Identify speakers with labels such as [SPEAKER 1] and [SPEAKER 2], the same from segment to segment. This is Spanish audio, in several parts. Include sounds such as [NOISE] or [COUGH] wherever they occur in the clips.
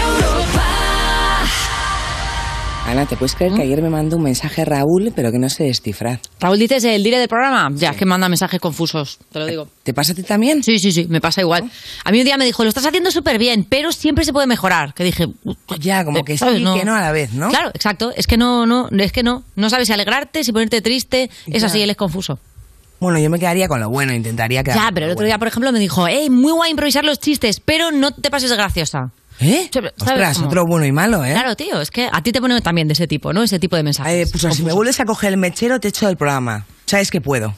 [SPEAKER 1] Europa.
[SPEAKER 2] Ana, ¿te puedes
[SPEAKER 3] ¿Mm?
[SPEAKER 2] creer que ayer me mandó un mensaje Raúl, pero que no sé descifrar?
[SPEAKER 3] Raúl, dices el dire del programa. Ya, es que manda mensajes confusos, te lo digo.
[SPEAKER 2] Eh, ¿Te pasa a ti también? Oh.
[SPEAKER 3] Sí, sí, sí, me pasa igual. A mí un día me dijo, lo estás haciendo súper bien, pero siempre se puede mejorar. Que dije,
[SPEAKER 2] Pues
[SPEAKER 3] eh,
[SPEAKER 2] Ya, como que sí,
[SPEAKER 3] ¿sabes?
[SPEAKER 2] que no a la vez, ¿no?
[SPEAKER 3] Claro, exacto. Es que no, no, es que no. No sabes si alegrarte, si ponerte triste. Es
[SPEAKER 2] Ya.
[SPEAKER 3] así, él es confuso.
[SPEAKER 2] Bueno, yo me quedaría con lo bueno, intentaría quedar.
[SPEAKER 3] ya, pero el otro día, por ejemplo, me dijo, hey, muy guay improvisar los chistes, pero no te pases de graciosa.
[SPEAKER 2] ¿Eh?
[SPEAKER 3] ¿Sabes
[SPEAKER 2] Ostras,
[SPEAKER 3] cómo?
[SPEAKER 2] otro bueno y malo, ¿eh?
[SPEAKER 3] Claro, tío, es que a ti te ponen también de ese tipo, ¿no? Ese tipo de mensajes.
[SPEAKER 2] Eh, pues si me vuelves a coger el mechero, te echo del programa. Sabes que puedo.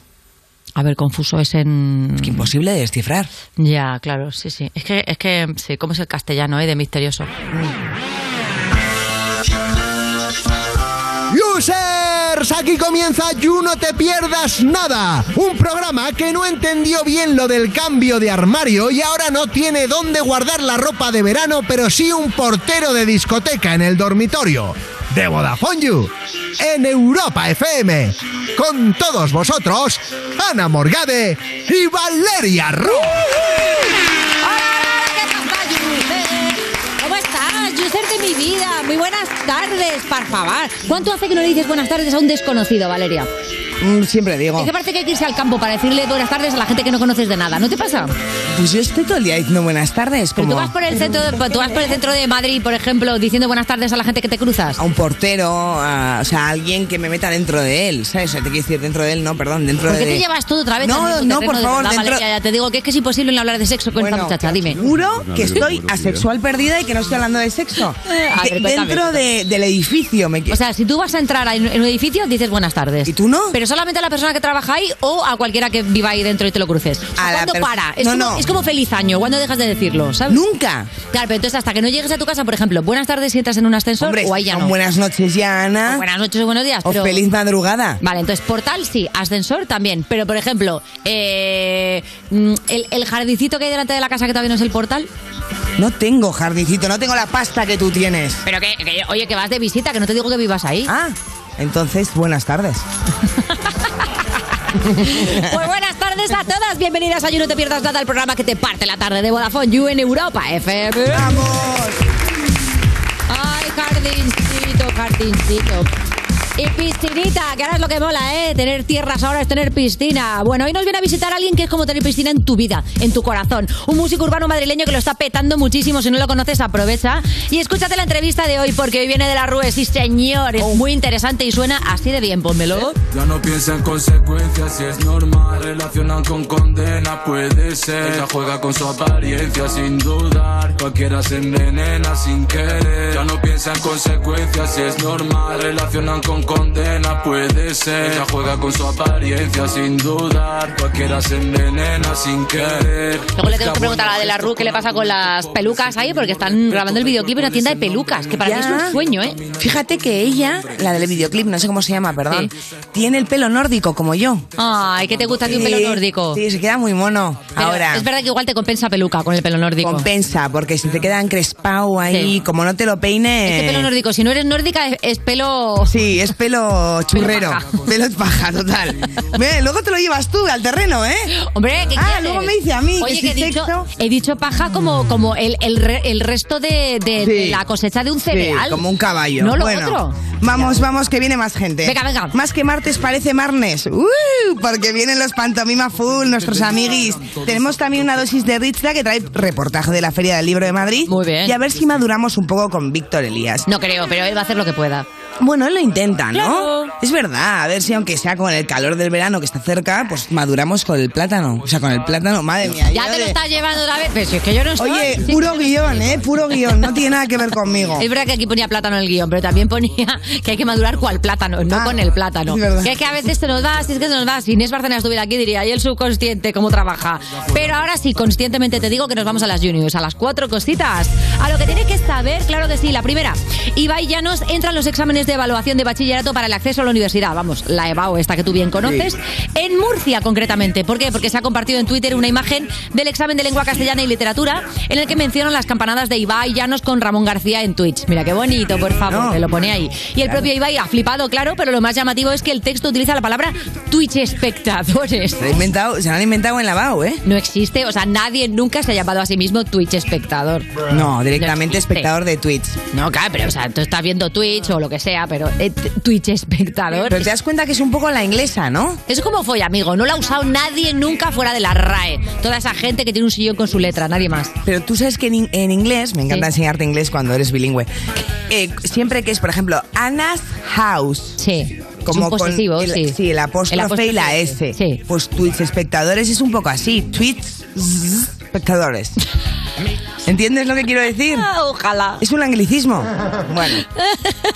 [SPEAKER 3] A ver, confuso es en...
[SPEAKER 2] Es que imposible de descifrar.
[SPEAKER 3] Ya, claro, sí, sí. Es que, es que, sí, ¿cómo es el castellano, eh? De misterioso.
[SPEAKER 4] Users, aquí comienza You No Te Pierdas Nada, un programa que no entendió bien lo del cambio de armario y ahora no tiene dónde guardar la ropa de verano, pero sí un portero de discoteca en el dormitorio. De Vodafone You, en Europa FM, con todos vosotros, Ana Morgade y Valeria Ro.
[SPEAKER 3] ¿Cómo estás, User de mi vida? Muy buenas tardes, por favor. ¿Cuánto hace que no le dices buenas tardes a un desconocido, Valeria?
[SPEAKER 2] Mm, siempre digo.
[SPEAKER 3] Es que parece que hay que irse al campo para decirle buenas tardes a la gente que no conoces de nada. ¿No te pasa?
[SPEAKER 2] Pues yo estoy todo el día diciendo buenas tardes,
[SPEAKER 3] Pero
[SPEAKER 2] como
[SPEAKER 3] tú vas por el centro, de- tú vas por el centro de Madrid, por ejemplo, diciendo buenas tardes a la gente que te cruzas.
[SPEAKER 2] a un portero, a, o sea, a alguien que me meta dentro de él, ¿sabes? O sea, te quiero decir dentro de él, no, perdón, dentro
[SPEAKER 3] ¿Por
[SPEAKER 2] de
[SPEAKER 3] qué te llevas tú otra vez? al
[SPEAKER 2] No,
[SPEAKER 3] mismo
[SPEAKER 2] no,
[SPEAKER 3] terreno
[SPEAKER 2] por
[SPEAKER 3] de
[SPEAKER 2] favor,
[SPEAKER 3] verdad,
[SPEAKER 2] dentro-
[SPEAKER 3] Valeria? Ya te digo que es que es imposible no hablar de sexo con
[SPEAKER 2] Bueno,
[SPEAKER 3] esta muchacha, dime.
[SPEAKER 2] Juro que estoy
[SPEAKER 5] buenos días.
[SPEAKER 2] asexual perdida y que no estoy hablando de sexo.
[SPEAKER 3] [LAUGHS] A ver,
[SPEAKER 2] De-
[SPEAKER 3] cuéntame,
[SPEAKER 2] dentro de- del edificio me
[SPEAKER 3] O sea, si tú vas a entrar en en un edificio, dices buenas tardes.
[SPEAKER 2] ¿Y tú no?
[SPEAKER 3] Pero solamente a la persona que trabaja ahí o a cualquiera que viva ahí dentro y te lo cruces. O sea,
[SPEAKER 2] A la
[SPEAKER 3] ¿Cuándo
[SPEAKER 2] per-
[SPEAKER 3] para? Es,
[SPEAKER 2] No,
[SPEAKER 3] como,
[SPEAKER 2] no.
[SPEAKER 3] es como feliz año, ¿cuándo dejas de decirlo? ¿sabes?
[SPEAKER 2] Nunca.
[SPEAKER 3] Claro, pero entonces hasta que no llegues a tu casa, por ejemplo, buenas tardes si entras en un ascensor
[SPEAKER 2] Hombre,
[SPEAKER 3] o ahí ya
[SPEAKER 2] son
[SPEAKER 3] no.
[SPEAKER 2] buenas noches ya,
[SPEAKER 3] O
[SPEAKER 2] Ana.
[SPEAKER 3] buenas noches o buenos días.
[SPEAKER 2] O
[SPEAKER 3] pero-
[SPEAKER 2] feliz madrugada.
[SPEAKER 3] Vale, entonces portal sí, ascensor también. Pero por ejemplo, eh, mm, el, el jardincito que hay delante de la casa que todavía no es el portal.
[SPEAKER 2] No tengo jardincito, no tengo la pasta que tú tienes.
[SPEAKER 3] Pero que, que- oye, que vas de visita, que no te digo que vivas ahí.
[SPEAKER 2] Ah, entonces buenas tardes.
[SPEAKER 3] Pues buenas tardes a todas, bienvenidas a You No Te Pierdas Nada, el programa que te parte la tarde de Vodafone You en Europa FM.
[SPEAKER 2] ¡Vamos!
[SPEAKER 3] Ay, jardincito, jardincito. Y piscinita, que ahora es lo que mola, ¿eh? Tener tierras ahora es tener piscina. Bueno, hoy nos viene a visitar alguien que es como tener piscina en tu vida, en tu corazón. Un músico urbano madrileño que lo está petando muchísimo. Si no lo conoces, aprovecha. Y escúchate la entrevista de hoy, porque hoy viene de la Rue. Sí, señor, es muy interesante y suena así de bien, pónmelo.
[SPEAKER 6] Ya no piensa en consecuencias, si es normal. Relacionan con condena, puede ser. Ella juega con su apariencia sin dudar. Cualquiera se envenena sin querer. Ya no piensa en consecuencias, si es normal. Relacionan con condena, puede ser. Ella juega con su apariencia sin dudar. Cualquiera se envenena sin querer.
[SPEAKER 3] Luego le tengo que preguntar a la de la RU qué le pasa con las pelucas ahí, porque están grabando el videoclip en una tienda de pelucas, que para mí es un sueño, ¿eh?
[SPEAKER 2] Fíjate que ella, la del videoclip, no sé cómo se llama, perdón, tiene el pelo nórdico como yo.
[SPEAKER 3] Ay, que te gusta a ti un pelo
[SPEAKER 2] Sí,
[SPEAKER 3] nórdico.
[SPEAKER 2] Sí, se queda muy mono.
[SPEAKER 3] Pero
[SPEAKER 2] Ahora.
[SPEAKER 3] Es verdad que igual te compensa peluca con el pelo nórdico.
[SPEAKER 2] Compensa, porque si te queda encrespado ahí,
[SPEAKER 3] Sí.
[SPEAKER 2] como no te lo peine.
[SPEAKER 3] Este pelo nórdico, si no eres nórdica, es, es pelo.
[SPEAKER 2] eh. Sí, es pelo churrero. Ah,
[SPEAKER 3] paja.
[SPEAKER 2] [LAUGHS] Pelo paja, total. Ve, luego te lo llevas tú al terreno, ¿eh?
[SPEAKER 3] Hombre, ¿qué
[SPEAKER 2] Ah,
[SPEAKER 3] quieres?
[SPEAKER 2] luego me dice a mí que
[SPEAKER 3] Oye,
[SPEAKER 2] si
[SPEAKER 3] he, dicho,
[SPEAKER 2] sexo-
[SPEAKER 3] he dicho paja como, como el, el, re- el resto de, de- de
[SPEAKER 2] Sí.
[SPEAKER 3] la cosecha de un
[SPEAKER 2] Sí,
[SPEAKER 3] cereal.
[SPEAKER 2] como un caballo.
[SPEAKER 3] No, lo
[SPEAKER 2] bueno,
[SPEAKER 3] otro.
[SPEAKER 2] Vamos, vamos, que viene más gente.
[SPEAKER 3] Venga, venga.
[SPEAKER 2] Más que martes parece marnes. ¡Uh! porque vienen los pantomima full, nuestros amiguis. Tenemos también una dosis de Ritza que trae reportaje de la Feria del Libro de Madrid.
[SPEAKER 3] Muy bien.
[SPEAKER 2] Y a ver si maduramos un poco con Víctor Elías.
[SPEAKER 3] No creo, pero él va a hacer lo que pueda.
[SPEAKER 2] Bueno, él lo intenta, ¿no?
[SPEAKER 3] Claro.
[SPEAKER 2] Es verdad, a ver si aunque sea con el calor del verano que está cerca, pues maduramos con el plátano. O sea, con el plátano, madre mía.
[SPEAKER 3] Ya
[SPEAKER 2] yo
[SPEAKER 3] te lo
[SPEAKER 2] de-
[SPEAKER 3] estás llevando otra vez. Pero si es que yo no estoy.
[SPEAKER 2] Oye,
[SPEAKER 3] Sí,
[SPEAKER 2] puro guión, ¿eh? Puro guión, no tiene nada que ver conmigo.
[SPEAKER 3] [LAUGHS] Es verdad que aquí ponía plátano en el guión, pero también ponía [LAUGHS] que hay que madurar cual plátano, no
[SPEAKER 2] Ah,
[SPEAKER 3] con el plátano.
[SPEAKER 2] es verdad.
[SPEAKER 3] que es que a veces se nos da, si es que se nos da. Si Inés Barcena estuviera aquí, diría, y el subconsciente, cómo trabaja. Pero ahora sí, conscientemente te digo que nos vamos a las juniors, a las cuatro cositas. A lo que tienes que saber, claro que sí. La primera, Ibai Llanos entra en los exámenes exámenes de evaluación de bachillerato para el acceso a la universidad. Vamos, la EBAU, esta que tú bien conoces. En Murcia, concretamente. ¿Por qué? Porque se ha compartido en Twitter una imagen del examen de lengua castellana y literatura en el que mencionan las campanadas de Ibai Llanos con Ramón García en Twitch. Mira qué bonito, por favor, que lo pone ahí. Y el propio Ibai ha flipado, claro, pero lo más llamativo es que el texto utiliza la palabra Twitch espectadores.
[SPEAKER 2] Se, lo ha inventado, se lo han inventado en la BAU, ¿eh?
[SPEAKER 3] No existe, o sea, nadie nunca se ha llamado a sí mismo Twitch espectador.
[SPEAKER 2] No, directamente
[SPEAKER 3] existe.
[SPEAKER 2] espectador de Twitch.
[SPEAKER 3] No, claro, pero o sea, tú estás viendo Twitch o lo que sea, pero eh, t- Twitch espectador.
[SPEAKER 2] Pero te das cuenta que es un poco la inglesa, ¿no?
[SPEAKER 3] Eso es como fue, amigo. No la ha usado nadie nunca fuera de la RAE. Toda esa gente que tiene un sillón con su letra, nadie más. [LAUGHS]
[SPEAKER 2] Pero tú sabes que en, in- en inglés, me encanta
[SPEAKER 3] Sí.
[SPEAKER 2] enseñarte inglés cuando eres bilingüe, eh, siempre que es, por ejemplo, Anna's House.
[SPEAKER 3] Sí.
[SPEAKER 2] Como
[SPEAKER 3] es un posesivo,
[SPEAKER 2] con el,
[SPEAKER 3] sí.
[SPEAKER 2] el apóstrofe, y la S.
[SPEAKER 3] Sí.
[SPEAKER 2] Pues Twitch espectadores es un poco así. Tweets espectadores. ¿Entiendes lo que quiero decir?
[SPEAKER 3] Ah, ojalá.
[SPEAKER 2] Es un anglicismo. Bueno,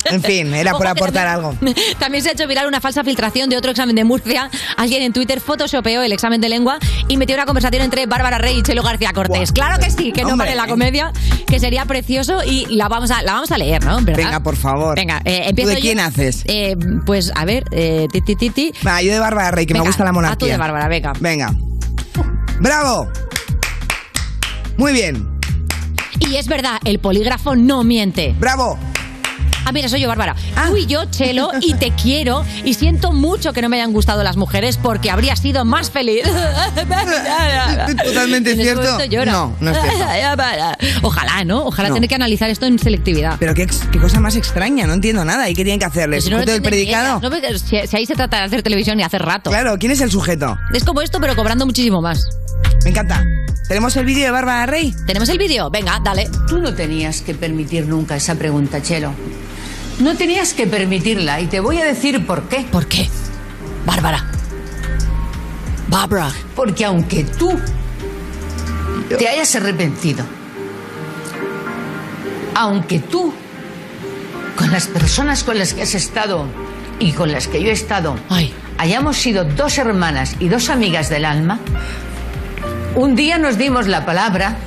[SPEAKER 2] en fin, era por
[SPEAKER 3] Ojo que
[SPEAKER 2] aportar algo.
[SPEAKER 3] también- También se ha hecho viral una falsa filtración de otro examen de Murcia. Alguien en Twitter photoshopeó el examen de lengua y metió una conversación entre Bárbara Rey y Chelo García Cortés.
[SPEAKER 2] Guau.
[SPEAKER 3] Claro que sí, que no
[SPEAKER 2] Hombre.
[SPEAKER 3] vale la comedia, que sería precioso y la vamos a, la vamos a leer, ¿no? ¿Verdad?
[SPEAKER 2] Venga, por favor.
[SPEAKER 3] Venga, eh,
[SPEAKER 2] ¿Tú
[SPEAKER 3] empiezo
[SPEAKER 2] de
[SPEAKER 3] yo.
[SPEAKER 2] quién haces?
[SPEAKER 3] Eh, pues a ver, eh, ti, ti, ti, ti.
[SPEAKER 2] Va, yo de Bárbara Rey, que
[SPEAKER 3] Venga,
[SPEAKER 2] me gusta la
[SPEAKER 3] haz tú
[SPEAKER 2] monarquía.
[SPEAKER 3] de Bárbara, venga.
[SPEAKER 2] Venga. ¡Bravo! Muy bien.
[SPEAKER 3] Y es verdad, el polígrafo no miente.
[SPEAKER 2] ¡Bravo!
[SPEAKER 3] Ah, mira, soy yo, Bárbara.
[SPEAKER 2] Ah.
[SPEAKER 3] Tú y yo, Chelo, y te quiero. Y siento mucho que no me hayan gustado las mujeres porque habría sido más feliz. [LAUGHS]
[SPEAKER 2] Totalmente
[SPEAKER 3] En ese
[SPEAKER 2] cierto.
[SPEAKER 3] momento llora.
[SPEAKER 2] No, no es
[SPEAKER 3] [LAUGHS]
[SPEAKER 2] cierto.
[SPEAKER 3] Ojalá, ¿no? Ojalá
[SPEAKER 2] No.
[SPEAKER 3] tener que analizar esto en selectividad.
[SPEAKER 2] Pero qué, ex- qué cosa más extraña, no entiendo nada. ¿Y qué tienen que hacerle?
[SPEAKER 3] Pero
[SPEAKER 2] ¿El
[SPEAKER 3] si no lo
[SPEAKER 2] sujeto del
[SPEAKER 3] entienden ni
[SPEAKER 2] predicado?
[SPEAKER 3] ellas, ¿no? Porque Si, si ahí se trata de hacer televisión y hace rato.
[SPEAKER 2] Claro, ¿quién es el sujeto?
[SPEAKER 3] Es como esto, pero cobrando muchísimo más.
[SPEAKER 2] Me encanta. ¿Tenemos el vídeo de Bárbara Rey?
[SPEAKER 3] ¿Tenemos el vídeo? Venga, dale.
[SPEAKER 7] Tú no tenías que permitir nunca esa pregunta, Chelo. No tenías que permitirla y te voy a decir por qué.
[SPEAKER 3] ¿Por qué? Bárbara. Bárbara.
[SPEAKER 7] Porque aunque tú te hayas arrepentido, aunque tú, con las personas con las que has estado y con las que yo he estado,
[SPEAKER 3] Ay.
[SPEAKER 7] hayamos sido dos hermanas y dos amigas del alma, un día nos dimos la palabra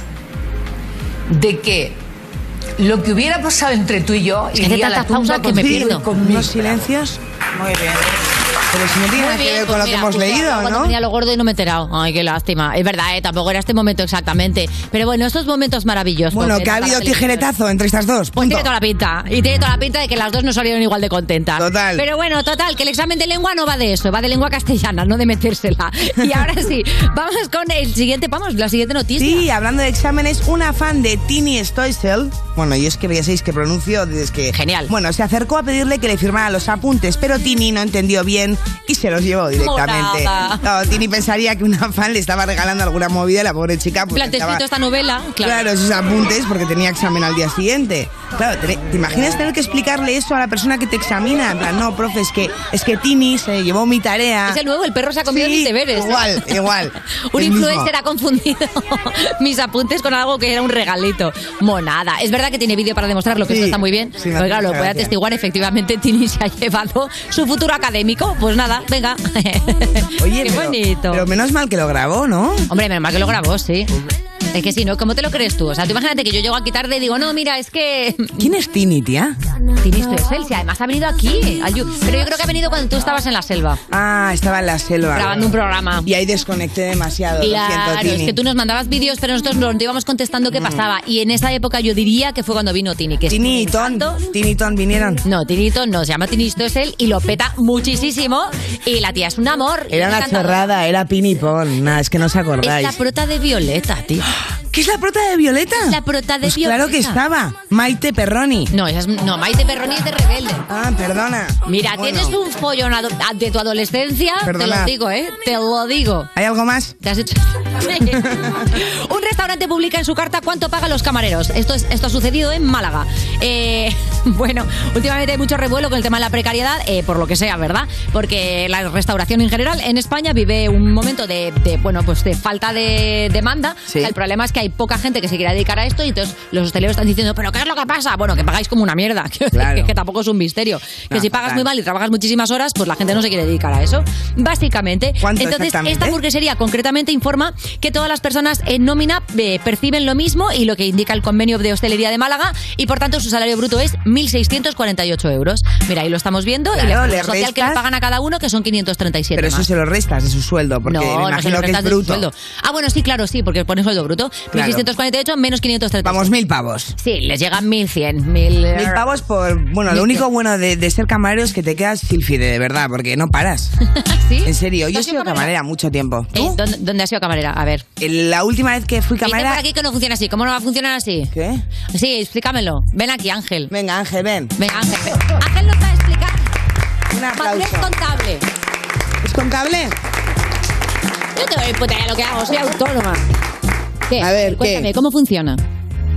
[SPEAKER 7] de que lo que hubiera pasado entre tú y yo
[SPEAKER 3] que hace
[SPEAKER 7] iría a la
[SPEAKER 3] tanta
[SPEAKER 7] tumba
[SPEAKER 3] pausa que me
[SPEAKER 7] contigo
[SPEAKER 3] pierdo.
[SPEAKER 7] y
[SPEAKER 2] con
[SPEAKER 7] conmigo.
[SPEAKER 2] unos silencios. Muy bien. Pero si no tiene
[SPEAKER 3] pues
[SPEAKER 2] nada
[SPEAKER 7] pues
[SPEAKER 2] que ver con lo que hemos leído,
[SPEAKER 3] Cuando
[SPEAKER 2] ¿no?
[SPEAKER 3] tenía lo gordo y no me he enterado. Ay, qué lástima. Es verdad, eh, tampoco era este momento exactamente. Pero bueno, estos momentos maravillosos.
[SPEAKER 2] Bueno,
[SPEAKER 3] que
[SPEAKER 2] que ha
[SPEAKER 3] trata la
[SPEAKER 2] habido
[SPEAKER 3] televisión.
[SPEAKER 2] tijeretazo entre estas
[SPEAKER 3] Pues
[SPEAKER 2] dos. Punto.
[SPEAKER 3] tiene toda la pinta. Y tiene toda la pinta de que las dos no salieron igual de contentas.
[SPEAKER 2] Total.
[SPEAKER 3] Pero bueno, total, que el examen de lengua no va de eso, va de lengua castellana, no de metérsela. [LAUGHS] Y ahora sí, vamos con el siguiente, vamos, la siguiente noticia.
[SPEAKER 2] Sí, hablando de exámenes, una fan de Tini Stoessel, bueno, yo es que ya sabéis que pronuncio desde que...
[SPEAKER 3] Genial.
[SPEAKER 2] Bueno, se acercó a pedirle que le firmara los apuntes, pero Tini no entendió bien y se los llevó directamente.
[SPEAKER 3] Morada.
[SPEAKER 2] No, Tini pensaría que una fan le estaba regalando alguna movida a la pobre chica. porque
[SPEAKER 3] En plan, te
[SPEAKER 2] estaba-
[SPEAKER 3] escrito esta novela,
[SPEAKER 2] Claro.
[SPEAKER 3] claro.
[SPEAKER 2] sus apuntes porque tenía examen al día siguiente. Claro, te, te imaginas tener que explicarle eso a la persona que te examina? En plan, no, profe, es que, es que Tini se llevó mi tarea.
[SPEAKER 3] Es el nuevo, el perro se ha comido
[SPEAKER 2] Sí,
[SPEAKER 3] mis deberes. ¿eh?
[SPEAKER 2] Igual,
[SPEAKER 3] [LAUGHS]
[SPEAKER 2] igual.
[SPEAKER 3] Un
[SPEAKER 2] el mismo.
[SPEAKER 3] influencer ha confundido [LAUGHS] mis apuntes con algo que era un regalito. Monada. Es verdad que tiene vídeo para demostrarlo, que
[SPEAKER 2] Sí,
[SPEAKER 3] esto está muy bien.
[SPEAKER 2] sí, me
[SPEAKER 3] pero
[SPEAKER 2] hace
[SPEAKER 3] claro, lo
[SPEAKER 2] mucha
[SPEAKER 3] puede
[SPEAKER 2] gracia.
[SPEAKER 3] atestiguar. Efectivamente, [LAUGHS] Tini se ha llevado su futuro académico. Pues nada, venga. [LAUGHS]
[SPEAKER 2] Oye,
[SPEAKER 3] Qué
[SPEAKER 2] pero,
[SPEAKER 3] bonito.
[SPEAKER 2] pero menos mal que lo grabó, ¿no?
[SPEAKER 3] Hombre, menos mal que lo grabó, sí. Es que si ¿no? ¿Cómo te lo crees tú? O sea, tú imagínate que yo llego aquí tarde y digo, no, mira, es que [LAUGHS]
[SPEAKER 2] ¿Quién es Tini, tía?
[SPEAKER 3] Tini esto es él. Si además ha venido aquí. al Yu- Pero yo creo que ha venido cuando tú estabas en la selva,
[SPEAKER 2] Ah, estaba en la selva.
[SPEAKER 3] grabando un programa.
[SPEAKER 2] Y ahí desconecté demasiado. lo
[SPEAKER 3] Claro,
[SPEAKER 2] siento, Tini. Mm.
[SPEAKER 3] es que tú nos mandabas vídeos, pero nosotros no te íbamos contestando qué pasaba. Y en esa época yo diría que fue cuando vino Tini. Que
[SPEAKER 2] Tini y Ton. Tini y Ton vinieron.
[SPEAKER 3] No, Tinito no, se llama Tini él y lo peta muchísimo. Y la tía es un amor. y
[SPEAKER 2] Era
[SPEAKER 3] me
[SPEAKER 2] una
[SPEAKER 3] encanta.
[SPEAKER 2] chorrada, era Pinipón. Nada, es que no os
[SPEAKER 3] Es
[SPEAKER 2] acordáis.
[SPEAKER 3] la prota de Violeta, tío.
[SPEAKER 2] ¿Qué es la prota de Violeta?
[SPEAKER 3] Es la prota de
[SPEAKER 2] Pues Claro que
[SPEAKER 3] Violeta.
[SPEAKER 2] estaba. Maite Perroni.
[SPEAKER 3] No, esa es, no, Maite Perroni es de rebelde.
[SPEAKER 2] Ah, perdona.
[SPEAKER 3] Mira,
[SPEAKER 2] Bueno.
[SPEAKER 3] tienes un follón ado- ah, de tu adolescencia, te
[SPEAKER 2] Perdonad.
[SPEAKER 3] lo digo, ¿eh? Te lo digo.
[SPEAKER 2] ¿Hay algo más?
[SPEAKER 3] Te has
[SPEAKER 2] [LAUGHS]
[SPEAKER 3] hecho- [LAUGHS] un restaurante publica en su carta cuánto pagan los camareros. Esto, es, esto ha sucedido en Málaga. Eh, [LAUGHS] bueno, últimamente hay mucho revuelo con el tema de la precariedad, eh, por lo que sea, ¿verdad? Porque la restauración en general en España vive un momento de, de, bueno, pues de falta de demanda.
[SPEAKER 2] Sí.
[SPEAKER 3] El problema es que hay poca gente que se quiera dedicar a esto y entonces los hosteleros están diciendo, ¿pero qué es lo que pasa? Bueno, que pagáis como una mierda. [LAUGHS] Que,
[SPEAKER 2] Claro.
[SPEAKER 3] que tampoco es un misterio. Que
[SPEAKER 2] No,
[SPEAKER 3] si pagas
[SPEAKER 2] fatal.
[SPEAKER 3] muy mal y trabajas muchísimas horas, pues la gente no se quiere dedicar a eso. Básicamente.
[SPEAKER 2] ¿Cuánto
[SPEAKER 3] Entonces,
[SPEAKER 2] exactamente?
[SPEAKER 3] esta hamburguesería concretamente informa que todas las personas en nómina eh, perciben lo mismo y lo que indica el convenio de hostelería de Málaga y por tanto su salario bruto es 1.648 euros. Mira, ahí lo estamos viendo. y la
[SPEAKER 2] Claro, le
[SPEAKER 3] seguridad social que le
[SPEAKER 2] restas.
[SPEAKER 3] pagan a cada uno, que son 537
[SPEAKER 2] Pero eso
[SPEAKER 3] más.
[SPEAKER 2] se lo restas de su sueldo, porque
[SPEAKER 3] no,
[SPEAKER 2] me
[SPEAKER 3] no se
[SPEAKER 2] imagino
[SPEAKER 3] lo
[SPEAKER 2] que es
[SPEAKER 3] restas de su
[SPEAKER 2] bruto.
[SPEAKER 3] sueldo. Ah, bueno, sí, claro, sí, porque pones sueldo bruto.
[SPEAKER 2] Claro.
[SPEAKER 3] 1.648 menos 537.
[SPEAKER 2] Vamos, mil pavos.
[SPEAKER 3] Sí, les llegan 1.100. 1.000...
[SPEAKER 2] Mil pavos por... Bueno, lo único bueno de, de ser camarero es que te quedas silfide, de verdad, porque no paras.
[SPEAKER 3] ¿Sí?
[SPEAKER 2] En serio, yo he
[SPEAKER 3] ¿Has
[SPEAKER 2] sido camarera mucho tiempo.
[SPEAKER 3] Eh, ¿dónde, dónde has sido camarera? A ver.
[SPEAKER 2] Eh, La última vez que fui
[SPEAKER 3] Dice por
[SPEAKER 2] camarera...
[SPEAKER 3] aquí que no funciona así. ¿Cómo no va a funcionar así?
[SPEAKER 2] ¿Qué?
[SPEAKER 3] Sí, explícamelo. Ven aquí, Ángel.
[SPEAKER 2] Venga, Ángel, ven.
[SPEAKER 3] Venga, Ángel. ven. Ángel nos va a explicar.
[SPEAKER 2] Un
[SPEAKER 3] Papel
[SPEAKER 2] aplauso.
[SPEAKER 3] contable.
[SPEAKER 2] ¿Es contable?
[SPEAKER 3] Yo te voy a puta idea lo que hago, soy autónoma. ¿Qué? Eh,
[SPEAKER 2] A ver, ¿qué?
[SPEAKER 3] Cuéntame, ¿cómo funciona?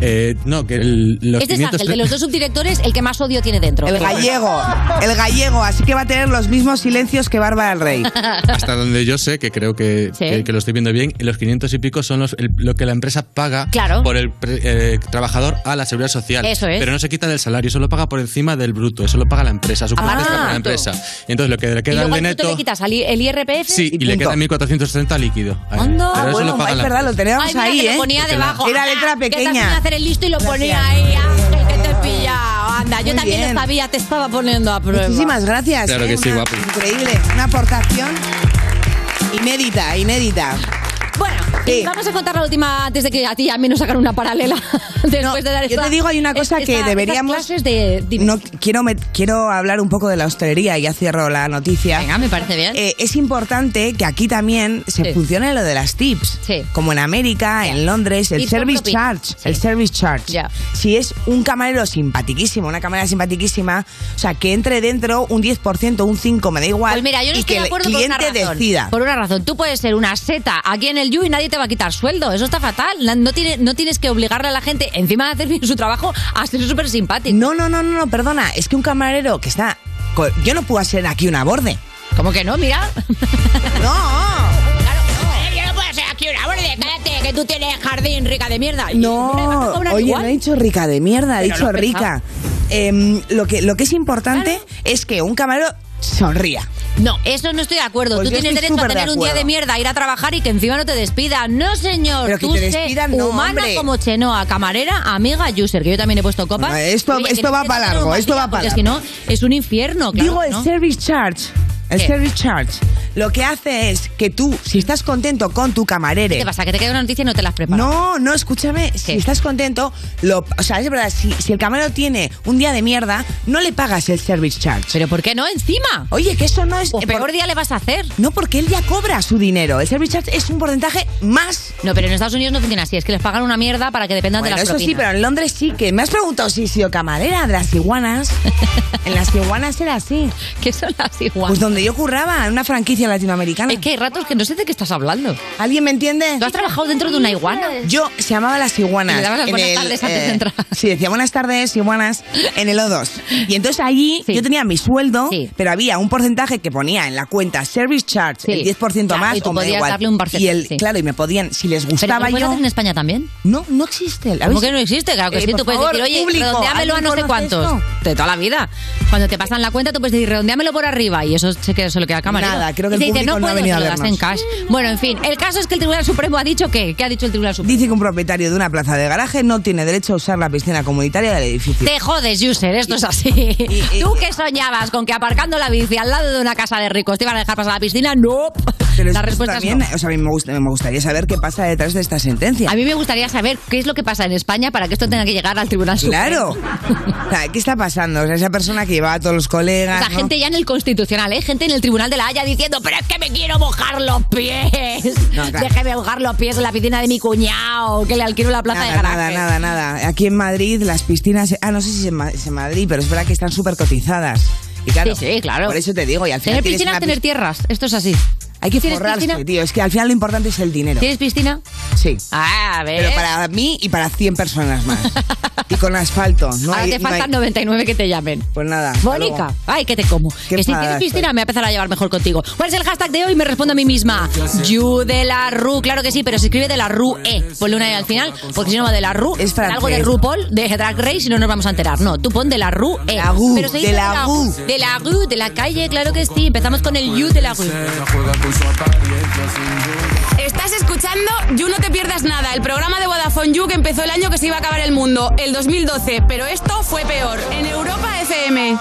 [SPEAKER 8] Eh, no, que el- los
[SPEAKER 3] este es
[SPEAKER 8] pimientos
[SPEAKER 3] Ángel, de
[SPEAKER 8] tre-
[SPEAKER 3] los dos subdirectores, el que más odio tiene dentro.
[SPEAKER 2] El
[SPEAKER 3] Pero bueno.
[SPEAKER 2] gallego. El gallego, así que va a tener los mismos silencios que Bárbara del Rey.
[SPEAKER 8] hasta donde yo sé, que creo que,
[SPEAKER 3] Sí.
[SPEAKER 8] que, que lo estoy viendo bien, los 500 y pico son los, el- lo que la empresa paga
[SPEAKER 3] Claro.
[SPEAKER 8] por el pre- eh, trabajador a la seguridad social.
[SPEAKER 3] Eso es.
[SPEAKER 8] Pero no se quita del salario, eso lo paga por encima del bruto, eso lo paga la empresa, su parte está para la
[SPEAKER 3] perfecto.
[SPEAKER 8] empresa. Entonces lo que le
[SPEAKER 3] Ah, Y
[SPEAKER 8] queda al
[SPEAKER 3] luego
[SPEAKER 8] de
[SPEAKER 3] tú te le
[SPEAKER 8] neto.
[SPEAKER 3] quitas al I- el IRPF.
[SPEAKER 8] Sí,
[SPEAKER 2] y
[SPEAKER 8] y, le
[SPEAKER 2] punto.
[SPEAKER 8] queda 1.470 líquido. Ahí.
[SPEAKER 3] Anda.
[SPEAKER 8] Pero
[SPEAKER 2] Ah,
[SPEAKER 8] eso
[SPEAKER 2] bueno,
[SPEAKER 8] lo paga
[SPEAKER 2] es
[SPEAKER 8] la
[SPEAKER 2] verdad, lo
[SPEAKER 8] empresa.
[SPEAKER 2] teníamos
[SPEAKER 3] Ay, mira
[SPEAKER 2] ahí,
[SPEAKER 3] que lo
[SPEAKER 2] ¿eh?
[SPEAKER 3] ponía debajo.
[SPEAKER 2] Era
[SPEAKER 3] Anda,
[SPEAKER 2] letra
[SPEAKER 3] Que estás sin
[SPEAKER 2] pequeña.
[SPEAKER 3] hacer el listo y lo ponía
[SPEAKER 2] Gracias.
[SPEAKER 3] ahí, Ángel, que te he pillado. Anda, yo
[SPEAKER 2] Muy
[SPEAKER 3] también
[SPEAKER 2] bien.
[SPEAKER 3] lo sabía, te estaba poniendo a prueba.
[SPEAKER 2] Muchísimas gracias. ¿eh?
[SPEAKER 8] Claro que sí,
[SPEAKER 2] Una-
[SPEAKER 8] guapo.
[SPEAKER 2] Increíble. Una aportación inédita, inédita.
[SPEAKER 3] Bueno,
[SPEAKER 2] Sí.
[SPEAKER 3] y vamos a contar la última antes de que a ti y a mí nos sacan una paralela. [LAUGHS] después de dar
[SPEAKER 2] yo te
[SPEAKER 3] esta-
[SPEAKER 2] digo, hay una cosa que
[SPEAKER 3] estas
[SPEAKER 2] deberíamos-
[SPEAKER 3] clases de... dime.
[SPEAKER 2] No, quiero, met- quiero hablar un poco de la hostelería y ya cierro la noticia.
[SPEAKER 3] Venga, me parece bien.
[SPEAKER 2] Eh, es importante que aquí también se
[SPEAKER 3] Sí.
[SPEAKER 2] funcione lo de las tips.
[SPEAKER 3] Sí.
[SPEAKER 2] Como en América, en Londres, el
[SPEAKER 3] Tips
[SPEAKER 2] service
[SPEAKER 3] con propina.
[SPEAKER 2] charge.
[SPEAKER 3] Sí.
[SPEAKER 2] El service charge.
[SPEAKER 3] Ya.
[SPEAKER 2] Si es un camarero simpatiquísimo, una camarera simpatiquísima, o sea, que entre dentro un 10%, un 5%, me da igual.
[SPEAKER 3] Pues mira, yo no
[SPEAKER 2] y
[SPEAKER 3] estoy
[SPEAKER 2] que
[SPEAKER 3] de
[SPEAKER 2] el
[SPEAKER 3] acuerdo por una
[SPEAKER 2] cliente
[SPEAKER 3] razón.
[SPEAKER 2] decida.
[SPEAKER 3] Por una razón. Tú puedes ser una seta aquí en el You y nadie te va a quitar sueldo. Eso está fatal. Na- No, tiene, no tienes que obligarle a la gente, encima de hacer bien su trabajo, a ser súper simpático.
[SPEAKER 2] No, no, no, no, no, perdona. Es que un camarero que está. co- Yo no puedo hacer aquí una borde.
[SPEAKER 3] Como que no, mira.
[SPEAKER 2] No.
[SPEAKER 3] Yo no puedo ser aquí una borde. Cállate, que tú tienes jardín rica de mierda.
[SPEAKER 2] No, oye, no he dicho rica de mierda, he
[SPEAKER 3] Pero
[SPEAKER 2] dicho
[SPEAKER 3] lo has
[SPEAKER 2] rica. Em, lo, que, lo que es importante es que un camarero sonría.
[SPEAKER 3] No, eso no estoy de acuerdo.
[SPEAKER 2] Pues
[SPEAKER 3] Tú
[SPEAKER 2] yo
[SPEAKER 3] tienes
[SPEAKER 2] estoy
[SPEAKER 3] derecho a
[SPEAKER 2] súper de
[SPEAKER 3] tener un día
[SPEAKER 2] acuerdo.
[SPEAKER 3] de mierda, ir a trabajar y que encima no te despidan. No, señor.
[SPEAKER 2] Pero que
[SPEAKER 3] tú
[SPEAKER 2] te
[SPEAKER 3] sé
[SPEAKER 2] despidan, no,
[SPEAKER 3] humana
[SPEAKER 2] hombre.
[SPEAKER 3] como Chenoa, camarera, amiga, user, que yo también he puesto copas.
[SPEAKER 2] Bueno, esto-
[SPEAKER 3] que
[SPEAKER 2] esto
[SPEAKER 3] no
[SPEAKER 2] va
[SPEAKER 3] te
[SPEAKER 2] para
[SPEAKER 3] traten
[SPEAKER 2] largo,
[SPEAKER 3] como
[SPEAKER 2] esto
[SPEAKER 3] amiga,
[SPEAKER 2] va para
[SPEAKER 3] porque
[SPEAKER 2] largo.
[SPEAKER 3] es que no, es un infierno, claro.
[SPEAKER 2] Digo, el
[SPEAKER 3] ¿no?
[SPEAKER 2] service charge. El
[SPEAKER 3] ¿Qué?
[SPEAKER 2] service charge. Lo que hace es que tú, si estás contento con tu camarere.
[SPEAKER 3] ¿Qué te pasa? ¿Que te queda una noticia y no te las preparas?
[SPEAKER 2] No, no, escúchame. Si
[SPEAKER 3] ¿Qué?
[SPEAKER 2] estás contento, lo, o sea, es verdad, si, si el camarero tiene un día de mierda, no le pagas el service charge.
[SPEAKER 3] ¿Pero por qué no? ¡Encima!
[SPEAKER 2] Oye, que eso no es.
[SPEAKER 3] Pues
[SPEAKER 2] pero-
[SPEAKER 3] peor día le vas a hacer.
[SPEAKER 2] no, porque él ya cobra su dinero. El service charge es un porcentaje más
[SPEAKER 3] No, pero en Estados Unidos no funciona así. Es que les pagan una mierda para que dependan
[SPEAKER 2] Bueno,
[SPEAKER 3] de las
[SPEAKER 2] eso sí,
[SPEAKER 3] propinas.
[SPEAKER 2] pero en Londres sí que me has preguntado si he sido camarera de las
[SPEAKER 3] [LAUGHS]
[SPEAKER 2] iguanas. en las iguanas era así.
[SPEAKER 3] Que son las
[SPEAKER 2] Pues
[SPEAKER 3] iguales.
[SPEAKER 2] donde yo curraba, en una franquicia latinoamericana.
[SPEAKER 3] Es que hay ratos que no sé de qué estás hablando.
[SPEAKER 2] ¿Alguien me entiende?
[SPEAKER 3] ¿Tú has trabajado dentro de una iguana?
[SPEAKER 2] Yo se llamaba Las
[SPEAKER 3] Y
[SPEAKER 2] Iguanas.
[SPEAKER 3] le dabas las
[SPEAKER 2] en eh,
[SPEAKER 3] buenas tardes antes de entrar.
[SPEAKER 2] Sí, decía buenas tardes, Iguanas, en el O2. Y entonces allí
[SPEAKER 3] Sí.
[SPEAKER 2] yo tenía mi sueldo,
[SPEAKER 3] Sí.
[SPEAKER 2] pero había un porcentaje que ponía en la cuenta service charge,
[SPEAKER 3] Sí.
[SPEAKER 2] el 10%
[SPEAKER 3] Claro,
[SPEAKER 2] más.
[SPEAKER 3] y tú
[SPEAKER 2] o me da
[SPEAKER 3] podías
[SPEAKER 2] igual.
[SPEAKER 3] darle un porcentaje,
[SPEAKER 2] Y el,
[SPEAKER 3] sí.
[SPEAKER 2] claro, y me podían, si les
[SPEAKER 3] ¿Pero
[SPEAKER 2] gustaba
[SPEAKER 3] ¿lo puedes
[SPEAKER 2] yo.
[SPEAKER 3] hacer en España también?
[SPEAKER 2] No, no existe.
[SPEAKER 3] ¿Cómo que no existe? Claro que
[SPEAKER 2] Eh,
[SPEAKER 3] sí,
[SPEAKER 2] por
[SPEAKER 3] tú puedes
[SPEAKER 2] favor,
[SPEAKER 3] decir, oye,
[SPEAKER 2] público,
[SPEAKER 3] redondeámelo a no sé
[SPEAKER 2] ¿alguien conoce
[SPEAKER 3] cuántos.
[SPEAKER 2] esto?
[SPEAKER 3] De toda la vida. Cuando te pasan la cuenta, tú puedes decir, redondeámelo por arriba. Y eso se, queda, se lo queda al camarero.
[SPEAKER 2] Nada, creo que
[SPEAKER 3] Y
[SPEAKER 2] el
[SPEAKER 3] te dice,
[SPEAKER 2] público no ha
[SPEAKER 3] puedo,
[SPEAKER 2] venido
[SPEAKER 3] te
[SPEAKER 2] a
[SPEAKER 3] lo das en
[SPEAKER 2] vernos.
[SPEAKER 3] cash. Bueno, en fin, el caso es que el Tribunal Supremo ha dicho que. ¿Qué ha dicho el Tribunal Supremo?
[SPEAKER 2] Dice que un propietario de una plaza de garaje no tiene derecho a usar la piscina comunitaria del edificio.
[SPEAKER 3] Te jodes, user, esto es así. [LAUGHS]
[SPEAKER 2] y-
[SPEAKER 3] Tú que soñabas con que aparcando la bici al lado de una casa de ricos te iban a dejar pasar a la piscina, no.
[SPEAKER 2] Pero
[SPEAKER 3] La
[SPEAKER 2] es que eso
[SPEAKER 3] respuesta es
[SPEAKER 2] también,
[SPEAKER 3] no.
[SPEAKER 2] o sea, a mí me, gust- me gustaría saber qué pasa detrás de esta sentencia.
[SPEAKER 3] A mí me gustaría saber qué es lo que pasa en España para que esto tenga que llegar al Tribunal
[SPEAKER 2] Claro.
[SPEAKER 3] Supremo.
[SPEAKER 2] O sea, ¿Qué está pasando? O sea, esa persona que llevaba a todos los colegas.
[SPEAKER 3] O sea,
[SPEAKER 2] ¿no?
[SPEAKER 3] gente ya en el Constitucional, ¿eh? Gente en el Tribunal de la Haya diciendo, pero es que me quiero mojar los pies. [LAUGHS]
[SPEAKER 2] No, claro.
[SPEAKER 3] Déjeme mojar los pies en la piscina de mi cuñado, que le alquilo la plaza
[SPEAKER 2] Nada,
[SPEAKER 3] de
[SPEAKER 2] nada,
[SPEAKER 3] garaje.
[SPEAKER 2] nada, nada. Aquí en Madrid las piscinas, ah, no sé si es en, Ma- es en Madrid, pero es verdad que están súper cotizadas. Y claro,
[SPEAKER 3] Sí, sí, claro.
[SPEAKER 2] Por eso te digo, y al
[SPEAKER 3] Tener
[SPEAKER 2] final tienes
[SPEAKER 3] piscina
[SPEAKER 2] una
[SPEAKER 3] es tener
[SPEAKER 2] pis-
[SPEAKER 3] tierras, esto es así.
[SPEAKER 2] hay que
[SPEAKER 3] ¿Tienes
[SPEAKER 2] forrarse,
[SPEAKER 3] piscina?
[SPEAKER 2] tío. Es que al final lo importante es el dinero.
[SPEAKER 3] ¿Tienes piscina?
[SPEAKER 2] Sí.
[SPEAKER 3] Ah, a ver.
[SPEAKER 2] Pero para mí y para 100 personas más. y con asfalto. No
[SPEAKER 3] Ahora
[SPEAKER 2] hay-
[SPEAKER 3] te
[SPEAKER 2] no hay-
[SPEAKER 3] faltan 99 que te llamen.
[SPEAKER 2] Pues nada. hasta
[SPEAKER 3] Mónica,
[SPEAKER 2] luego.
[SPEAKER 3] ay, que te como.
[SPEAKER 2] Qué
[SPEAKER 3] que si
[SPEAKER 2] enfadada
[SPEAKER 3] tienes piscina me
[SPEAKER 2] estoy.
[SPEAKER 3] voy a empezar a llevar mejor contigo. ¿Cuál es el hashtag de hoy? Me respondo a mí misma. You de la Rue, claro que sí, pero se escribe de la Rue E. Ponle una E al final, porque si no va de la Rue,
[SPEAKER 2] Es francés.
[SPEAKER 3] algo de RuPaul, de Drag Race, y no nos vamos a enterar. No, tú pon de la Rue E.
[SPEAKER 2] La Rue,
[SPEAKER 3] Pero se
[SPEAKER 2] de
[SPEAKER 3] dice
[SPEAKER 2] la Rue.
[SPEAKER 3] De la Rue, de la calle, claro que sí. Empezamos con el You de la Rue.
[SPEAKER 6] Ella juega con su apariencia sin duda.
[SPEAKER 3] Estás
[SPEAKER 9] Estás escuchando You No Te Pierdas Nada, el programa de Vodafone You que empezó el año que se iba a acabar el mundo, el 2012, pero esto fue peor, en Europa FM.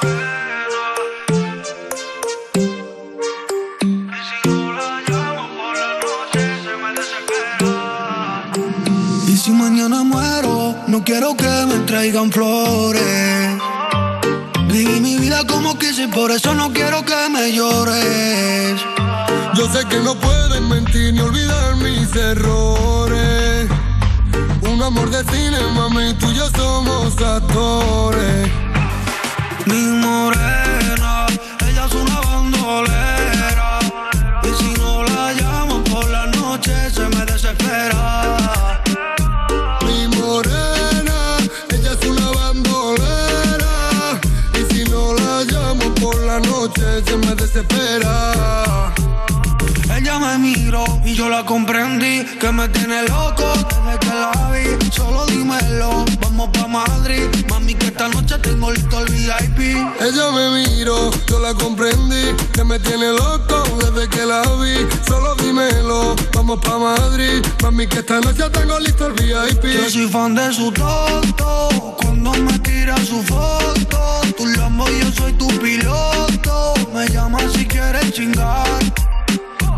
[SPEAKER 10] Y si mañana muero, no quiero que me traigan flores. Viví mi vida como quise, por eso no quiero que me llores. Yo sé que no pueden mentir ni olvidar mis errores. Un amor de cine, mami, tú y yo somos actores. Mi morena, ella es una bandolera. Y si no la llamo por la noche, se me desespera. Mi morena, ella es una bandolera. Y si no la llamo por la noche, se me desespera. Ella me miró y yo la comprendí que me tiene loco desde que la vi. Solo dímelo, vamos pa Madrid, mami que esta noche tengo listo el VIP. Ella me miró, yo la comprendí que me tiene loco desde que la vi. Solo dímelo, vamos pa Madrid, mami que esta noche tengo listo el VIP. Yo soy fan de su tonto cuando me tira su foto. Tu lambo yo soy tu piloto, me llama si quieres chingar.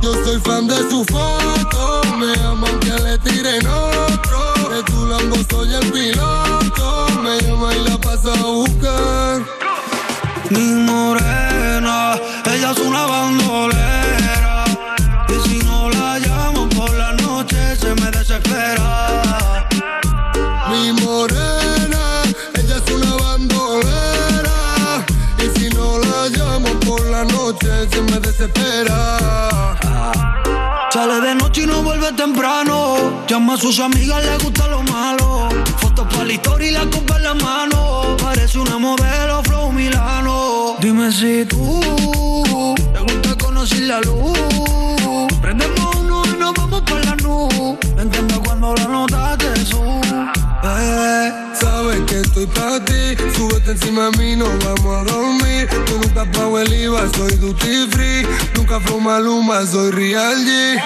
[SPEAKER 10] Yo soy fan de su foto, me aman que le tiren otro. De tu Lambo soy el piloto, me llama y la pasa a buscar. Mi morena, ella es una bandolera. Y si no la llamo por la noche, se me desespera. Mi morena, ella es una bandolera. Y si no la llamo por la noche, se me desespera. Sale de noche y no vuelve temprano. Llama a sus amigas, le gusta lo malo. Fotos para la historia y la copa en la mano. Parece una modelo, flow milano. Dime si tú te gusta conocer la luz. Prendemos uno y nos vamos por la nube. Me encanta cuando la nota te sube. Bebé, sabes que estoy para ti. Súbete encima de mí, no vamos a dormir. Tú nunca pago el IVA, soy duty free. Nunca fuma luma, soy real G.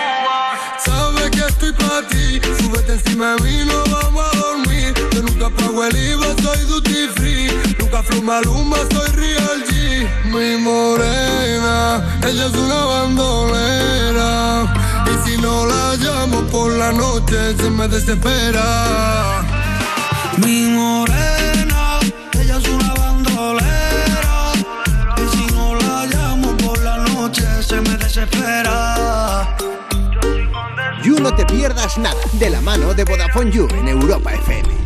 [SPEAKER 10] Sabes que estoy para ti. Súbete encima de mí, no vamos a dormir. Yo nunca pago el IVA, soy duty free. Nunca fuma luma, soy real G. Mi morena, ella es una bandolera. Y si no la llamo por la noche, se me desespera. Mi morena, ella es una bandolera. Y si no la llamo por la noche, se me desespera.
[SPEAKER 4] You No Te Pierdas Nada, de la mano de Vodafone You en Europa FM.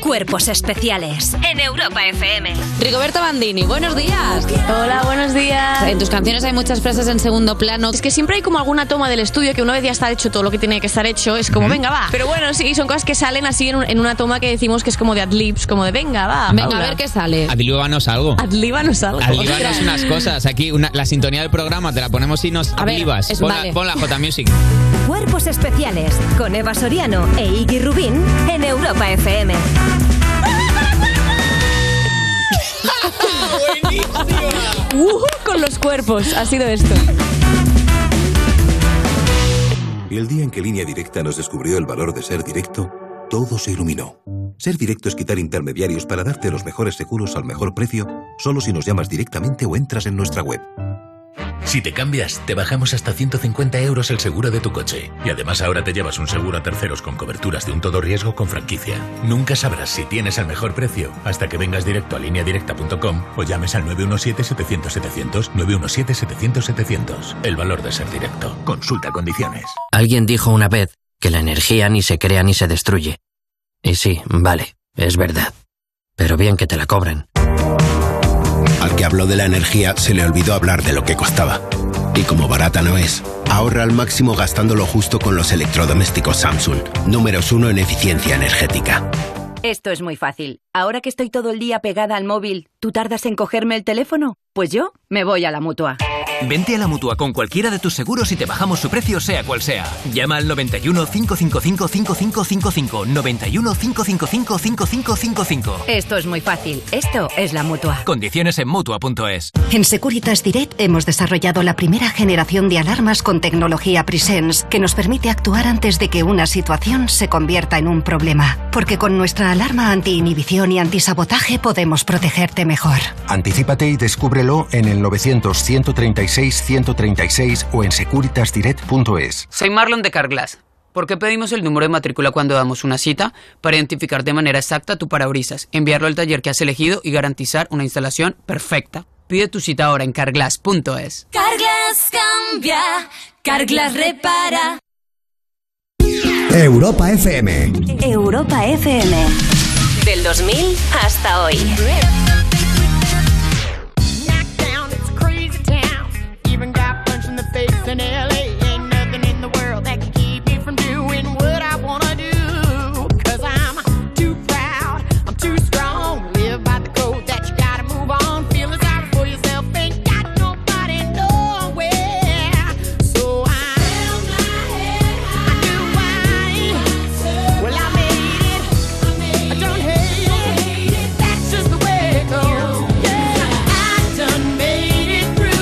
[SPEAKER 11] Cuerpos especiales en Europa FM.
[SPEAKER 3] Rigoberta Bandini, buenos días.
[SPEAKER 12] Hola, buenos días.
[SPEAKER 3] En tus canciones hay muchas frases en segundo plano.
[SPEAKER 12] Es que siempre hay como alguna toma del estudio que una vez ya está hecho todo lo que tiene que estar hecho, es como, venga, va. Pero bueno, sí, son cosas que salen así en, un- en una toma que decimos que es como de adlibs, como de, venga, va.
[SPEAKER 3] Venga, a ver qué sale.
[SPEAKER 13] Adlíbanos algo.
[SPEAKER 12] Adlíbanos algo.
[SPEAKER 13] Adlíbanos unas cosas. Aquí una- la sintonía del programa te la ponemos y nos
[SPEAKER 11] ver,
[SPEAKER 13] adlibas.
[SPEAKER 11] es-
[SPEAKER 13] pon, la-
[SPEAKER 11] vale.
[SPEAKER 13] pon la J Music.
[SPEAKER 11] Cuerpos especiales con Eva Soriano e Iggy Rubín en Europa FM.
[SPEAKER 12] Ujú, con los cuerpos, ha sido esto.
[SPEAKER 14] El día en que Línea Directa nos descubrió el valor de ser directo, todo se iluminó. Ser directo es quitar intermediarios para darte los mejores seguros al mejor precio, solo si nos llamas directamente o entras en nuestra web.
[SPEAKER 15] Si te cambias, te bajamos hasta 150 euros el seguro de tu coche. Y además ahora te llevas un seguro a terceros con coberturas de un todo riesgo con franquicia. Nunca sabrás si tienes el mejor precio hasta que vengas directo a lineadirecta.com o llames al 917-700-700, 917-700-700. El valor de ser directo. Consulta condiciones.
[SPEAKER 1] Alguien dijo una vez que la energía ni se crea ni se destruye. Y sí, vale, es verdad. Pero bien que te la cobran.
[SPEAKER 16] Al que habló de la energía se le olvidó hablar de lo que costaba. Y como barata no es, ahorra al máximo gastando lo justo con los electrodomésticos Samsung, números uno en eficiencia energética.
[SPEAKER 17] Esto es muy fácil. Ahora que estoy todo el día pegada al móvil,
[SPEAKER 18] ¿Tú tardas en cogerme el teléfono? Pues yo me voy a la mutua.
[SPEAKER 19] Vente a la mutua con cualquiera de tus seguros y te bajamos su precio, sea cual sea. Llama al 91 555 5555. 91 555 5555.
[SPEAKER 18] Esto es muy fácil. Esto es la mutua.
[SPEAKER 19] Condiciones en mutua.es.
[SPEAKER 20] En Securitas Direct hemos desarrollado la primera generación de alarmas con tecnología Presence que nos permite actuar antes de que una situación se convierta en un problema. Porque con nuestra alarma anti-inhibición y antisabotaje podemos protegerte mejor.
[SPEAKER 16] Anticípate y descúbrelo en el 900-136-136 o en securitasdirect.es.
[SPEAKER 21] Soy Marlon de Carglass. ¿Por qué pedimos el número de matrícula cuando damos una cita? Para identificar de manera exacta tu parabrisas, enviarlo al taller que has elegido y garantizar una instalación perfecta. Pide tu cita ahora en carglass.es.
[SPEAKER 22] Carglass cambia, Carglass repara.
[SPEAKER 23] Europa FM.
[SPEAKER 11] Europa FM. Del 2000 hasta hoy.
[SPEAKER 1] down, it's a crazy town. Even got punched in the face in LA. Ain't nothing in the world that can keep me from doing what I wanna do. Cause I'm too proud, I'm too strong. Live by the code that you gotta move on. Feeling sorry for yourself, ain't got nobody nowhere. So I held my head high. I knew I, well, I made it. I don't hate it. That's just the way it goes. I done made it through.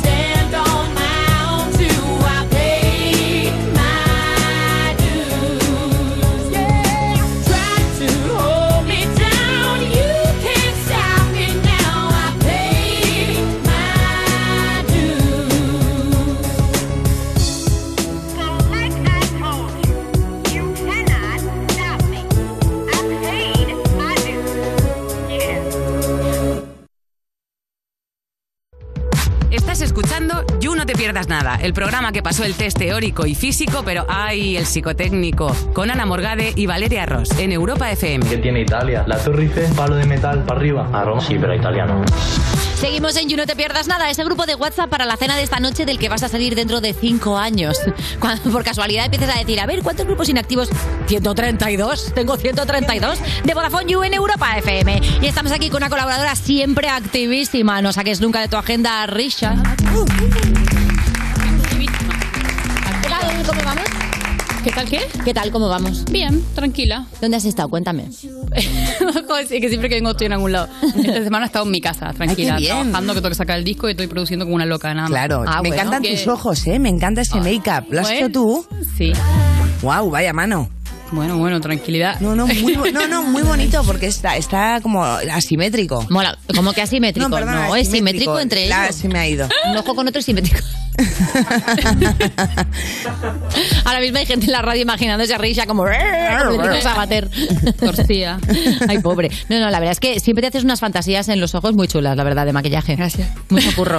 [SPEAKER 1] Stand on my own too. I paid my dues. Yeah. Try to hold me down. You can't stop me now. I paid my dues. So like I told you, you cannot stop me. I paid my dues. Yeah.
[SPEAKER 9] Estás escuchando You No Te Pierdas Nada, el programa que pasó el test teórico y físico, pero ¡ay! el psicotécnico, con Ana Morgade y Valeria Ross, en Europa FM.
[SPEAKER 24] ¿Qué tiene Italia? La torrice, palo de metal para arriba. A Roma. Sí, pero italiano.
[SPEAKER 3] Seguimos en You No Te Pierdas Nada, ese grupo de WhatsApp para la cena de esta noche del que vas a salir dentro de cinco años. [LAUGHS] Cuando por casualidad empiezas a decir, a ver, ¿cuántos grupos inactivos? 132, tengo 132 de Vodafone You en Europa FM. Y estamos aquí con una colaboradora siempre activísima, no saques nunca de tu agenda, Risha. ¿Qué tal? ¿Cómo vamos? ¿Qué tal qué? ¿Qué tal? ¿Cómo vamos?
[SPEAKER 12] Bien, tranquila.
[SPEAKER 3] ¿Dónde has estado? Cuéntame.
[SPEAKER 12] [LAUGHS] Joder, sí, que siempre que vengo estoy en algún lado. Esta semana he estado en mi casa, tranquila,
[SPEAKER 2] Ay, Ah, qué bien.
[SPEAKER 12] trabajando, que tengo que sacar el disco y estoy produciendo como una loca, nada más. Ah,
[SPEAKER 2] Claro,
[SPEAKER 3] Ah,
[SPEAKER 2] me encantan
[SPEAKER 12] Que-
[SPEAKER 2] tus ojos, ¿eh? Me encanta ese make-up. ¿Lo has
[SPEAKER 12] Bueno,
[SPEAKER 2] hecho tú?
[SPEAKER 12] Sí.
[SPEAKER 2] Wow, vaya mano.
[SPEAKER 12] Bueno, bueno, tranquilidad.
[SPEAKER 2] No, no, muy, bo- no, no, muy bonito porque está, está como asimétrico.
[SPEAKER 3] Mola, como que asimétrico.
[SPEAKER 2] [LAUGHS] No, perdona,
[SPEAKER 3] No, es simétrico entre
[SPEAKER 2] La-
[SPEAKER 3] ellos.
[SPEAKER 2] se me ha ido.
[SPEAKER 3] Un ojo con otro es simétrico. Ahora mismo hay gente en la radio imaginándose a Risha como... como el tipo Sabater.
[SPEAKER 12] Torcida.
[SPEAKER 3] Ay, pobre. No, no, la verdad es que siempre te haces unas fantasías en los ojos muy chulas, la verdad, de maquillaje. Gracias. Mucho
[SPEAKER 12] [LAUGHS]
[SPEAKER 3] curro.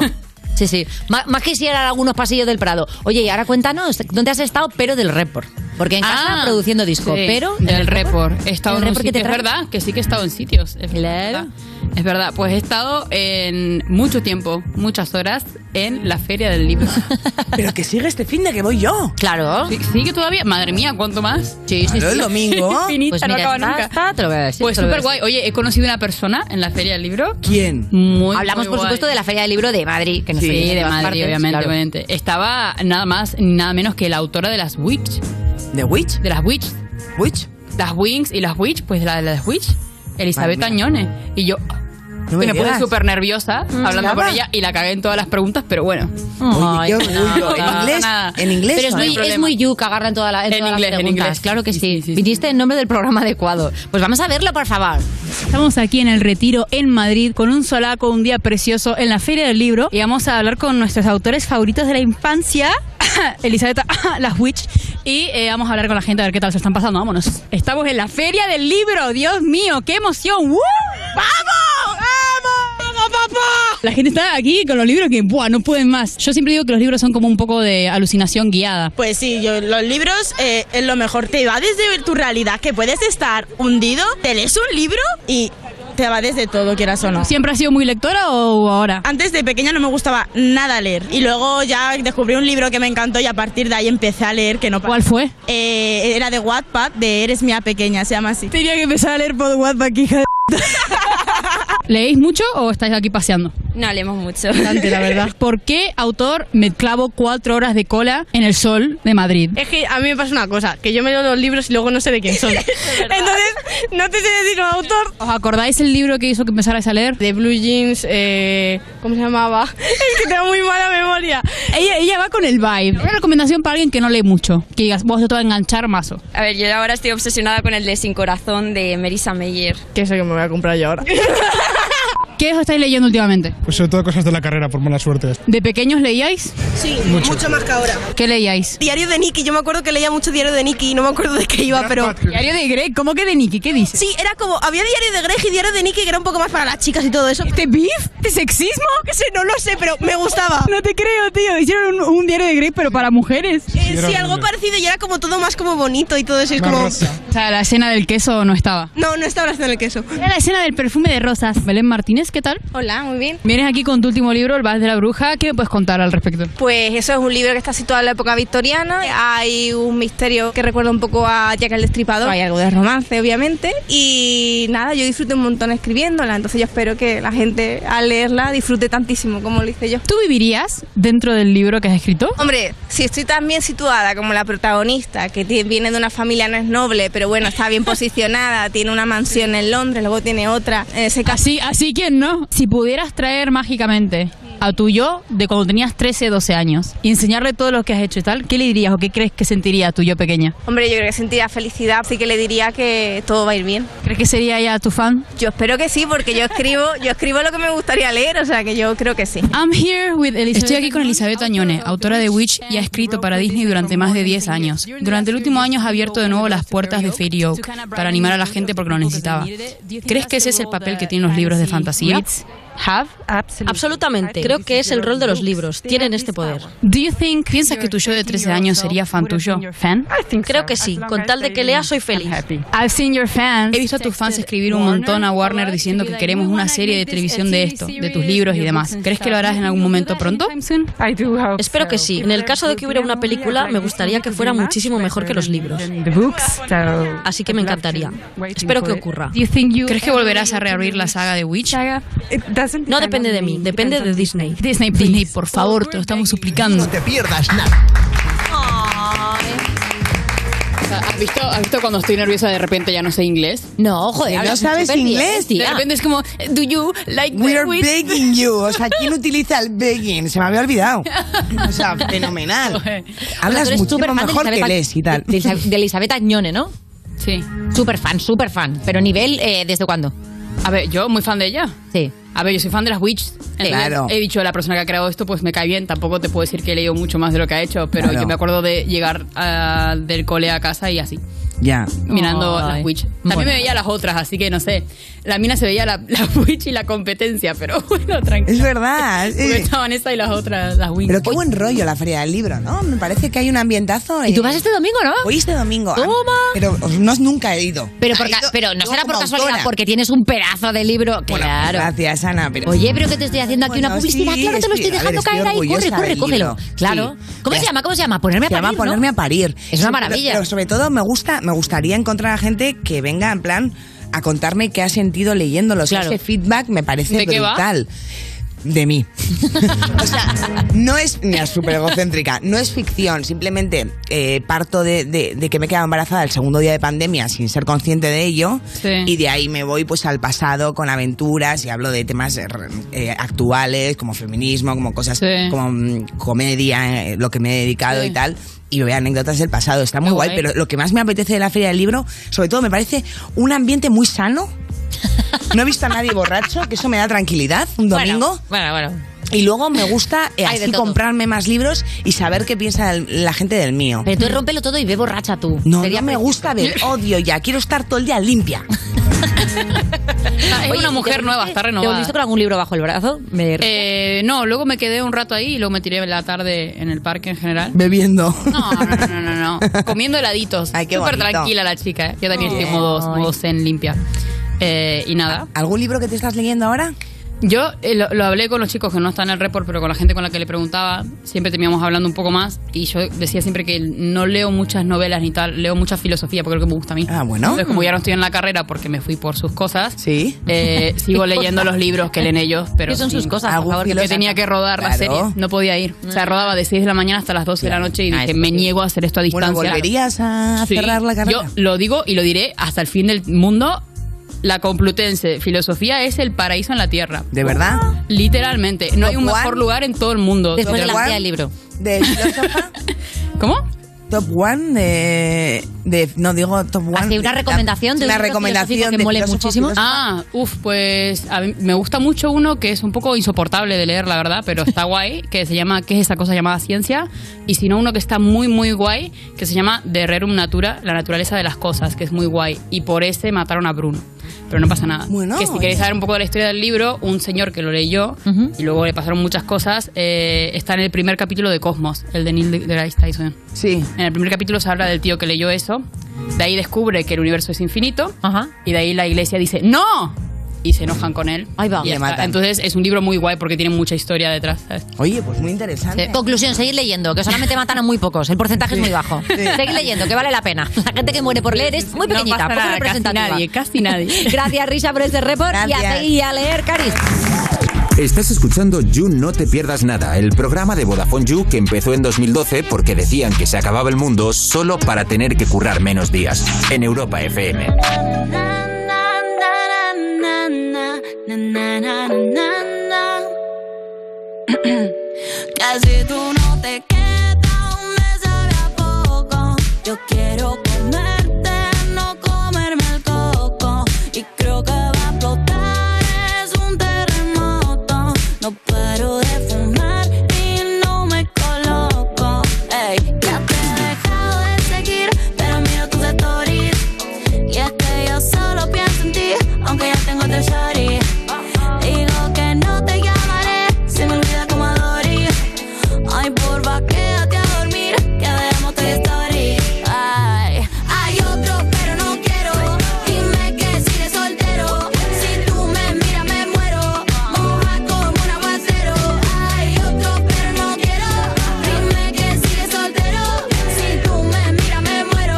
[SPEAKER 3] Sí, sí. Ma- más quisiera algunos pasillos del Prado. Oye, y ahora cuéntanos, ¿dónde has estado? Pero del report. Porque en casa
[SPEAKER 12] Ah,
[SPEAKER 3] produciendo disco,
[SPEAKER 12] sí,
[SPEAKER 3] pero...
[SPEAKER 12] del
[SPEAKER 3] report.
[SPEAKER 12] He estado
[SPEAKER 3] El
[SPEAKER 12] en un
[SPEAKER 3] report que te
[SPEAKER 12] sitio- es
[SPEAKER 3] trae.
[SPEAKER 12] verdad, que sí que he estado en sitios. Es verdad. Es verdad, pues he estado en mucho tiempo, muchas horas, en la Feria del Libro.
[SPEAKER 2] Pero que sigue este fin de que voy yo.
[SPEAKER 3] Claro.
[SPEAKER 12] Sí, sigue todavía. Madre mía, ¿cuánto más?
[SPEAKER 3] Sí,
[SPEAKER 2] sí, Claro, el sí. domingo.
[SPEAKER 12] [LAUGHS] Infinita,
[SPEAKER 2] Pues
[SPEAKER 12] no
[SPEAKER 2] mira,
[SPEAKER 12] acaba
[SPEAKER 2] está,
[SPEAKER 12] nunca.
[SPEAKER 2] está, te lo voy a decir,
[SPEAKER 12] pues
[SPEAKER 2] te lo voy a
[SPEAKER 12] súper guay. Oye, he conocido una persona en la Feria del Libro.
[SPEAKER 2] ¿Quién?
[SPEAKER 12] Muy,
[SPEAKER 3] Hablamos,
[SPEAKER 12] muy
[SPEAKER 3] por
[SPEAKER 12] guay.
[SPEAKER 3] supuesto, de la Feria del Libro de Madrid. Que nos
[SPEAKER 12] sí,
[SPEAKER 3] oye en
[SPEAKER 12] de
[SPEAKER 3] todas
[SPEAKER 12] Madrid,
[SPEAKER 3] partes,
[SPEAKER 12] obviamente,
[SPEAKER 3] claro.
[SPEAKER 12] obviamente. Estaba nada más, nada menos que la autora de las Witch.
[SPEAKER 2] ¿De Witch?
[SPEAKER 12] De las Witch.
[SPEAKER 2] ¿Witch?
[SPEAKER 12] Las Wings y las Witch, pues la de las Witch. Elizabeth
[SPEAKER 2] Madre mía.
[SPEAKER 12] Cañones. Y yo.
[SPEAKER 2] No me
[SPEAKER 12] me puse
[SPEAKER 2] digas.
[SPEAKER 12] súper nerviosa
[SPEAKER 2] Mm.
[SPEAKER 12] hablando con
[SPEAKER 2] ¿Chava?
[SPEAKER 12] ella y la cagué en todas las preguntas, pero bueno.
[SPEAKER 2] Oye, qué orgullo. ¿En inglés? ¿En inglés?
[SPEAKER 3] Pero es muy, es muy you que agarran toda la, en todas
[SPEAKER 12] inglés,
[SPEAKER 3] las
[SPEAKER 12] en
[SPEAKER 3] preguntas.
[SPEAKER 12] inglés.
[SPEAKER 3] Claro que sí. Viniste en nombre del programa adecuado. Pues vamos a verlo, por favor.
[SPEAKER 12] Estamos aquí en el Retiro, en Madrid, con un solaco, un día precioso, en la Feria del Libro. Y vamos a hablar con nuestros autores favoritos de la infancia, [LAUGHS] Elizabeth, [LAUGHS] las Witch. Y eh, vamos a hablar con la gente a ver qué tal se están pasando. Vámonos. Estamos en la Feria del Libro. Dios mío, qué emoción. ¡Woo! ¡Vamos! ¡Vamos! ¡Vamos, papá! La gente está aquí con los libros que, ¡buah! No pueden más. Yo siempre digo que los libros son como un poco de alucinación guiada.
[SPEAKER 25] Pues sí, yo- los libros eh, es lo mejor. Te va desde tu realidad, que puedes estar hundido, te lees un libro y te va desde todo, quieras o no.
[SPEAKER 12] ¿Siempre has sido muy lectora o ahora?
[SPEAKER 25] Antes de pequeña no me gustaba nada leer y luego ya descubrí un libro que me encantó y a partir de ahí empecé a leer que no Eh,
[SPEAKER 12] ¿Cuál fue?
[SPEAKER 25] era de Wattpad, de Eres mía pequeña, se llama así. [LAUGHS]
[SPEAKER 12] Tenía que empezar a leer por Wattpad, hija de ¿Leéis mucho o estáis aquí paseando?
[SPEAKER 26] No leemos mucho.
[SPEAKER 12] Bastante, la verdad. ¿Por qué, autor, me clavo cuatro horas de cola en el sol de Madrid?
[SPEAKER 16] Es que a mí me pasa una cosa, que yo me leo los libros y luego no sé
[SPEAKER 12] [LAUGHS]
[SPEAKER 16] de quién son. Entonces, no te sé decir un autor.
[SPEAKER 12] ¿Os acordáis el libro que hizo que empezarais a leer?
[SPEAKER 16] De Blue Jeans, eh, ¿cómo se llamaba? [LAUGHS] es que tengo muy mala memoria.
[SPEAKER 12] Ella, ella va con el vibe. Una recomendación para alguien que no lee mucho, que digas, vos te vas a enganchar mazo.
[SPEAKER 26] A ver, yo ahora estoy obsesionada con el de Sin Corazón de Merisa Meyer.
[SPEAKER 16] Que es el que me voy a comprar yo ahora.
[SPEAKER 12] ¿Qué os estáis leyendo últimamente?
[SPEAKER 27] Pues sobre todo cosas de la carrera, por mala suerte.
[SPEAKER 12] ¿De pequeños leíais?
[SPEAKER 16] Sí,
[SPEAKER 27] Mucho.
[SPEAKER 16] mucho. más que ahora.
[SPEAKER 12] ¿Qué leíais?
[SPEAKER 16] Diario de Nicky, yo me acuerdo que leía mucho Diario de Nicky y no me acuerdo de qué iba, pero...
[SPEAKER 12] Diario de Greg, ¿cómo que de Nicky? ¿Qué dices?
[SPEAKER 16] Sí, era como, había Diario de Greg y Diario de Nicky que era un poco más para las chicas y todo eso.
[SPEAKER 12] ¿Este beef? ¿Este sexismo?
[SPEAKER 16] Que sé, no lo sé, pero me gustaba.
[SPEAKER 12] No te creo, tío. Hicieron un, un diario de Grey, pero para mujeres.
[SPEAKER 16] Eh, sí, algo parecido y era como todo más como bonito y todo eso. y es como... [LAUGHS]
[SPEAKER 12] O sea, la escena del queso no estaba.
[SPEAKER 16] No, no estaba haciendo el queso.
[SPEAKER 12] Era la escena del perfume de rosas. Belén Martínez, ¿qué tal?
[SPEAKER 28] Hola, muy bien.
[SPEAKER 12] Vienes aquí con tu último libro, El Vals de la Bruja. ¿Qué me puedes contar al respecto?
[SPEAKER 28] Pues eso es un libro que está situado en la época victoriana. Hay un misterio que recuerda un poco a Jack el Destripador. Hay algo de romance, obviamente. Y nada, yo disfruté un montón escribiéndola. Entonces yo espero que la gente al leerla disfrute tantísimo como lo hice yo.
[SPEAKER 12] ¿Tú vivirías dentro del libro que has escrito?
[SPEAKER 28] Hombre, si estoy tan bien situada como la protagonista, que ti- viene de una familia no es noble, pero bueno, está bien posicionada, [LAUGHS] tiene una mansión en Londres, luego tiene otra. eh, En ese caso,
[SPEAKER 12] Así, así quién no. Si pudieras traer mágicamente a tu yo de cuando tenías 13, 12 años y enseñarle todo lo que has hecho y tal, ¿qué le dirías o qué crees que sentiría tu yo pequeña?
[SPEAKER 28] hombre, yo creo que sentirá felicidad, así que le diría que todo va a ir bien.
[SPEAKER 12] ¿Crees que sería ya tu fan?
[SPEAKER 28] Yo espero que sí, porque yo escribo, yo escribo lo que me gustaría leer, o sea que yo creo que sí.
[SPEAKER 12] I'm here with Estoy aquí con Elizabeth Añone, autora de Witch y ha escrito para Disney durante más de 10 años. Durante el último año ha abierto de nuevo las puertas de Fairy Oak para animar a la gente porque lo necesitaba. ¿Crees que ese es el papel que tienen los libros de fantasía? Have?
[SPEAKER 29] Absolutamente. Creo que es el rol de los libros. Tienen este poder.
[SPEAKER 12] Do you think piensas que tu yo de 13 años sería fan tuyo? ¿Fan?
[SPEAKER 29] Creo que sí. Con tal de que lea, soy feliz.
[SPEAKER 12] I've seen your fans. He visto a tus fans escribir un montón a Warner diciendo que queremos una serie de televisión de esto, de tus libros y demás. ¿Crees que lo harás en algún momento pronto?
[SPEAKER 29] Espero que sí. En el caso de que hubiera una película, me gustaría que fuera muchísimo mejor que los libros. Así que me encantaría. Espero que ocurra.
[SPEAKER 12] ¿Crees que volverás a reabrir la saga de Witch?
[SPEAKER 29] No depende de mí, depende de Disney.
[SPEAKER 12] Disney, Disney, por favor, te lo estamos suplicando.
[SPEAKER 4] No te pierdas nada.
[SPEAKER 29] ¿Has visto, ¿Has visto cuando estoy nerviosa de repente ya no sé inglés?
[SPEAKER 30] No, joder,
[SPEAKER 2] no
[SPEAKER 30] hablas ¿eh?
[SPEAKER 2] sabes
[SPEAKER 30] súper bien,
[SPEAKER 2] inglés,
[SPEAKER 30] tía.
[SPEAKER 2] De repente
[SPEAKER 12] es como, do you like
[SPEAKER 2] We're begging you. O sea, ¿quién utiliza el begging? Se me había olvidado.
[SPEAKER 30] [LAUGHS]
[SPEAKER 2] O sea, fenomenal. Hablas mucho mejor que lees y tal.
[SPEAKER 30] De, Elisa- de Elizabeth Añone, ¿no?
[SPEAKER 12] Sí.
[SPEAKER 30] Súper fan, súper fan. Pero nivel, eh, ¿desde cuándo?
[SPEAKER 29] A ver, yo muy fan de ella.
[SPEAKER 30] Sí.
[SPEAKER 29] A ver, yo soy fan de las Witch. Entonces,
[SPEAKER 30] Claro.
[SPEAKER 29] He dicho, la persona que ha creado esto, pues me cae bien. Tampoco te puedo decir que he leído mucho más de lo que ha hecho, pero
[SPEAKER 2] Claro.
[SPEAKER 29] yo me acuerdo de llegar ah, del cole a casa y así,
[SPEAKER 2] Ya.
[SPEAKER 29] mirando
[SPEAKER 2] Ay.
[SPEAKER 29] las Witch. También
[SPEAKER 2] Bueno.
[SPEAKER 29] me veía las otras, así que no sé. La mina se veía la, [LAUGHS] la Witch y la competencia, pero [LAUGHS] bueno, tranquilo.
[SPEAKER 30] [LAUGHS]
[SPEAKER 2] Es verdad.
[SPEAKER 29] Porque estaban esa y las otras, las Witch.
[SPEAKER 2] Pero qué buen rollo la Feria del Libro, ¿no? Me parece que hay un ambientazo.
[SPEAKER 30] ¿Y tú
[SPEAKER 2] eh,
[SPEAKER 30] vas este domingo, no?
[SPEAKER 2] Voy este domingo. Ah,
[SPEAKER 30] Toma.
[SPEAKER 2] Pero os- no, nunca he ido.
[SPEAKER 30] Pero, por ca- pero no
[SPEAKER 2] yo
[SPEAKER 30] será por
[SPEAKER 2] como
[SPEAKER 30] casualidad,
[SPEAKER 2] autora.
[SPEAKER 30] porque tienes un pedazo de libro. claro.
[SPEAKER 2] Gracias, Ana. Pero...
[SPEAKER 30] Oye, pero que te estoy haciendo aquí una
[SPEAKER 2] Bueno,
[SPEAKER 30] publicidad.
[SPEAKER 2] sí,
[SPEAKER 30] claro, te lo
[SPEAKER 2] estoy-
[SPEAKER 30] estoy
[SPEAKER 2] a ver,
[SPEAKER 30] dejando
[SPEAKER 2] estoy
[SPEAKER 30] caer ahí. Corre,
[SPEAKER 2] orgullosa
[SPEAKER 30] corre,
[SPEAKER 2] del
[SPEAKER 30] cógelo.
[SPEAKER 2] libro.
[SPEAKER 30] Claro.
[SPEAKER 2] Sí.
[SPEAKER 30] ¿Cómo se llama? ¿Cómo se llama? Ponerme a
[SPEAKER 2] Se
[SPEAKER 30] parir.
[SPEAKER 2] llama
[SPEAKER 30] ¿no?
[SPEAKER 2] ponerme a parir.
[SPEAKER 30] Es una
[SPEAKER 2] Sí,
[SPEAKER 30] maravilla.
[SPEAKER 2] Pero, pero sobre todo me gusta, me gustaría encontrar a gente que venga en plan a contarme qué ha sentido leyéndolos. Ese feedback me parece
[SPEAKER 29] ¿De qué va?
[SPEAKER 2] brutal.
[SPEAKER 30] [LAUGHS]
[SPEAKER 2] De mí. o sea, no es. Mira, súper egocéntrica. No es ficción. Simplemente eh, parto de, de- de que me he quedado embarazada el segundo día de pandemia sin ser consciente de ello.
[SPEAKER 29] Sí.
[SPEAKER 2] Y de ahí me voy pues al pasado con aventuras y hablo de temas eh, re- eh, actuales, como feminismo, como cosas
[SPEAKER 29] Sí.
[SPEAKER 2] como mm, comedia, eh, lo que me he dedicado
[SPEAKER 29] Sí.
[SPEAKER 2] y tal. Y veo anécdotas del pasado. Está muy
[SPEAKER 29] Qué
[SPEAKER 2] guay,
[SPEAKER 29] guay.
[SPEAKER 2] pero lo que más me apetece de la Feria del Libro, sobre todo, me parece un ambiente muy sano. No he visto a nadie borracho, que eso me da tranquilidad un domingo.
[SPEAKER 30] Bueno, bueno.
[SPEAKER 2] Y luego me gusta eh,
[SPEAKER 30] Hay de
[SPEAKER 2] así
[SPEAKER 30] todo.
[SPEAKER 2] comprarme más libros y saber qué piensa el- la gente del mío.
[SPEAKER 30] Pero tú rómpelo todo y ve borracha tú.
[SPEAKER 2] No, no me gusta ver odio ya. Quiero estar todo el día limpia.
[SPEAKER 29] Ah, Es una mujer
[SPEAKER 3] Oh,
[SPEAKER 29] nueva,
[SPEAKER 12] Eh,
[SPEAKER 29] está
[SPEAKER 30] ¿Te
[SPEAKER 29] renovada.
[SPEAKER 30] volviste con algún libro bajo el brazo? Me-
[SPEAKER 29] Eh, no, luego me quedé un rato ahí y luego me tiré la tarde en el parque en general.
[SPEAKER 2] Bebiendo.
[SPEAKER 3] [LAUGHS]
[SPEAKER 29] No, no,
[SPEAKER 12] [LAUGHS]
[SPEAKER 29] no, no, no, no. Comiendo heladitos.
[SPEAKER 2] qué
[SPEAKER 29] Súper
[SPEAKER 2] bonito.
[SPEAKER 29] tranquila la chica. ¿eh? Yo también estoy
[SPEAKER 2] Ay.
[SPEAKER 29] modo, modo zen limpia. Eh, y nada.
[SPEAKER 2] ¿Algún libro que te estás leyendo ahora?
[SPEAKER 12] Yo eh, lo, lo hablé con los chicos que no están en el report, pero con la gente con la que le preguntaba, siempre terminamos hablando un poco más. Y yo decía siempre que no leo muchas novelas ni tal, leo mucha filosofía porque es lo que me gusta a mí. Ah,
[SPEAKER 2] bueno. Mm.
[SPEAKER 12] Entonces, como ya no estoy en la carrera porque me fui por sus cosas, eh,
[SPEAKER 2] [LAUGHS]
[SPEAKER 12] sigo leyendo los libros que leen ellos. pero
[SPEAKER 21] ¿Qué son
[SPEAKER 12] sí,
[SPEAKER 21] sus cosas, por
[SPEAKER 12] algún
[SPEAKER 21] favor?
[SPEAKER 12] Porque tenía que rodar la
[SPEAKER 21] Claro.
[SPEAKER 12] serie, no podía ir. O sea, rodaba de 6 de la mañana hasta las 12 de la noche
[SPEAKER 2] Ah,
[SPEAKER 12] y dije, me niego a hacer esto a distancia.
[SPEAKER 2] ¿volverías a cerrar la carrera?
[SPEAKER 12] Yo lo digo y lo diré hasta el fin del mundo. La Complutense, filosofía es el paraíso en la tierra.
[SPEAKER 2] ¿De verdad?
[SPEAKER 12] Literalmente. No hay un
[SPEAKER 2] Top one.
[SPEAKER 12] mejor lugar en todo el mundo.
[SPEAKER 2] Después de la Top one. feria del
[SPEAKER 12] libro.
[SPEAKER 2] ¿De filósofa?
[SPEAKER 12] ¿Cómo?
[SPEAKER 2] Top one de, de- No digo top one.
[SPEAKER 12] una recomendación de un
[SPEAKER 2] Una
[SPEAKER 12] libro filosófico
[SPEAKER 2] recomendación
[SPEAKER 12] que
[SPEAKER 2] de
[SPEAKER 12] mole
[SPEAKER 2] filósofo,
[SPEAKER 12] muchísimo?
[SPEAKER 2] filósofa.
[SPEAKER 12] Ah, uff, pues a mí me gusta mucho uno que es un poco insoportable de leer, la verdad, pero [LAUGHS] está guay, que se llama ¿Qué es esa cosa llamada ciencia? Y si no, uno que está muy, muy guay, que se llama De Rerum Natura, la naturaleza de las cosas, que es muy guay. Y por ese mataron a Bruno. Pero no pasa nada.
[SPEAKER 2] Bueno,
[SPEAKER 12] que si queréis
[SPEAKER 2] oye.
[SPEAKER 12] saber un poco de la historia del libro, un señor que lo leyó [LAUGHS]
[SPEAKER 1] [LAUGHS]
[SPEAKER 12] y luego le pasaron muchas cosas, eh, está en el primer capítulo de Cosmos, el de Neil deGrasse Tyson.
[SPEAKER 2] Sí.
[SPEAKER 12] En el primer capítulo se habla del tío que leyó eso. De ahí descubre que el universo es infinito. Y de ahí la iglesia dice, ¡No! Y se enojan con él. Ahí va.
[SPEAKER 2] Le matan.
[SPEAKER 12] Entonces es un libro muy guay porque tiene mucha historia detrás. ¿sabes?
[SPEAKER 2] Oye, pues muy interesante.
[SPEAKER 3] Conclusión, seguid leyendo, que solamente matan a muy pocos, el porcentaje es muy bajo. Seguid leyendo, que vale la pena. La gente que muere por leer es muy
[SPEAKER 12] No
[SPEAKER 3] pequeñita,
[SPEAKER 12] pasa
[SPEAKER 3] poco
[SPEAKER 12] nada, casi
[SPEAKER 3] representativa.
[SPEAKER 12] nadie, casi nadie.
[SPEAKER 3] [LAUGHS] Gracias, Risha, por este report y a
[SPEAKER 12] Gracias.
[SPEAKER 3] seguir a leer, Caris.
[SPEAKER 31] Estás escuchando You No Te Pierdas Nada, el programa de Vodafone You que empezó en 2012 porque decían que se acababa el mundo solo para tener que currar menos días. En Europa FM.
[SPEAKER 32] [CLEARS THROAT] Casi tú no te quedas, me sabe a poco. Yo quiero comerte, no comerme el coco. Y creo que va a explotar, es un terremoto. No paro de fumar y no me coloco. Ey, ya te he dejado de seguir, pero miro tus stories. Y es que yo solo pienso en ti, aunque ya tengo otro shorty. Digo que no te llamaré, se me olvida como a Dory. Ay, porfa, quédate a dormir, que veamos Toy Story. Ay, hay otro, pero no quiero. Dime que sigues soltero. Si tú me miras, me muero. Moja como un aguacero. Hay otro, pero no quiero. Dime que sigues soltero. Si tú me miras, me muero.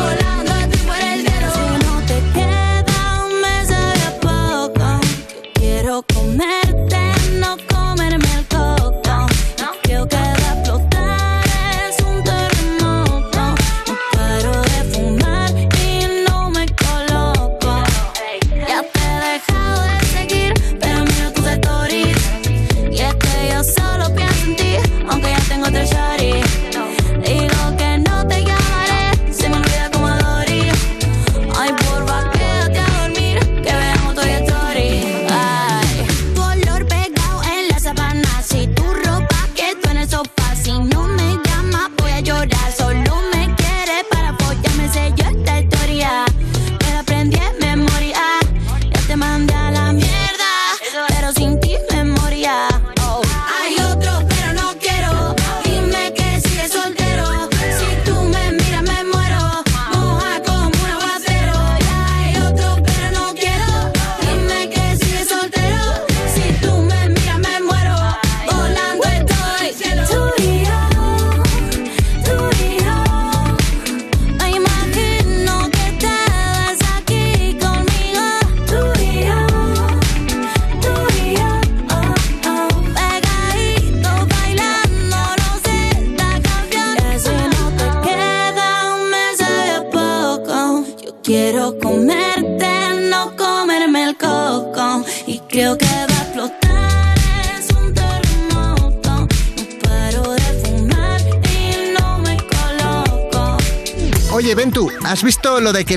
[SPEAKER 32] Volando a ti por el cielo. Si no te queda un mes de poco. Quiero comerte, no comerme el coco. Creo que va a explotar, es un terremoto. No paro de fumar y no me coloco. Ya te he dejado de seguir, pero miro tus stories. Y es que yo solo pienso en ti, aunque ya tengo otro shorty. Digo que no te llamaré, se me olvida como a Dory. Ay, porfa, quédate a dormir, que veamos Toy Story. Ay, tu olor pegado en la sabana, si tu ropa quieto en el sofá, si no me llamas voy a llorar, solo me quieres para apoyarme, sé yo esta historia, me la aprendí en memoria, ya te mandé a la mierda, pero sin ti me moría. Oh. Hay otro, pero no quiero, dime que sigues soltero, si tú me miras me muero, moja como un aguacero. Hay otro, pero no quiero, dime que sigues soltero, si tú me miras me muero, volando estoy. Tú y yo, tú y yo, me imagino que estás aquí conmigo, tú y yo. Tú y yo, oh, oh, pegadito bailando, no sé esta canción. Que si no te queda un mes de poco, yo quiero comerte, no comerme el coco. Y creo que va a explotar, es un terremoto. No paro de fumar y no me coloco.
[SPEAKER 4] Oye, Ventu, ¿has visto lo de que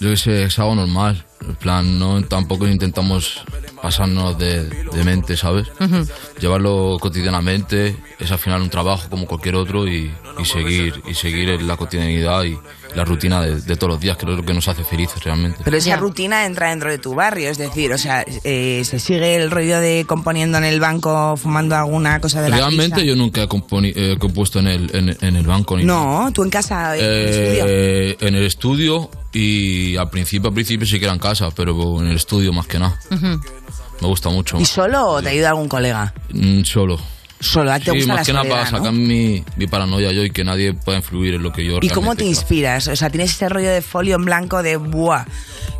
[SPEAKER 33] yo qué sé, es algo normal. En plan, no tampoco intentamos pasarnos de, de mente, ¿sabes?
[SPEAKER 3] Ujú.
[SPEAKER 33] Llevarlo cotidianamente, es al final un trabajo como cualquier otro y, y seguir y seguir en la cotidianidad y la rutina de, de todos los días, que es lo que nos hace felices realmente.
[SPEAKER 2] Pero esa rutina entra dentro de tu barrio, es decir, o sea, eh, se sigue el rollo de componiendo en el banco, fumando alguna cosa de la
[SPEAKER 33] Realmente
[SPEAKER 2] risa.
[SPEAKER 33] yo nunca he componi- eh, compuesto en el, en, en el banco ni
[SPEAKER 2] No, tú en casa, en el estudio.
[SPEAKER 33] Eh, en el estudio y al principio, al principio sí que era en casa, pero en el estudio más que nada. Me gusta mucho.
[SPEAKER 2] ¿Y solo o te ayuda algún colega?
[SPEAKER 33] Mm, solo.
[SPEAKER 2] Solo, ¿te
[SPEAKER 33] sí,
[SPEAKER 2] gusta
[SPEAKER 33] más
[SPEAKER 2] la
[SPEAKER 33] que nada para
[SPEAKER 2] soledad, no?
[SPEAKER 33] sacar mi, mi paranoia yo y que nadie pueda influir en lo que yo
[SPEAKER 2] ¿Y cómo te
[SPEAKER 33] realmente-
[SPEAKER 2] inspiras? O sea, ¿tienes ese rollo de folio en blanco de buah,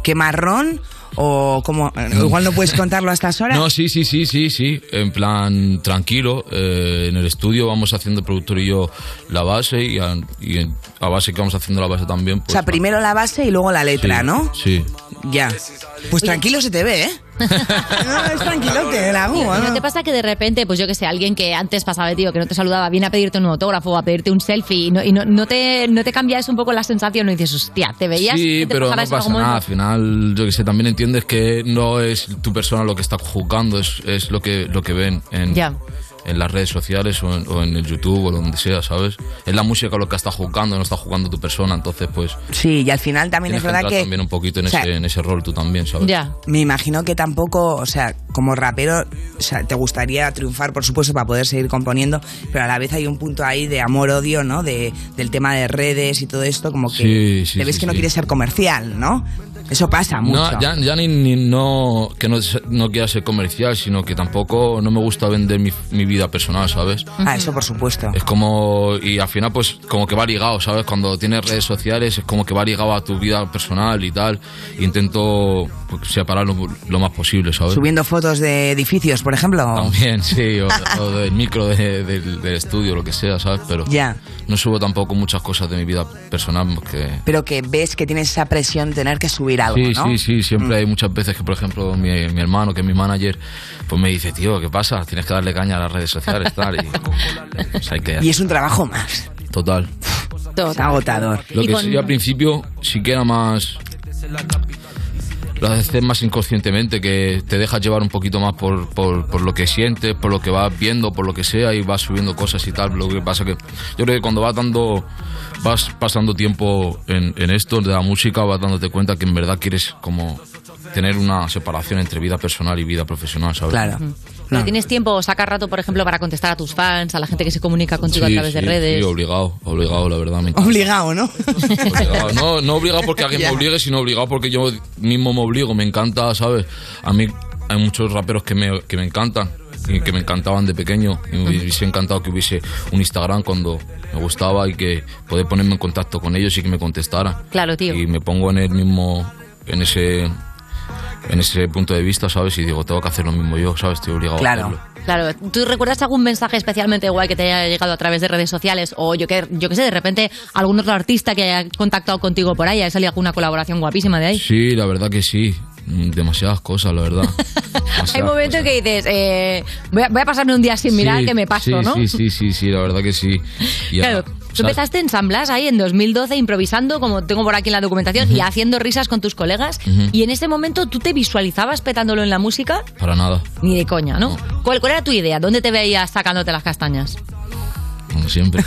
[SPEAKER 2] qué marrón? O como, igual no puedes contarlo a estas horas.
[SPEAKER 33] No, sí, sí, sí, sí, sí. En plan tranquilo. eh, en el estudio vamos haciendo el productor y yo la base y a, y en- a base que vamos haciendo la base también. pues,
[SPEAKER 2] o sea, primero la base y luego la letra, ¿no?
[SPEAKER 33] Sí.
[SPEAKER 2] Ya. Pues tranquilo se te ve, ¿eh? no, es tranquilote, ¿eh? la
[SPEAKER 3] Tío,
[SPEAKER 2] buba,
[SPEAKER 3] ¿No
[SPEAKER 2] ¿no?
[SPEAKER 3] te pasa que de repente, pues yo que sé, alguien que antes pasaba de tío, que no te saludaba, viene a pedirte un autógrafo o a pedirte un selfie y no, y no, no te, no te cambias un poco la sensación? No dices, hostia, te veías.
[SPEAKER 33] Sí,
[SPEAKER 3] que te
[SPEAKER 33] pero no
[SPEAKER 3] pasaba eso en
[SPEAKER 33] pasa
[SPEAKER 3] algún
[SPEAKER 33] nada. Al
[SPEAKER 3] momento?
[SPEAKER 33] final, yo que sé, también entiendes que no es tu persona lo que está juzgando, es, es lo, que, lo que ven en,
[SPEAKER 3] Ya.
[SPEAKER 33] en las redes sociales o en, o en el YouTube o donde sea, ¿sabes? Es la música lo que está juzgando, no está jugando tu persona, entonces pues...
[SPEAKER 2] Sí, y al final también
[SPEAKER 33] tienes
[SPEAKER 2] es verdad
[SPEAKER 33] entrar
[SPEAKER 2] que.
[SPEAKER 33] también un poquito en,
[SPEAKER 2] o sea,
[SPEAKER 33] ese, en ese rol tú también, ¿sabes?
[SPEAKER 2] Me imagino que tampoco, o sea, como rapero, o sea, te gustaría triunfar, por supuesto, para poder seguir componiendo, pero a la vez hay un punto ahí de amor-odio, ¿no? De, del tema de redes y todo esto, como que
[SPEAKER 33] Sí, sí,
[SPEAKER 2] te ves
[SPEAKER 33] sí,
[SPEAKER 2] que no
[SPEAKER 33] sí.
[SPEAKER 2] quieres ser comercial, ¿no? Eso pasa mucho.
[SPEAKER 33] No, ya, ya ni, ni- no que no, se- no quiera ser comercial, sino que tampoco no me gusta vender mi, mi vida personal, ¿sabes?
[SPEAKER 2] Ah, eso por supuesto.
[SPEAKER 33] Es como, y al final pues como que va ligado, ¿sabes? Cuando tienes redes sociales es como que va ligado a tu vida personal y tal. Intento pues, separarlo lo más posible, ¿sabes?
[SPEAKER 2] Subiendo fotos de edificios, por ejemplo.
[SPEAKER 33] También, sí, o, o del micro de- del, del estudio, lo que sea, ¿sabes? Pero
[SPEAKER 2] Ya.
[SPEAKER 33] no subo tampoco muchas cosas de mi vida personal que...
[SPEAKER 2] Pero que ves que tienes esa presión de tener que subir algo,
[SPEAKER 33] Sí,
[SPEAKER 2] ¿no? Mm.
[SPEAKER 33] sí, sí, siempre hay muchas veces que, por ejemplo, mi, mi hermano, que es mi manager, pues me dice, tío, ¿qué pasa? Tienes que darle caña a las redes sociales, tal. Y, [LAUGHS] pues, hay que-
[SPEAKER 2] Y es un trabajo más.
[SPEAKER 33] Total.
[SPEAKER 2] Es agotador.
[SPEAKER 33] Lo que sí, al principio sí que era más... Lo haces más inconscientemente, que te dejas llevar un poquito más por, por, por lo que sientes, por lo que vas viendo, por lo que sea, y vas subiendo cosas y tal. Lo que pasa que yo creo que cuando vas dando, vas pasando tiempo en, en esto de la música, vas dándote cuenta que en verdad quieres como tener una separación entre vida personal y vida profesional, ¿sabes?
[SPEAKER 2] Claro.
[SPEAKER 3] Pero ¿Tienes tiempo o sacas rato, por ejemplo, para contestar a tus fans, a la gente que se comunica contigo
[SPEAKER 33] Sí,
[SPEAKER 3] a través de
[SPEAKER 33] sí,
[SPEAKER 3] redes?
[SPEAKER 33] sí, obligado, obligado, la verdad. me encanta.
[SPEAKER 2] Obligado, ¿no?
[SPEAKER 33] Obligado. No, no obligado porque alguien me obligue, sino obligado porque yo mismo me obligo. Me encanta, ¿sabes? A mí hay muchos raperos que me, que me encantan y que me encantaban de pequeño. Y me hubiese encantado que hubiese un Instagram cuando me gustaba y que poder ponerme en contacto con ellos y que me contestaran.
[SPEAKER 3] [LAUGHS] Claro, tío.
[SPEAKER 33] Y me pongo en el mismo, en ese, en ese punto de vista, ¿sabes? Y digo, tengo que hacer lo mismo yo, ¿sabes? Estoy obligado a hacerlo.
[SPEAKER 3] Claro, ¿tú recuerdas algún mensaje especialmente guay que te haya llegado a través de redes sociales o yo que yo que sé, de repente algún otro artista que haya contactado contigo por ahí, ha salido alguna colaboración guapísima de ahí?
[SPEAKER 33] Sí, la verdad que sí. Mm, Demasiadas cosas, la verdad. Demasiadas
[SPEAKER 3] Hay momentos que dices, eh, voy, a, voy a pasarme un día sin mirar
[SPEAKER 33] pues, Sí,
[SPEAKER 3] que me paso,
[SPEAKER 33] sí,
[SPEAKER 3] ¿no?
[SPEAKER 33] Sí, sí, sí, sí, la verdad que sí. Y ahora,
[SPEAKER 3] Claro,
[SPEAKER 33] o
[SPEAKER 3] tú
[SPEAKER 33] sea,
[SPEAKER 3] empezaste en San Blas ahí en 2012 improvisando, como tengo por aquí en la documentación, y haciendo risas con tus colegas.
[SPEAKER 33] Ujú.
[SPEAKER 3] Y en ese momento tú te visualizabas petándolo en la música,
[SPEAKER 33] Para nada,
[SPEAKER 3] ni de coña, ¿no? ¿Cuál, cuál era tu idea? ¿Dónde te veías sacándote las castañas? [LAUGHS]
[SPEAKER 33] como siempre.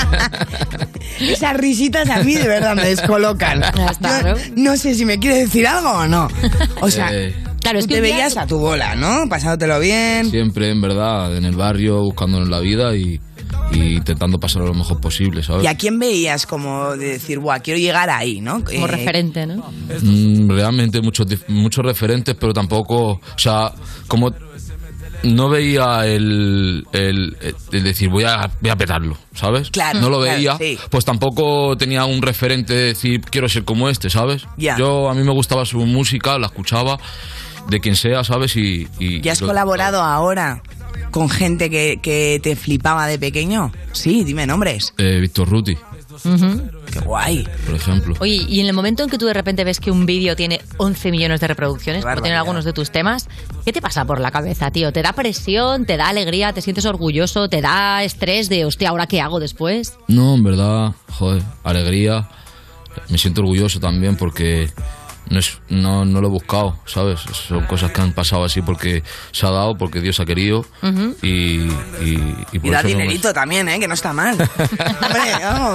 [SPEAKER 2] [LAUGHS] Esas risitas a mí de verdad me descolocan. Yo ¿no? sé si me quiere decir algo o no. O sea,
[SPEAKER 33] Eh,
[SPEAKER 3] claro,
[SPEAKER 2] es que te veías a tu bola, ¿no? Pasándotelo bien.
[SPEAKER 33] Siempre, en verdad, en el barrio, buscándonos la vida y, y intentando pasarlo lo mejor posible, ¿sabes?
[SPEAKER 2] ¿Y a quién veías como de decir, guau, quiero llegar ahí, ¿no? Eh,
[SPEAKER 3] Como referente, ¿no?
[SPEAKER 33] Mm, realmente muchos, dif- muchos referentes, pero tampoco, o sea, como no veía el, el, el decir voy a, voy a petarlo, ¿sabes?
[SPEAKER 2] Claro,
[SPEAKER 33] no lo
[SPEAKER 2] claro,
[SPEAKER 33] veía,
[SPEAKER 2] sí.
[SPEAKER 33] pues tampoco tenía un referente de decir quiero ser como este, ¿sabes?
[SPEAKER 2] Ya.
[SPEAKER 33] Yo a mí me gustaba su música, la escuchaba de quien sea, ¿sabes? Y, y
[SPEAKER 2] ¿Ya has
[SPEAKER 33] lo-
[SPEAKER 2] colaborado ahora con gente que, que te flipaba de pequeño? Sí, dime nombres.
[SPEAKER 33] eh, Víctor Ruti,
[SPEAKER 3] Ujú.
[SPEAKER 2] Qué guay.
[SPEAKER 33] por ejemplo.
[SPEAKER 3] Oye, y en el momento en que tú de repente ves que un vídeo tiene 11 millones de reproducciones, como tienen algunos de tus temas, ¿qué te pasa por la cabeza, tío? ¿Te da presión? ¿Te da alegría? ¿Te sientes orgulloso? ¿Te da estrés de, hostia, ahora qué hago después?
[SPEAKER 33] No, en verdad, joder, alegría. Me siento orgulloso también porque no, es- no, no lo he buscado, ¿sabes? Son cosas que han pasado así porque se ha dado, porque Dios ha querido
[SPEAKER 2] Ujú.
[SPEAKER 33] y, y, y por
[SPEAKER 2] Y da
[SPEAKER 33] eso no me-
[SPEAKER 2] dinerito también, ¿eh? Que no está
[SPEAKER 33] [LAUGHS]
[SPEAKER 2] mal.
[SPEAKER 3] [LAUGHS]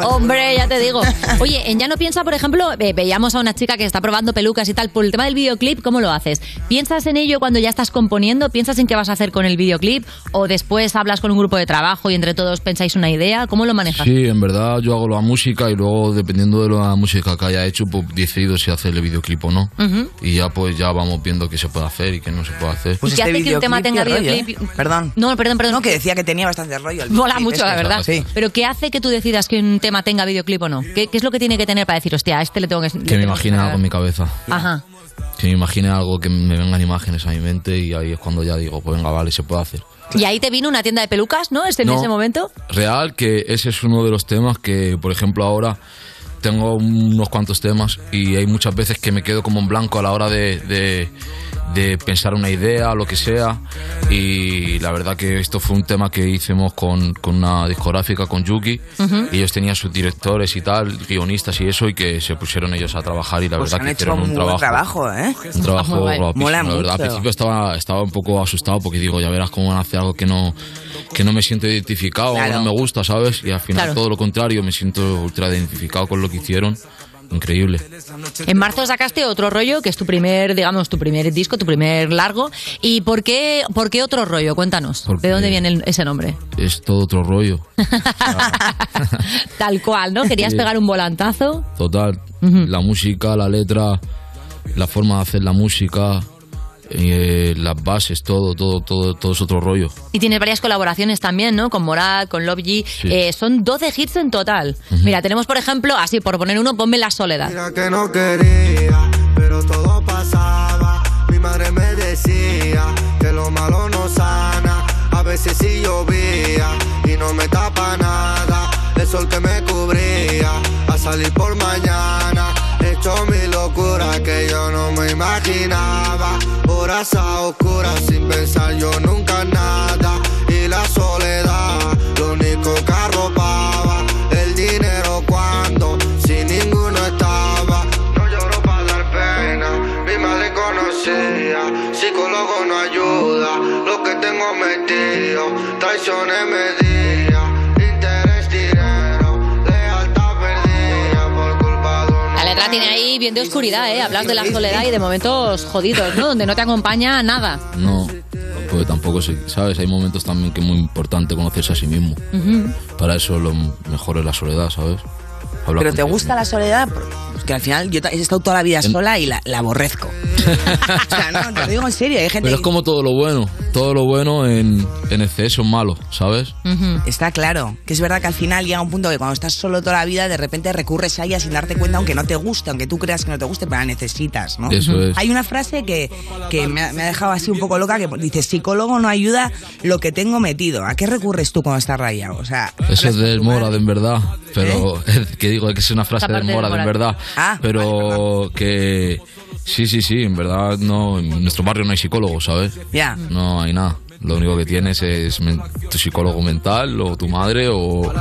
[SPEAKER 3] Hombre, ya te digo. Oye, en Ya no piensa, por ejemplo, eh, veíamos a una chica que está probando pelucas y tal. Por el tema del videoclip, ¿cómo lo haces? ¿Piensas en ello cuando ya estás componiendo? ¿Piensas en qué vas a hacer con el videoclip? ¿O después hablas con un grupo de trabajo y entre todos pensáis una idea? ¿Cómo lo manejas?
[SPEAKER 33] Sí, en verdad yo hago la música y luego dependiendo de la música que haya hecho, pues decido si hacerle videoclip o no.
[SPEAKER 3] Ujú.
[SPEAKER 33] Y ya pues ya vamos viendo qué se puede hacer y qué no se puede hacer.
[SPEAKER 3] Pues ¿Y qué este hace que un tema videoclip tenga tiene rollo, videoclip?
[SPEAKER 2] Perdón.
[SPEAKER 3] No, perdón, perdón.
[SPEAKER 2] No, que decía que tenía bastante rollo. el
[SPEAKER 3] Mola
[SPEAKER 2] videoclip
[SPEAKER 3] mucho,
[SPEAKER 2] este.
[SPEAKER 3] la verdad.
[SPEAKER 2] Sí.
[SPEAKER 3] Pero ¿qué hace que tú decidas que un tema tenga videoclip o no? ¿Qué, qué es lo que tiene que tener para decir, hostia, a este le tengo que...
[SPEAKER 33] Que me imagine algo en mi cabeza.
[SPEAKER 3] Ajá.
[SPEAKER 33] Que me imagine algo que me vengan imágenes a mi mente y ahí es cuando ya digo, pues venga, vale, se puede hacer.
[SPEAKER 3] Y ahí te vino una tienda de pelucas, ¿no? Este, En
[SPEAKER 33] No.
[SPEAKER 3] ese momento.
[SPEAKER 33] Real que ese es uno de los temas que, por ejemplo, ahora tengo unos cuantos temas y hay muchas veces que me quedo como en blanco a la hora de, de- de pensar una idea, lo que sea. Y la verdad que esto fue un tema que hicimos con, con una discográfica, con Yuki.
[SPEAKER 34] Ujú.
[SPEAKER 33] Ellos tenían sus directores y tal, guionistas y eso, y que se pusieron ellos a trabajar y la
[SPEAKER 2] Pues
[SPEAKER 33] verdad
[SPEAKER 2] han
[SPEAKER 33] que
[SPEAKER 2] hecho
[SPEAKER 33] hicieron
[SPEAKER 2] un
[SPEAKER 33] un
[SPEAKER 2] buen trabajo, ¿eh?
[SPEAKER 33] un
[SPEAKER 3] Ah,
[SPEAKER 33] trabajo
[SPEAKER 2] Muy guay.
[SPEAKER 33] guapísimo,
[SPEAKER 2] Mola
[SPEAKER 33] la verdad. Al
[SPEAKER 2] mucho.
[SPEAKER 33] principio estaba, estaba un poco asustado porque digo, ya verás cómo van a hacer algo que no, que no me siento identificado,
[SPEAKER 2] Claro.
[SPEAKER 33] no me gusta, ¿sabes? Y al final
[SPEAKER 3] Claro.
[SPEAKER 33] todo lo contrario, me siento ultra identificado con lo que hicieron. Increíble.
[SPEAKER 3] En marzo sacaste otro rollo, que es tu primer, digamos, tu primer disco, tu primer largo. ¿Y por qué, por qué otro rollo? Cuéntanos. ¿De dónde viene el- ese nombre?
[SPEAKER 33] Es todo otro rollo.
[SPEAKER 3] Tal cual, ¿no? Querías
[SPEAKER 33] Sí.
[SPEAKER 3] pegar un volantazo.
[SPEAKER 33] Total. La música, la letra, la forma de hacer la música, eh, las bases, todo, todo, todo, todo es otro rollo.
[SPEAKER 3] Y tienes varias colaboraciones también, ¿no? Con Morat, con Love G. Eh, son 12 hits en total. Mira, tenemos, por ejemplo, así, por poner uno, ponme la soledad.
[SPEAKER 35] Mira que no quería, pero todo pasaba. Mi madre me decía que lo malo no sana. A veces sí llovía y no me tapa nada. El sol que me cubría a salir por mañana. Hecho mi locura que yo no me imaginaba. Horas a oscuras sin pensar yo nunca nada. Y la soledad, lo único que arropaba. El dinero cuando sin ninguno estaba. No lloro para dar pena, mi madre conocía. Psicólogo no ayuda, lo que tengo metido. Traiciones medidas, interés, dinero, lealtad perdida por culpa de un
[SPEAKER 3] La letra tiene ahí bien de oscuridad, ¿eh? Hablas de la soledad y de momentos jodidos, ¿no? Donde no te acompaña nada.
[SPEAKER 33] No, porque tampoco, se- ¿sabes? Hay momentos también que es muy importante conocerse a sí mismo.
[SPEAKER 3] Ujú.
[SPEAKER 33] Para eso lo mejor es la soledad, ¿sabes? Hablar
[SPEAKER 2] Pero te
[SPEAKER 33] contigo.
[SPEAKER 2] gusta la soledad, porque al final yo ta- he estado toda la vida sola y la, la aborrezco. o sea, no, te lo digo en serio, hay gente
[SPEAKER 33] Pero es como todo lo bueno. Todo lo bueno en, en exceso es malo, ¿sabes?
[SPEAKER 2] Está claro, que es verdad que al final llega un punto que cuando estás solo toda la vida, de repente recurres a ella sin darte cuenta, aunque no te guste, aunque tú creas que no te guste, pero la necesitas, ¿no?
[SPEAKER 33] Eso es.
[SPEAKER 2] Hay una frase que, que me, ha, me ha dejado así un poco loca, que dice, psicólogo no ayuda lo que tengo metido. ¿A qué recurres tú cuando estás rayado? O sea,
[SPEAKER 33] Eso es del Morad, en verdad. Pero, que digo, que [LAUGHS] es una frase
[SPEAKER 2] Esta
[SPEAKER 33] del
[SPEAKER 2] parte del
[SPEAKER 33] Morad, en
[SPEAKER 2] Morad.
[SPEAKER 33] verdad.
[SPEAKER 2] ¿Eh? Ah,
[SPEAKER 33] Pero que. Sí, sí, sí, en verdad, no. En nuestro barrio no hay psicólogos, ¿sabes?
[SPEAKER 2] ya.
[SPEAKER 33] No hay nada. Lo único que tienes es men- tu psicólogo mental o tu madre o...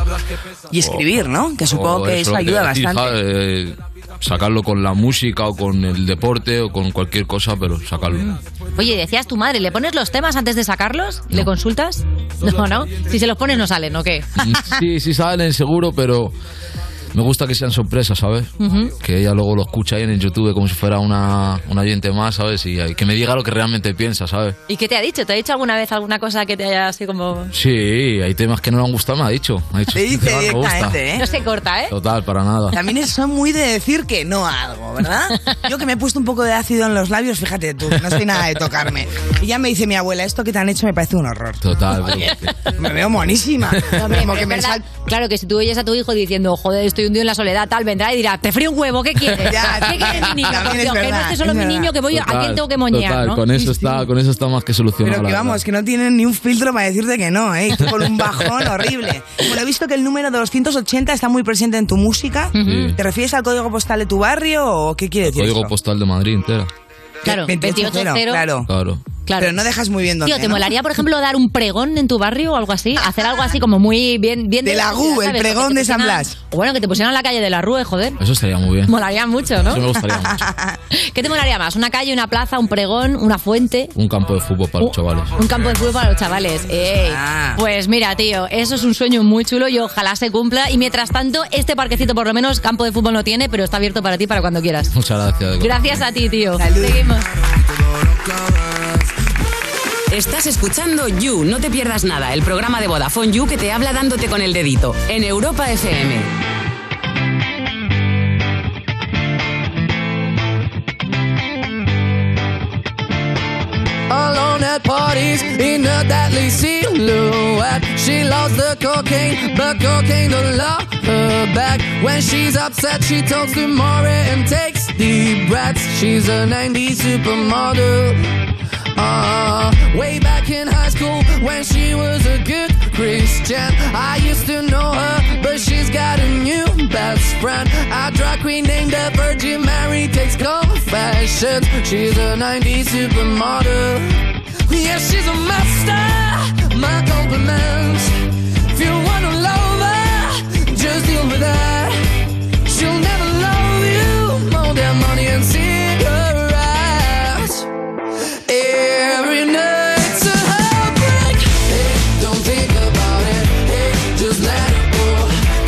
[SPEAKER 2] Y escribir, ¿no? Que supongo
[SPEAKER 33] o
[SPEAKER 2] que eso
[SPEAKER 33] lo te
[SPEAKER 2] ayuda
[SPEAKER 33] iba a decir,
[SPEAKER 2] bastante.
[SPEAKER 33] ¿sabes? Eh, sacarlo con la música o con el deporte o con cualquier cosa, pero
[SPEAKER 2] Mm.
[SPEAKER 33] sacarlo.
[SPEAKER 3] Oye, decías tu madre, ¿le pones los temas antes de sacarlos? ¿Le consultas? No, no. Si se los pones, no salen, ¿o qué?
[SPEAKER 33] [LAUGHS] Sí, sí salen seguro, pero me gusta que sean sorpresas, ¿sabes?
[SPEAKER 3] [LAUGHS] Ujú.
[SPEAKER 33] Que ella luego lo escucha ahí en el YouTube como si fuera una, una oyente más, ¿sabes? Y que me diga lo que realmente piensa, ¿sabes?
[SPEAKER 3] ¿Y qué te ha dicho? ¿Te ha dicho alguna vez alguna cosa que te haya así como.?
[SPEAKER 33] Sí, hay temas que no le han gustado, me ha dicho. Me ha dicho "Este tema no me gusta".
[SPEAKER 3] No se corta, ¿eh?
[SPEAKER 33] Total, para nada.
[SPEAKER 2] También son muy de decir que no a algo, ¿verdad? Yo que me he puesto un poco de ácido en los labios, fíjate tú, no soy nada de tocarme. Y ya me dice mi abuela, esto que te han hecho me parece un horror.
[SPEAKER 33] Total,
[SPEAKER 2] Me veo monísima. Como que
[SPEAKER 3] Es
[SPEAKER 2] me
[SPEAKER 3] verdad, Claro que si tú oyes a tu hijo diciendo, joder, estoy hundido en la soledad, tal, vendrá y dirá, te frío un huevo, ¿qué quieres?
[SPEAKER 2] [LAUGHS] Ya,
[SPEAKER 3] ¿Qué quieres, mi niño?
[SPEAKER 2] también
[SPEAKER 3] Por
[SPEAKER 2] es
[SPEAKER 3] Dios, que no
[SPEAKER 2] verdad,
[SPEAKER 3] esté solo
[SPEAKER 2] es
[SPEAKER 3] mi
[SPEAKER 2] verdad.
[SPEAKER 3] niño, que voy a quién tengo que moñear,
[SPEAKER 33] total,
[SPEAKER 3] ¿no?
[SPEAKER 33] Con eso, está, con eso está más que solucionado.
[SPEAKER 2] Pero que
[SPEAKER 33] la
[SPEAKER 2] vamos, que no tienen ni un filtro para decirte que no, ¿eh? Y tú con un bajón horrible. Bueno, he visto que el número 280 está muy presente en tu música.
[SPEAKER 33] Ujú.
[SPEAKER 2] ¿Te refieres al código postal de tu barrio o qué quiere
[SPEAKER 33] verdad.
[SPEAKER 2] decir
[SPEAKER 33] Código
[SPEAKER 2] eso?
[SPEAKER 33] postal de Madrid entera.
[SPEAKER 2] Claro, 28 cero, 28 cero. claro.
[SPEAKER 33] Claro.
[SPEAKER 2] Pero no dejas muy bien dónde.
[SPEAKER 3] Tío, ¿te
[SPEAKER 2] ¿no?
[SPEAKER 3] molaría, por ejemplo, dar un pregón en tu barrio o algo así? Hacer algo así como muy bien... bien
[SPEAKER 2] De la
[SPEAKER 3] ciudad,
[SPEAKER 2] GU, el
[SPEAKER 3] ¿sabes?
[SPEAKER 2] pregón
[SPEAKER 3] Que te
[SPEAKER 2] de San
[SPEAKER 3] pusieran-
[SPEAKER 2] Blas.
[SPEAKER 3] o Bueno, que te pusieran en la calle de la Rue, joder.
[SPEAKER 33] Eso estaría muy bien.
[SPEAKER 3] Molaría mucho, ¿no?
[SPEAKER 33] Eso me gustaría mucho.
[SPEAKER 3] [LAUGHS] ¿Qué te molaría más? ¿Una calle, una plaza, un pregón, una fuente?
[SPEAKER 33] Un campo de fútbol para los
[SPEAKER 3] Uh.
[SPEAKER 33] chavales.
[SPEAKER 3] Un campo de fútbol para los chavales. ¡Ey! Pues mira, tío, eso es un sueño muy chulo y ojalá se cumpla. Y mientras tanto, este parquecito por lo menos campo de fútbol no tiene, pero está abierto para ti para cuando quieras.
[SPEAKER 33] Muchas gracias. de
[SPEAKER 3] Gracias a ti, tío. Seguimos.
[SPEAKER 9] Estás escuchando You, no te pierdas nada, el programa de Vodafone You que te habla dándote con el dedito en Europa FM.
[SPEAKER 34] Alone at parties in a deadly silhouette. She loves the cocaine, but cocaine don't love her back. When she's upset, she talks to Maury and takes deep breaths. She's a 90s supermodel. Uh, way back in high school when she was a good Christian. I used to know her, but she's got a new best friend. A drag queen named the Virgin Mary takes confessions. She's a 90s supermodel. Yeah, she's a master. My compliments. If you wanna love her, just deal with her. She'll never love you more than money and cigarettes. Every night's a heartbreak. Hey, don't think about it. Hey, just let it go.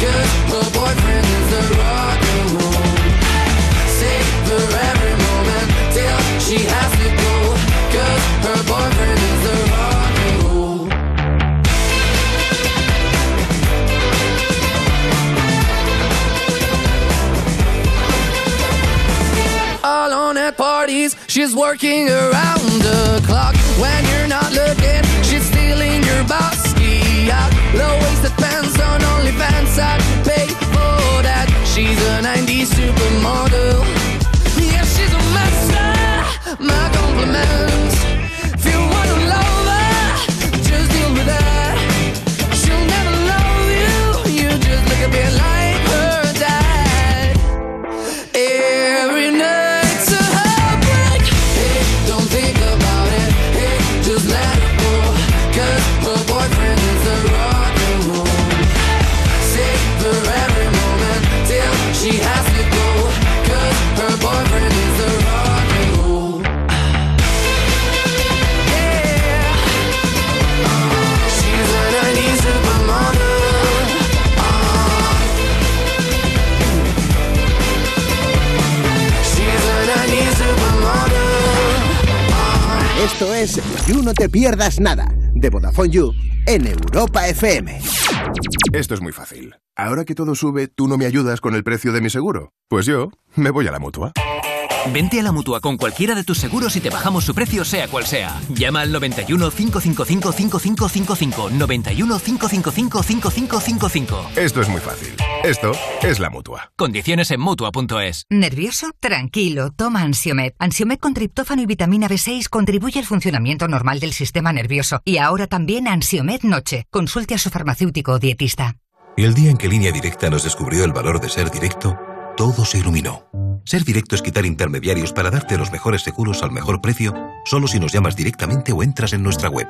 [SPEAKER 34] Cause her boyfriend is the rock and roll. Save her every moment till she has to go. Cause her boyfriend is the rock and roll. Alone at parties, she's working around the clock. When you're not looking, she's stealing your bossy out. Low-waisted pants on only fans I pay for that. She's a 90s supermodel. Yeah, she's a master. My compliments. If you wanna love her, just deal with her. She'll never love you. You just look a bit like her dad. Every night's a heartbreak. Hey, don't think about it. Hey, just let it go. Cause her boyfriend is the rock and roll. Save her every moment till she has to go. Cause her boyfriend is the rock and roll. Yeah. She's a 90s supermodel.
[SPEAKER 4] Esto es You No Te Pierdas Nada, de Vodafone You, en Europa FM.
[SPEAKER 36] Esto es muy fácil. Ahora que todo sube, ¿tú no me ayudas con el precio de mi seguro? Pues yo me voy a la mutua.
[SPEAKER 37] Vente a la mutua con cualquiera de tus seguros y te bajamos su precio, sea cual sea. Llama al 91 555 5555. 91 555 5555.
[SPEAKER 36] Esto es muy fácil. Esto es la mutua.
[SPEAKER 37] Condiciones en mutua.es.
[SPEAKER 7] ¿Nervioso? Tranquilo, toma Ansiomed. Ansiomed con triptófano y vitamina B6 contribuye al funcionamiento normal del sistema nervioso. Y ahora también Ansiomed Noche. Consulte a su farmacéutico o dietista.
[SPEAKER 15] El día en que Línea Directa nos descubrió el valor de ser directo, todo se iluminó. Ser directo es quitar intermediarios para darte los mejores seguros al mejor precio, solo si nos llamas directamente o entras en nuestra web.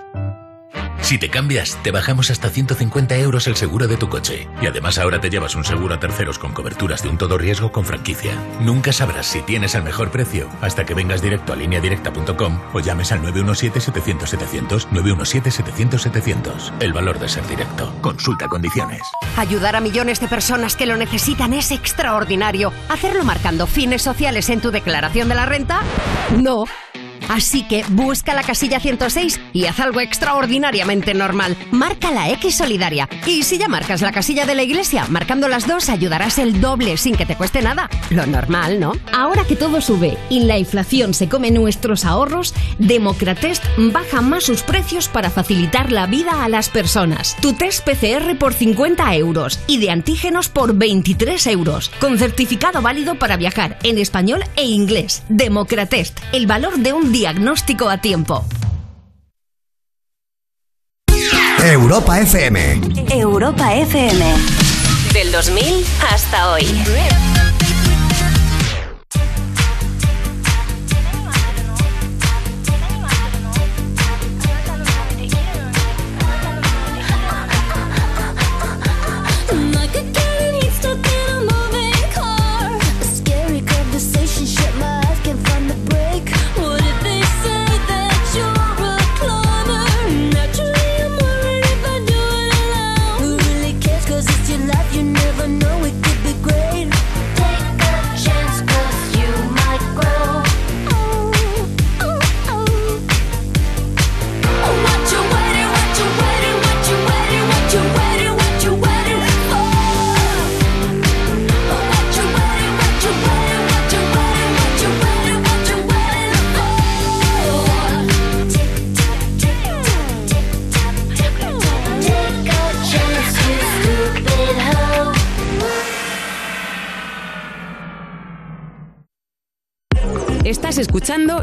[SPEAKER 1] Si te cambias, te bajamos hasta 150 euros el seguro de tu coche. Y además ahora te llevas un seguro a terceros con coberturas de un todo riesgo con franquicia. Nunca sabrás si tienes el mejor precio hasta que vengas directo a lineadirecta.com o llames al 917-700-700, 917-700-700. El valor de ser directo. Consulta condiciones.
[SPEAKER 38] Ayudar a millones de personas que lo necesitan es extraordinario. ¿Hacerlo marcando fines sociales en tu declaración de la renta? No. Así que busca la casilla 106 y haz algo extraordinariamente normal. Marca la X solidaria. Y si ya marcas la casilla de la iglesia, marcando las dos ayudarás el doble sin que te cueste nada. Lo normal, ¿no?
[SPEAKER 20] Ahora que todo sube y la inflación se come nuestros ahorros, Democratest baja más sus precios para facilitar la vida a las personas. Tu test PCR por 50 euros y de antígenos por 23 euros, con certificado válido para viajar en español e inglés. Democratest, el valor de un diagnóstico a tiempo.
[SPEAKER 4] Europa FM.
[SPEAKER 20] Europa FM.
[SPEAKER 11] Del 2000 hasta hoy.
[SPEAKER 1] Oh,
[SPEAKER 9] Estás escuchando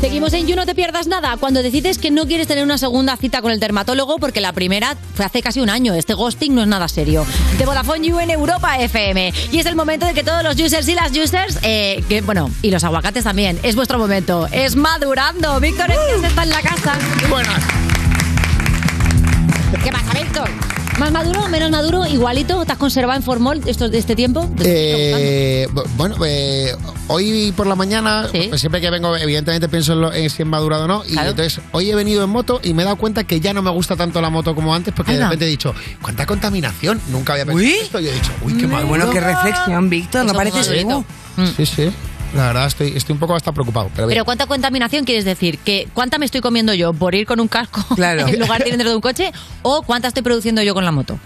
[SPEAKER 30] Seguimos en You No Te Pierdas Nada. Cuando decides que no quieres tener una segunda cita con el dermatólogo porque la primera fue hace casi un año. Este ghosting no es nada serio. De Vodafone You en Europa FM. Y es el momento de que todos los users y las users, eh, que bueno, y los aguacates también, es vuestro momento. Es madurando. Víctor es que está en la casa.
[SPEAKER 26] Buenas.
[SPEAKER 30] ¿Qué pasa, Víctor? ¿Más maduro? ¿Menos maduro? ¿Igualito? ¿Te has conservado en formol estos de este tiempo?
[SPEAKER 26] Eh, bu- bueno, eh, hoy por la mañana, pues siempre que vengo, evidentemente pienso en, lo- en si he madurado o no. Y entonces, hoy he venido en moto y me he dado cuenta que ya no me gusta tanto la moto como antes, porque de
[SPEAKER 2] Anda.
[SPEAKER 26] repente he dicho, ¿cuánta contaminación? Nunca había pensado en esto. Y he dicho, uy, qué maduro.
[SPEAKER 2] Bueno, qué reflexión, Víctor, no
[SPEAKER 26] Eso
[SPEAKER 2] pareces
[SPEAKER 26] como
[SPEAKER 2] tú.
[SPEAKER 26] Sí, sí. La verdad, estoy, estoy un poco hasta preocupado. Pero, bien.
[SPEAKER 3] Pero ¿cuánta contaminación quieres decir? ¿Que ¿Cuánta me estoy comiendo yo por ir con un casco
[SPEAKER 30] [LAUGHS]
[SPEAKER 3] en lugar de ir dentro de un coche? ¿O cuánta estoy produciendo yo con la moto?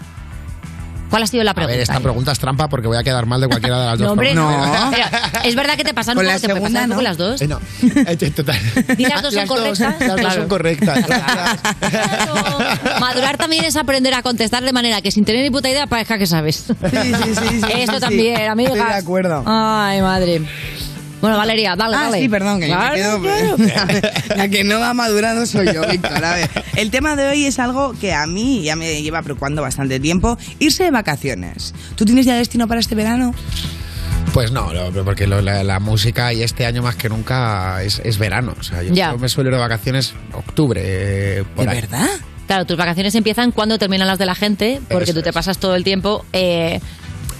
[SPEAKER 3] ¿Cuál ha sido la
[SPEAKER 26] a
[SPEAKER 3] pregunta?
[SPEAKER 26] ver, esta pregunta es trampa porque voy a quedar mal de cualquiera de las dos.
[SPEAKER 3] No, hombre, [LAUGHS]
[SPEAKER 26] [LAUGHS] formas.
[SPEAKER 3] Pero es verdad que te pasan un
[SPEAKER 26] Con la
[SPEAKER 3] poco, te puede
[SPEAKER 26] segunda,
[SPEAKER 3] pasar un poco
[SPEAKER 26] ¿no?
[SPEAKER 3] las dos.
[SPEAKER 26] Eh, no. [LAUGHS] Eh, Total.
[SPEAKER 3] Y las dos son correctas.
[SPEAKER 26] Las dos
[SPEAKER 3] Claro.
[SPEAKER 26] son correctas.
[SPEAKER 3] [LAUGHS]
[SPEAKER 26] [LAUGHS]
[SPEAKER 30] Madurar también es aprender a contestar de manera que sin tener ni puta idea parezca que sabes. Sí,
[SPEAKER 2] sí, sí.
[SPEAKER 3] [LAUGHS]
[SPEAKER 30] Eso
[SPEAKER 2] sí.
[SPEAKER 30] también, amigas.
[SPEAKER 2] Estoy de acuerdo.
[SPEAKER 30] Ay, madre. Bueno, Valeria, dale,
[SPEAKER 2] Ah,
[SPEAKER 30] dale.
[SPEAKER 2] sí, perdón, que yo me quedo- [LAUGHS] La que no va madurando soy yo, Víctor. A ver, el tema de hoy es algo que a mí ya me lleva preocupando bastante tiempo. Irse de vacaciones. ¿Tú tienes ya destino para este verano?
[SPEAKER 26] Pues no, no, pero porque lo- la, la música y este año más que nunca es, es verano. O sea, yo,
[SPEAKER 3] Ya.
[SPEAKER 26] yo me suelo ir de vacaciones octubre. eh, por ahí.
[SPEAKER 3] Claro, tus vacaciones empiezan cuando terminan las de la gente, porque tú te pasas todo el tiempo, eh,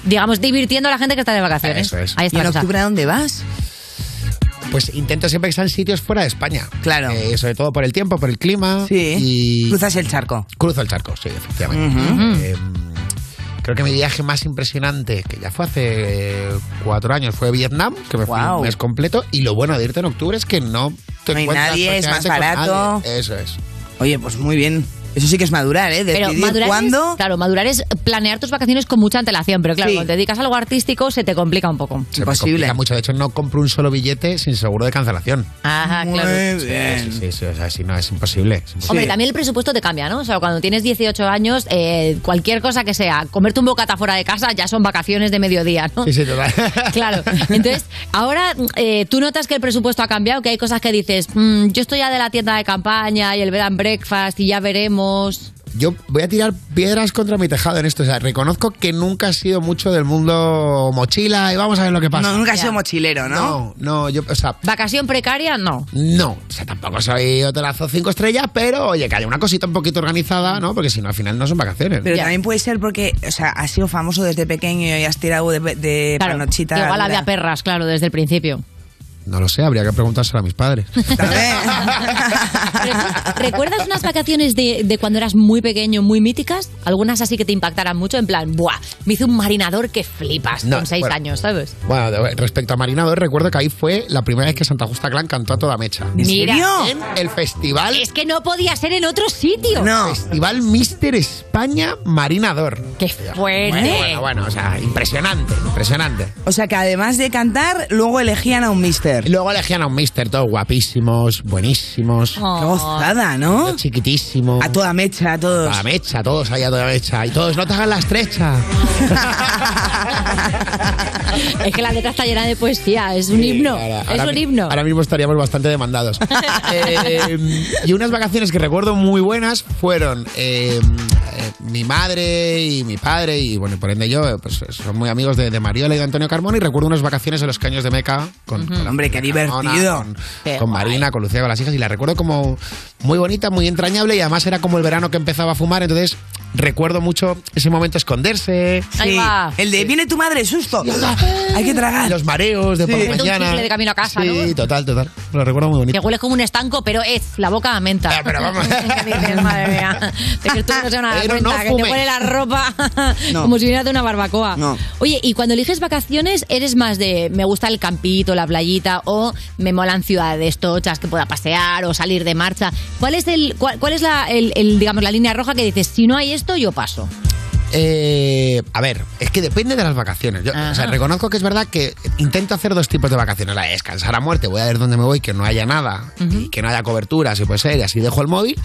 [SPEAKER 3] digamos, divirtiendo a la gente que está de vacaciones.
[SPEAKER 26] Eso es.
[SPEAKER 3] Ahí está,
[SPEAKER 26] ¿Y en
[SPEAKER 3] o sea,
[SPEAKER 26] octubre a dónde vas? Pues intento siempre que sean sitios fuera de España. Claro. sobre todo por el tiempo, por el clima. Sí.
[SPEAKER 2] Cruzas el charco.
[SPEAKER 26] Cruzo el charco, sí, efectivamente.
[SPEAKER 2] Ujú.
[SPEAKER 26] Eh, creo que mi viaje más impresionante, que ya fue hace eh, cuatro años, fue a Vietnam, que me fui
[SPEAKER 2] Guau.
[SPEAKER 26] un mes completo. Y lo bueno de irte en octubre es que no te
[SPEAKER 2] No hay
[SPEAKER 26] encuentras
[SPEAKER 2] nadie, es más
[SPEAKER 26] prácticamente con
[SPEAKER 2] barato.
[SPEAKER 26] nadie. Eso es.
[SPEAKER 2] Oye, pues muy bien. Eso sí que es madurar, ¿eh?
[SPEAKER 3] Pero
[SPEAKER 2] Decidir
[SPEAKER 3] madurar
[SPEAKER 2] cuándo.
[SPEAKER 3] es, claro, madurar es planear tus vacaciones con mucha antelación, pero claro,
[SPEAKER 2] Sí.
[SPEAKER 3] cuando te dedicas a algo artístico se te complica un poco. Ah,
[SPEAKER 26] Se me complica mucho. De hecho, no compro un solo billete sin seguro de cancelación.
[SPEAKER 3] Ajá, Ah, claro.
[SPEAKER 26] Sí, Sí, sí, sí, o sea, si no, es imposible. es imposible.
[SPEAKER 3] Hombre, también el presupuesto te cambia, ¿no? O sea, cuando tienes 18 años, eh, cualquier cosa que sea, comerte un bocata fuera de casa ya son vacaciones de mediodía, ¿no?
[SPEAKER 26] Sí, sí, total.
[SPEAKER 3] Claro. Entonces, ahora eh, tú notas que el presupuesto ha cambiado, que hay cosas que dices, "Mm, yo estoy ya de la tienda de campaña y el bed and breakfast y ya veremos.
[SPEAKER 26] [LAUGHS] Yo voy a tirar piedras contra mi tejado en esto. O sea, reconozco que nunca he sido mucho del mundo mochila y vamos a ver lo que pasa.
[SPEAKER 2] No, nunca he sido mochilero, ¿no?
[SPEAKER 26] No, no, yo, o sea,
[SPEAKER 3] Vacación precaria, no.
[SPEAKER 26] no. O sea, tampoco soy hotelazo cinco estrellas, pero oye, que haya una cosita un poquito organizada, ¿no? Porque si no, al final no son vacaciones.
[SPEAKER 2] Pero también puede ser porque, o sea, has sido famoso desde pequeño y has tirado de, de
[SPEAKER 3] Claro,
[SPEAKER 2] panochita.
[SPEAKER 3] Igual
[SPEAKER 2] dura.
[SPEAKER 3] había perras, claro, desde el principio.
[SPEAKER 26] No lo sé, habría que preguntárselo a
[SPEAKER 2] [LAUGHS]
[SPEAKER 26] mis padres.
[SPEAKER 3] ¿Recuerdas unas vacaciones de, de cuando eras muy pequeño, muy míticas? Algunas así que te impactaran mucho, en plan, ¡buah! Me hice un marinador que flipas
[SPEAKER 26] No,
[SPEAKER 3] con seis
[SPEAKER 26] bueno.
[SPEAKER 3] años, ¿sabes?
[SPEAKER 26] Bueno, de- respecto a Marinador, recuerdo que ahí fue la primera vez que Santa Justa Clan cantó a toda mecha.
[SPEAKER 3] Mira, ¿eh?
[SPEAKER 26] En el festival.
[SPEAKER 3] Es que no podía ser en otro sitio.
[SPEAKER 26] Festival Mister España Marinador.
[SPEAKER 3] ¡Qué
[SPEAKER 26] Bueno, bueno, bueno, o sea, impresionante, impresionante.
[SPEAKER 2] O sea, que además de cantar, luego elegían a un mister.
[SPEAKER 26] Luego elegían a un mister, todos guapísimos, buenísimos.
[SPEAKER 2] Qué gozada, ¿no?
[SPEAKER 26] Chiquitísimos.
[SPEAKER 2] A toda mecha, a todos.
[SPEAKER 26] A la mecha, todos ahí a toda mecha. Y todos, no te hagan la estrecha.
[SPEAKER 3] Es que la letra está llena de poesía, es un himno. es un
[SPEAKER 26] mi-
[SPEAKER 3] himno.
[SPEAKER 26] Ahora mismo estaríamos bastante demandados. Eh, y unas vacaciones que recuerdo muy buenas fueron eh, eh, mi madre y mi padre, y bueno, y por ende yo, eh, pues son muy amigos de, de Mariola y de Antonio Carmona, y recuerdo unas vacaciones en los caños de Meca con, con
[SPEAKER 2] Hombre, qué
[SPEAKER 26] Carmona,
[SPEAKER 2] divertido.
[SPEAKER 26] con- con Marina, con Lucía, con las hijas, y la recuerdo como muy bonita, muy entrañable, y además era como el verano que empezaba a fumar, entonces recuerdo mucho ese momento esconderse.
[SPEAKER 2] Sí. El de viene tu madre, susto. Hay que tragar.
[SPEAKER 26] Los mareos de por
[SPEAKER 2] Sí.
[SPEAKER 26] la
[SPEAKER 2] Vete un
[SPEAKER 26] mañana.
[SPEAKER 3] chifle de camino a casa,
[SPEAKER 26] sí, total, total. Lo recuerdo muy
[SPEAKER 3] Que
[SPEAKER 26] bonito.
[SPEAKER 3] huele como un estanco, pero es la boca a menta.
[SPEAKER 30] Ah,
[SPEAKER 3] pero [LAUGHS]
[SPEAKER 26] vamos.
[SPEAKER 3] madre mía. De que tú no se van a dar
[SPEAKER 30] Pero
[SPEAKER 3] cuenta,
[SPEAKER 30] no
[SPEAKER 3] que te
[SPEAKER 30] fumes.
[SPEAKER 3] huele la ropa [LAUGHS] como si vinieras de una barbacoa.
[SPEAKER 30] No.
[SPEAKER 3] Oye, y cuando eliges vacaciones, ¿eres más de me gusta el campito, la playita o me molan ciudades tochas que pueda pasear o salir de marcha? ¿Cuál es, el, cuál, cuál es la, el- el, digamos, la línea roja que dices, si no hay esto, yo paso?
[SPEAKER 26] Eh, a ver, es que depende de las vacaciones. Yo, o sea, reconozco que es verdad que intento hacer dos tipos de vacaciones. La de descansar a muerte, voy a ver dónde me voy, que no haya nada, y que no haya cobertura, si puede ser, y así dejo el móvil.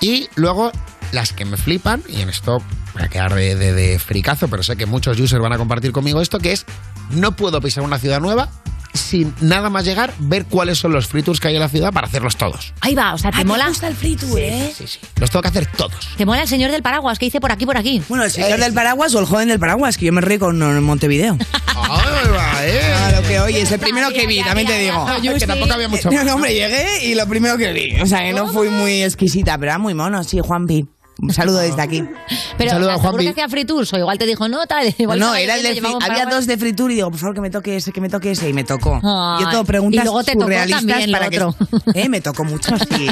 [SPEAKER 26] Y luego las que me flipan, y en esto voy a quedar de, de- de fricazo, pero sé que muchos users van a compartir conmigo esto, que es no puedo pisar una ciudad nueva sin nada más llegar, ver cuáles son los free tours que hay en la ciudad para hacerlos todos.
[SPEAKER 3] Ahí va, o
[SPEAKER 2] Ah,
[SPEAKER 3] sea, te mola. el free tour,
[SPEAKER 2] ¿eh?
[SPEAKER 26] Los tengo que hacer todos.
[SPEAKER 3] Te mola el señor del paraguas que hice por aquí, por aquí.
[SPEAKER 2] Bueno, el señor
[SPEAKER 30] Eh,
[SPEAKER 2] del paraguas o el joven del paraguas, que yo me río con en Montevideo. A lo que oye, es el primero que vi, también te digo.
[SPEAKER 26] Ah, ¿eh? que tampoco había mucho
[SPEAKER 2] [LAUGHS] No,
[SPEAKER 26] más.
[SPEAKER 2] no, hombre, llegué y lo primero que vi. O sea, que no fui muy exquisita, pero era muy mono, sí, Juanpi. Un saludo desde aquí.
[SPEAKER 3] Pero
[SPEAKER 2] un saludo a
[SPEAKER 3] ¿seguro
[SPEAKER 2] Juanpi.
[SPEAKER 3] que hacía free tours o igual te dijo no tal. [LAUGHS] Igual
[SPEAKER 2] no,
[SPEAKER 3] estaba
[SPEAKER 2] era el
[SPEAKER 3] yendo,
[SPEAKER 2] de
[SPEAKER 3] llevaba un
[SPEAKER 2] free- había
[SPEAKER 3] paraguas.
[SPEAKER 2] dos de free tour y digo, por favor, que me toque ese, que me toque ese. Y me tocó.
[SPEAKER 3] Ay,
[SPEAKER 2] Yo todo preguntas
[SPEAKER 3] y luego te tocó
[SPEAKER 2] surrealistas
[SPEAKER 3] también lo
[SPEAKER 2] para que...
[SPEAKER 3] otro.
[SPEAKER 2] [LAUGHS] Eh, me tocó mucho, [LAUGHS] sí.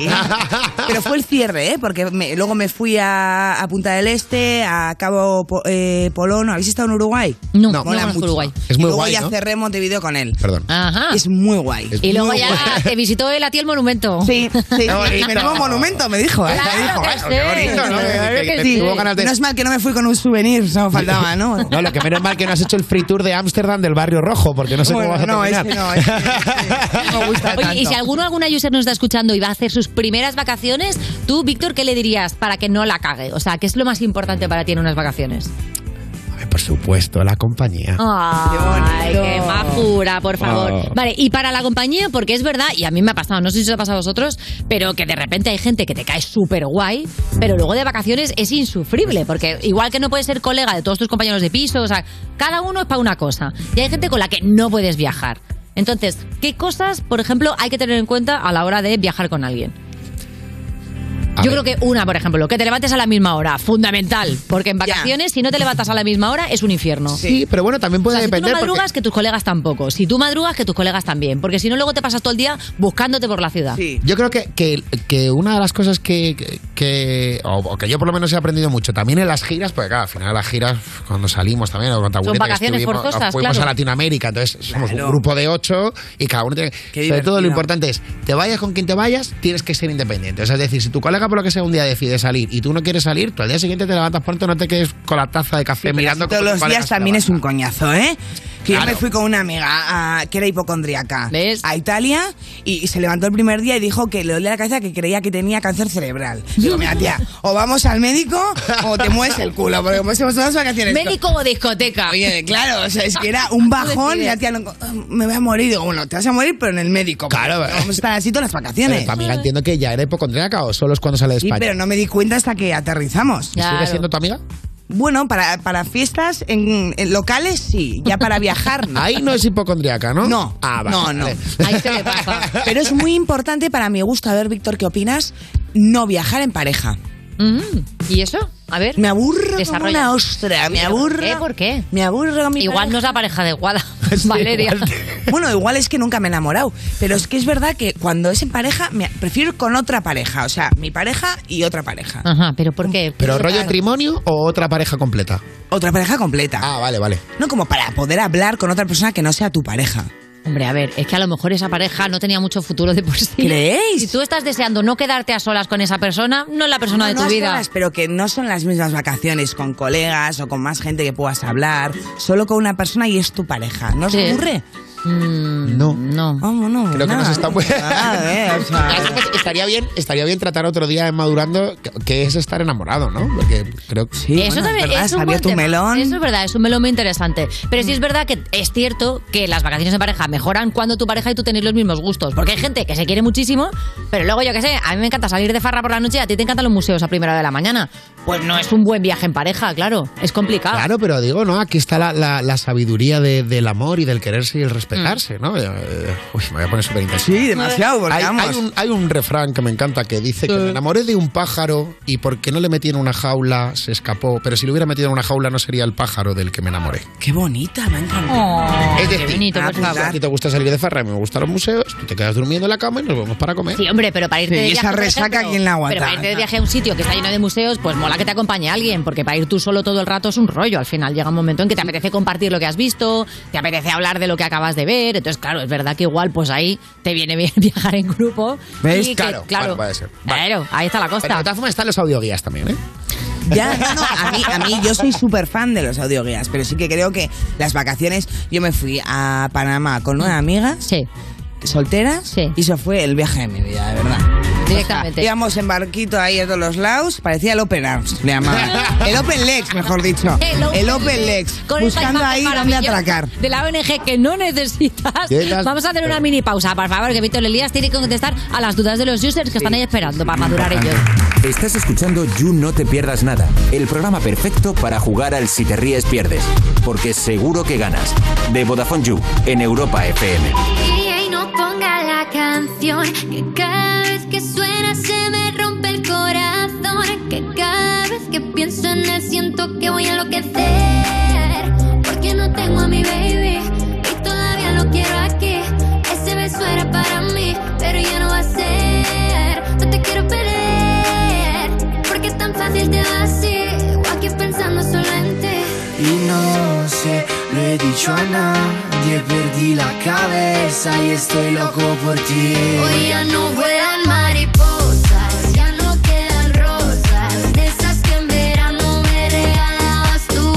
[SPEAKER 2] Pero fue el cierre, ¿eh? Porque me- luego me fui a, a Punta del Este, a Cabo Po- eh, Polón. ¿Habéis estado en Uruguay?
[SPEAKER 3] No,
[SPEAKER 26] no conozco Uruguay. Es
[SPEAKER 2] Es muy y
[SPEAKER 26] muy
[SPEAKER 2] luego
[SPEAKER 26] guay,
[SPEAKER 2] ya
[SPEAKER 26] ¿no?
[SPEAKER 2] cerré Montevideo con él.
[SPEAKER 26] Perdón.
[SPEAKER 3] Ajá.
[SPEAKER 2] Es muy guay.
[SPEAKER 3] Y luego [LAUGHS] ya te visitó él a ti el monumento.
[SPEAKER 2] [LAUGHS] Sí, sí. Y menudo monumento, me dijo. ¿eh?
[SPEAKER 3] Claro
[SPEAKER 2] Me dijo,
[SPEAKER 3] que
[SPEAKER 2] "Bueno,
[SPEAKER 3] sí.
[SPEAKER 2] qué bonito, ¿no?
[SPEAKER 3] Claro
[SPEAKER 2] Que-
[SPEAKER 3] que
[SPEAKER 2] que
[SPEAKER 3] sí.
[SPEAKER 2] tuvo ganas de- Menos mal que no me fui con un souvenir, solo faltaba, ¿no?
[SPEAKER 26] [LAUGHS] No, lo que menos mal que no has hecho el free tour de Ámsterdam del barrio rojo, porque no sé
[SPEAKER 2] Bueno,
[SPEAKER 26] cómo vas a
[SPEAKER 2] no,
[SPEAKER 26] terminar.
[SPEAKER 2] ese no, ese- ese no me gusta
[SPEAKER 3] Oye, y
[SPEAKER 2] tanto.
[SPEAKER 3] si alguno alguna user nos está escuchando y va a hacer sus primeras vacaciones, tú, Víctor, ¿qué le dirías para que no la cague? O sea, ¿qué es lo más importante para ti en unas vacaciones?
[SPEAKER 26] [LAUGHS] Por supuesto, la compañía.
[SPEAKER 2] Ah,
[SPEAKER 3] Ay, qué majura, por favor.
[SPEAKER 26] Oh.
[SPEAKER 3] Vale, y para la compañía, porque es verdad, y a mí me ha pasado, no sé si os ha pasado a vosotros, pero que de repente hay gente que te cae súper guay, pero luego de vacaciones es insufrible, porque igual que no puedes ser colega de todos tus compañeros de piso, o sea, cada uno es para una cosa. Y hay gente con la que no puedes viajar. Entonces, ¿qué cosas, por ejemplo, hay que tener en cuenta a la hora de viajar con alguien? Yo creo que una, por ejemplo, que te levantes a la misma hora, fundamental, porque en vacaciones si no te levantas a la misma hora es un infierno.
[SPEAKER 26] Sí, pero bueno, también
[SPEAKER 3] O
[SPEAKER 26] puede
[SPEAKER 3] sea, si tú no
[SPEAKER 26] depender.
[SPEAKER 3] madrugas,
[SPEAKER 26] porque
[SPEAKER 3] que tus colegas tampoco. Si tú madrugas, que tus colegas también. Porque si no, luego te pasas todo el día buscándote por la ciudad.
[SPEAKER 26] Yo creo que, que- que una de las cosas que, que- que- o, o que yo por lo menos he aprendido mucho, también en las giras, porque claro, al final las giras, cuando salimos también, o con Taburete, que
[SPEAKER 3] vacaciones
[SPEAKER 26] estuvimos-
[SPEAKER 3] forzosas,
[SPEAKER 26] fuimos
[SPEAKER 3] claro.
[SPEAKER 26] a Latinoamérica, entonces somos
[SPEAKER 3] Claro.
[SPEAKER 26] un grupo de ocho y cada uno tiene... Sobre todo lo importante es, te vayas con quien te vayas, tienes que ser independiente. O sea, es decir, si tu colega por lo que sea un día decide salir y tú no quieres salir, tú al día siguiente te levantas pronto, no te quedes con la taza de café mirando...
[SPEAKER 2] Todos
[SPEAKER 26] cómo tu
[SPEAKER 2] los
[SPEAKER 26] colega
[SPEAKER 2] días
[SPEAKER 26] se te
[SPEAKER 2] también
[SPEAKER 26] va.
[SPEAKER 2] es un coñazo, ¿eh? Que yo
[SPEAKER 26] Claro.
[SPEAKER 2] me fui con una amiga a- que era hipocondríaca a Italia y, y se levantó el primer día y dijo que le dolía la cabeza que creía que tenía cáncer cerebral. Digo, mira, tía, o vamos al médico o te mueves el culo, porque como hacemos todas las vacaciones.
[SPEAKER 3] Médico o discoteca.
[SPEAKER 2] Oye, claro, o sea, es
[SPEAKER 3] [LAUGHS]
[SPEAKER 2] que era un bajón y la tía, no- me voy a morir. Digo, bueno, te vas a morir, pero en el médico. Claro, vamos a estar así todas las vacaciones.
[SPEAKER 26] eh. Pero tu amiga entiendo que ya era hipocondríaca o solo es cuando sale de
[SPEAKER 2] Sí,
[SPEAKER 26] España.
[SPEAKER 2] pero no me di cuenta hasta que aterrizamos.
[SPEAKER 26] ¿Y sigue Claro. siendo tu amiga?
[SPEAKER 2] Bueno, para, para fiestas en, en locales sí, ya para viajar. no.
[SPEAKER 26] Ahí no es hipocondríaca, ¿no? No. Ah, vale.
[SPEAKER 2] No, no.
[SPEAKER 26] vale.
[SPEAKER 2] [LAUGHS] Pero es muy importante para mi gusto, a ver, Víctor, ¿qué opinas? No viajar en pareja.
[SPEAKER 3] Mm. ¿Y eso? A ver.
[SPEAKER 2] Me aburro como
[SPEAKER 3] Desarrolla.
[SPEAKER 2] una ostra, me
[SPEAKER 3] ¿Pero
[SPEAKER 2] aburro.
[SPEAKER 3] ¿Por qué? ¿Por qué?
[SPEAKER 2] Me aburro con mi
[SPEAKER 3] Igual
[SPEAKER 2] pareja.
[SPEAKER 3] no es la pareja
[SPEAKER 2] [LAUGHS]
[SPEAKER 3] adecuada, Valeria.
[SPEAKER 2] Bueno, igual es que nunca me he enamorado, pero es que es verdad que cuando es en pareja, me prefiero ir con otra pareja, o sea, mi pareja y otra pareja.
[SPEAKER 3] Ajá, pero ¿por qué?
[SPEAKER 26] ¿Pero rollo trimonio o otra pareja completa?
[SPEAKER 2] Otra pareja completa.
[SPEAKER 26] Ah, vale, vale.
[SPEAKER 2] No como para poder hablar con otra persona que no sea tu pareja.
[SPEAKER 3] Hombre, a ver, es que a lo mejor esa pareja no tenía mucho futuro de por sí.
[SPEAKER 2] ¿Creéis?
[SPEAKER 3] Si tú estás deseando no quedarte a solas con esa persona, no es la persona
[SPEAKER 2] No,
[SPEAKER 3] de
[SPEAKER 2] no
[SPEAKER 3] tu
[SPEAKER 2] a
[SPEAKER 3] vida.
[SPEAKER 2] solas, pero que no son las mismas vacaciones con colegas o con más gente que puedas hablar, solo con una persona y es tu pareja. ¿No os
[SPEAKER 3] Sí.
[SPEAKER 2] ocurre?
[SPEAKER 26] no.
[SPEAKER 3] No.
[SPEAKER 2] no.
[SPEAKER 26] Creo que
[SPEAKER 2] nada.
[SPEAKER 26] nos está muy...
[SPEAKER 2] Nada, eh, o sea.
[SPEAKER 26] Además, estaría bien, estaría bien tratar otro día en madurando que, que es estar enamorado, ¿no? Porque creo que sí.
[SPEAKER 3] Eso también es, un buen tema. Eso es verdad, es un melón Mm. muy interesante. Pero sí es verdad que es cierto que las vacaciones en pareja mejoran cuando tu pareja y tú tenéis los mismos gustos. Porque hay gente que se quiere muchísimo, pero luego yo qué sé, a mí me encanta salir de farra por la noche y a ti te encantan los museos a primera hora de la mañana. Pues no es un buen viaje en pareja, claro. Es complicado.
[SPEAKER 26] Claro, pero digo, ¿no? Aquí está la, la- la sabiduría de- del amor y del quererse y el respetarse,
[SPEAKER 3] Mm.
[SPEAKER 26] ¿no? Eh, Uy, me voy a poner súper intenso.
[SPEAKER 2] Sí, demasiado, porque
[SPEAKER 26] hay,
[SPEAKER 2] vamos.
[SPEAKER 26] hay un, hay un refrán que me encanta que dice que
[SPEAKER 2] Sí.
[SPEAKER 26] me enamoré de un pájaro y porque no le metí en una jaula se escapó, pero si le hubiera metido en una jaula no sería el pájaro del que me enamoré.
[SPEAKER 2] Qué bonita, me encanta.
[SPEAKER 3] Oh.
[SPEAKER 26] es
[SPEAKER 3] qué
[SPEAKER 26] decir,
[SPEAKER 3] bonito,
[SPEAKER 26] ah,
[SPEAKER 3] por
[SPEAKER 26] pues,
[SPEAKER 3] favor.
[SPEAKER 26] a ti te gusta salir de farra, a mí me gustan los museos, tú te quedas durmiendo en la cama y nos vamos para comer.
[SPEAKER 3] Sí, hombre, pero para irte
[SPEAKER 26] Sí,
[SPEAKER 3] de
[SPEAKER 26] y
[SPEAKER 3] viaje.
[SPEAKER 26] esa
[SPEAKER 3] por
[SPEAKER 26] resaca,
[SPEAKER 3] ejemplo,
[SPEAKER 26] ¿quién la aguanta?
[SPEAKER 3] Pero para irte de viaje a un sitio que está lleno de museos, pues mola que te acompañe alguien, porque para ir tú solo todo el rato es un rollo. Al final llega un momento en que te apetece compartir lo que has visto, te apetece hablar de lo que acabas de ver. Entonces, claro, es verdad que igual, pues ahí te viene bien [LAUGHS] viajar en grupo.
[SPEAKER 26] ¿Ves?
[SPEAKER 3] Y que,
[SPEAKER 26] Claro,
[SPEAKER 3] claro. Eh,
[SPEAKER 26] vale, puede ser.
[SPEAKER 3] Claro, ahí está la
[SPEAKER 26] Pero de
[SPEAKER 3] costa.
[SPEAKER 26] todas formas están los audioguías también, ¿eh?
[SPEAKER 2] Ya, no, no, a mí, a mí yo soy súper fan de los audioguías, pero sí que creo que las vacaciones, yo me fui a Panamá con una amiga.
[SPEAKER 3] Sí.
[SPEAKER 2] Solteras. Sí. Y eso fue el viaje de mi vida, de verdad.
[SPEAKER 3] Directamente.
[SPEAKER 2] íbamos en barquito ahí a todos los lados, parecía el Open Arms,
[SPEAKER 3] [LAUGHS]
[SPEAKER 2] le llamaban. El Open Lex, mejor dicho.
[SPEAKER 3] El Open
[SPEAKER 2] El Open
[SPEAKER 3] Lex.
[SPEAKER 2] Lex.
[SPEAKER 3] Con esa
[SPEAKER 2] Buscando
[SPEAKER 3] imagen
[SPEAKER 2] ahí dónde
[SPEAKER 3] maravillosa
[SPEAKER 2] atracar.
[SPEAKER 3] De la ONG que no necesitas.
[SPEAKER 2] ¿Qué tal?
[SPEAKER 3] Vamos a hacer una mini pausa, por favor, que Víctor Elías tiene que contestar a las dudas de los users que están ahí esperando para madurar ellos.
[SPEAKER 32] Estás escuchando You No Te Pierdas Nada, el programa perfecto para jugar al Si Te Ríes Pierdes, porque seguro que ganas. De Vodafone You, en Europa FM.
[SPEAKER 27] Y no ponga la canción que cada vez que suena se me rompe el corazón. Que cada vez que pienso en él siento que voy a enloquecer. Porque no tengo a mi baby y todavía lo quiero aquí. Ese beso era para mí, pero ya no va a ser. No te quiero perder porque es tan fácil te va así. O aquí pensando solo en ti.
[SPEAKER 28] Y no se lo he dicho a nadie, perdí la cabeza y estoy loco por ti.
[SPEAKER 27] Hoy ya no vuelan mariposas, ya no quedan rosas, de esas que en verano me regalabas tú.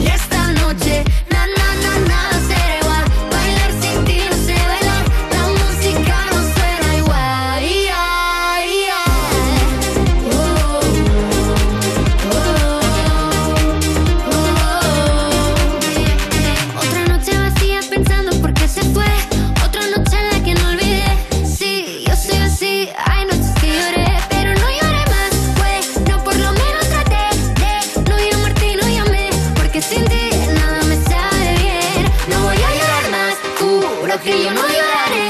[SPEAKER 27] Y esta noche, na na na nada será igual, bailar sin ti no sé bailar, la música no suena igual. Y ay, y ay. Oh, oh, oh. Otra noche vacía pensando por qué se fue, otra noche en la que no olvidé. Sí, yo soy así, hay noches que lloré, pero no lloré más, pues no por lo menos traté de no llamarte y no llamé, porque sin ti nada me sabe bien. No voy a llorar más, juro que yo no lloraré,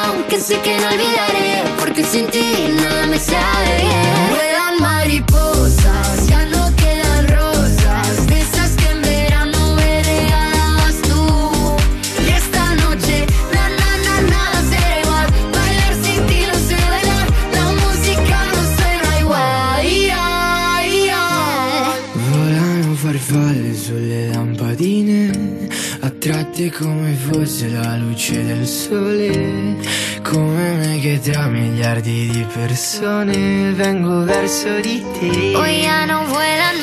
[SPEAKER 27] aunque sé que no olvidaré, porque sin ti nada me sabe bien.
[SPEAKER 28] Vuelan mariposas, ya no quedan rosas, de esas que en verano me regalabas tú.
[SPEAKER 27] Y esta noche, na na na nada será igual, bailar sin ti no sé bailar, la música no suena igual. Y ay, y ay.
[SPEAKER 28] Volano farfalle sulle lampadine, attratte come fosse la luce del sole, come me che tra miliardi di persone vengo verso di te.
[SPEAKER 27] Hoy ya no vuelan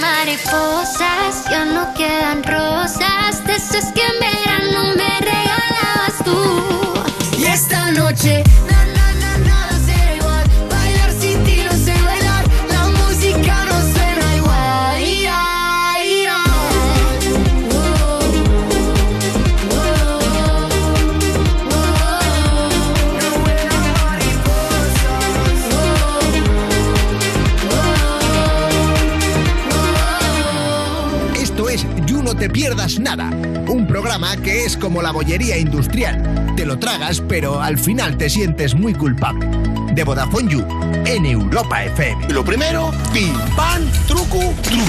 [SPEAKER 27] mariposas, ya no quedan rosas, de esas que en verano me regalabas tú. Y esta noche, na na na nada será igual, bailar sin ti no sé bailar, la música no suena igual. Y ay, y ay. Oh, oh, oh, oh. No vuelan mariposas. Oh.
[SPEAKER 4] Esto es You No Te Pierdas Nada, un programa que es como la bollería industrial. Te lo tragas, pero al final te sientes muy culpable. De Vodafone You, en Europa FM. Lo primero, pim, pan, truco, truco.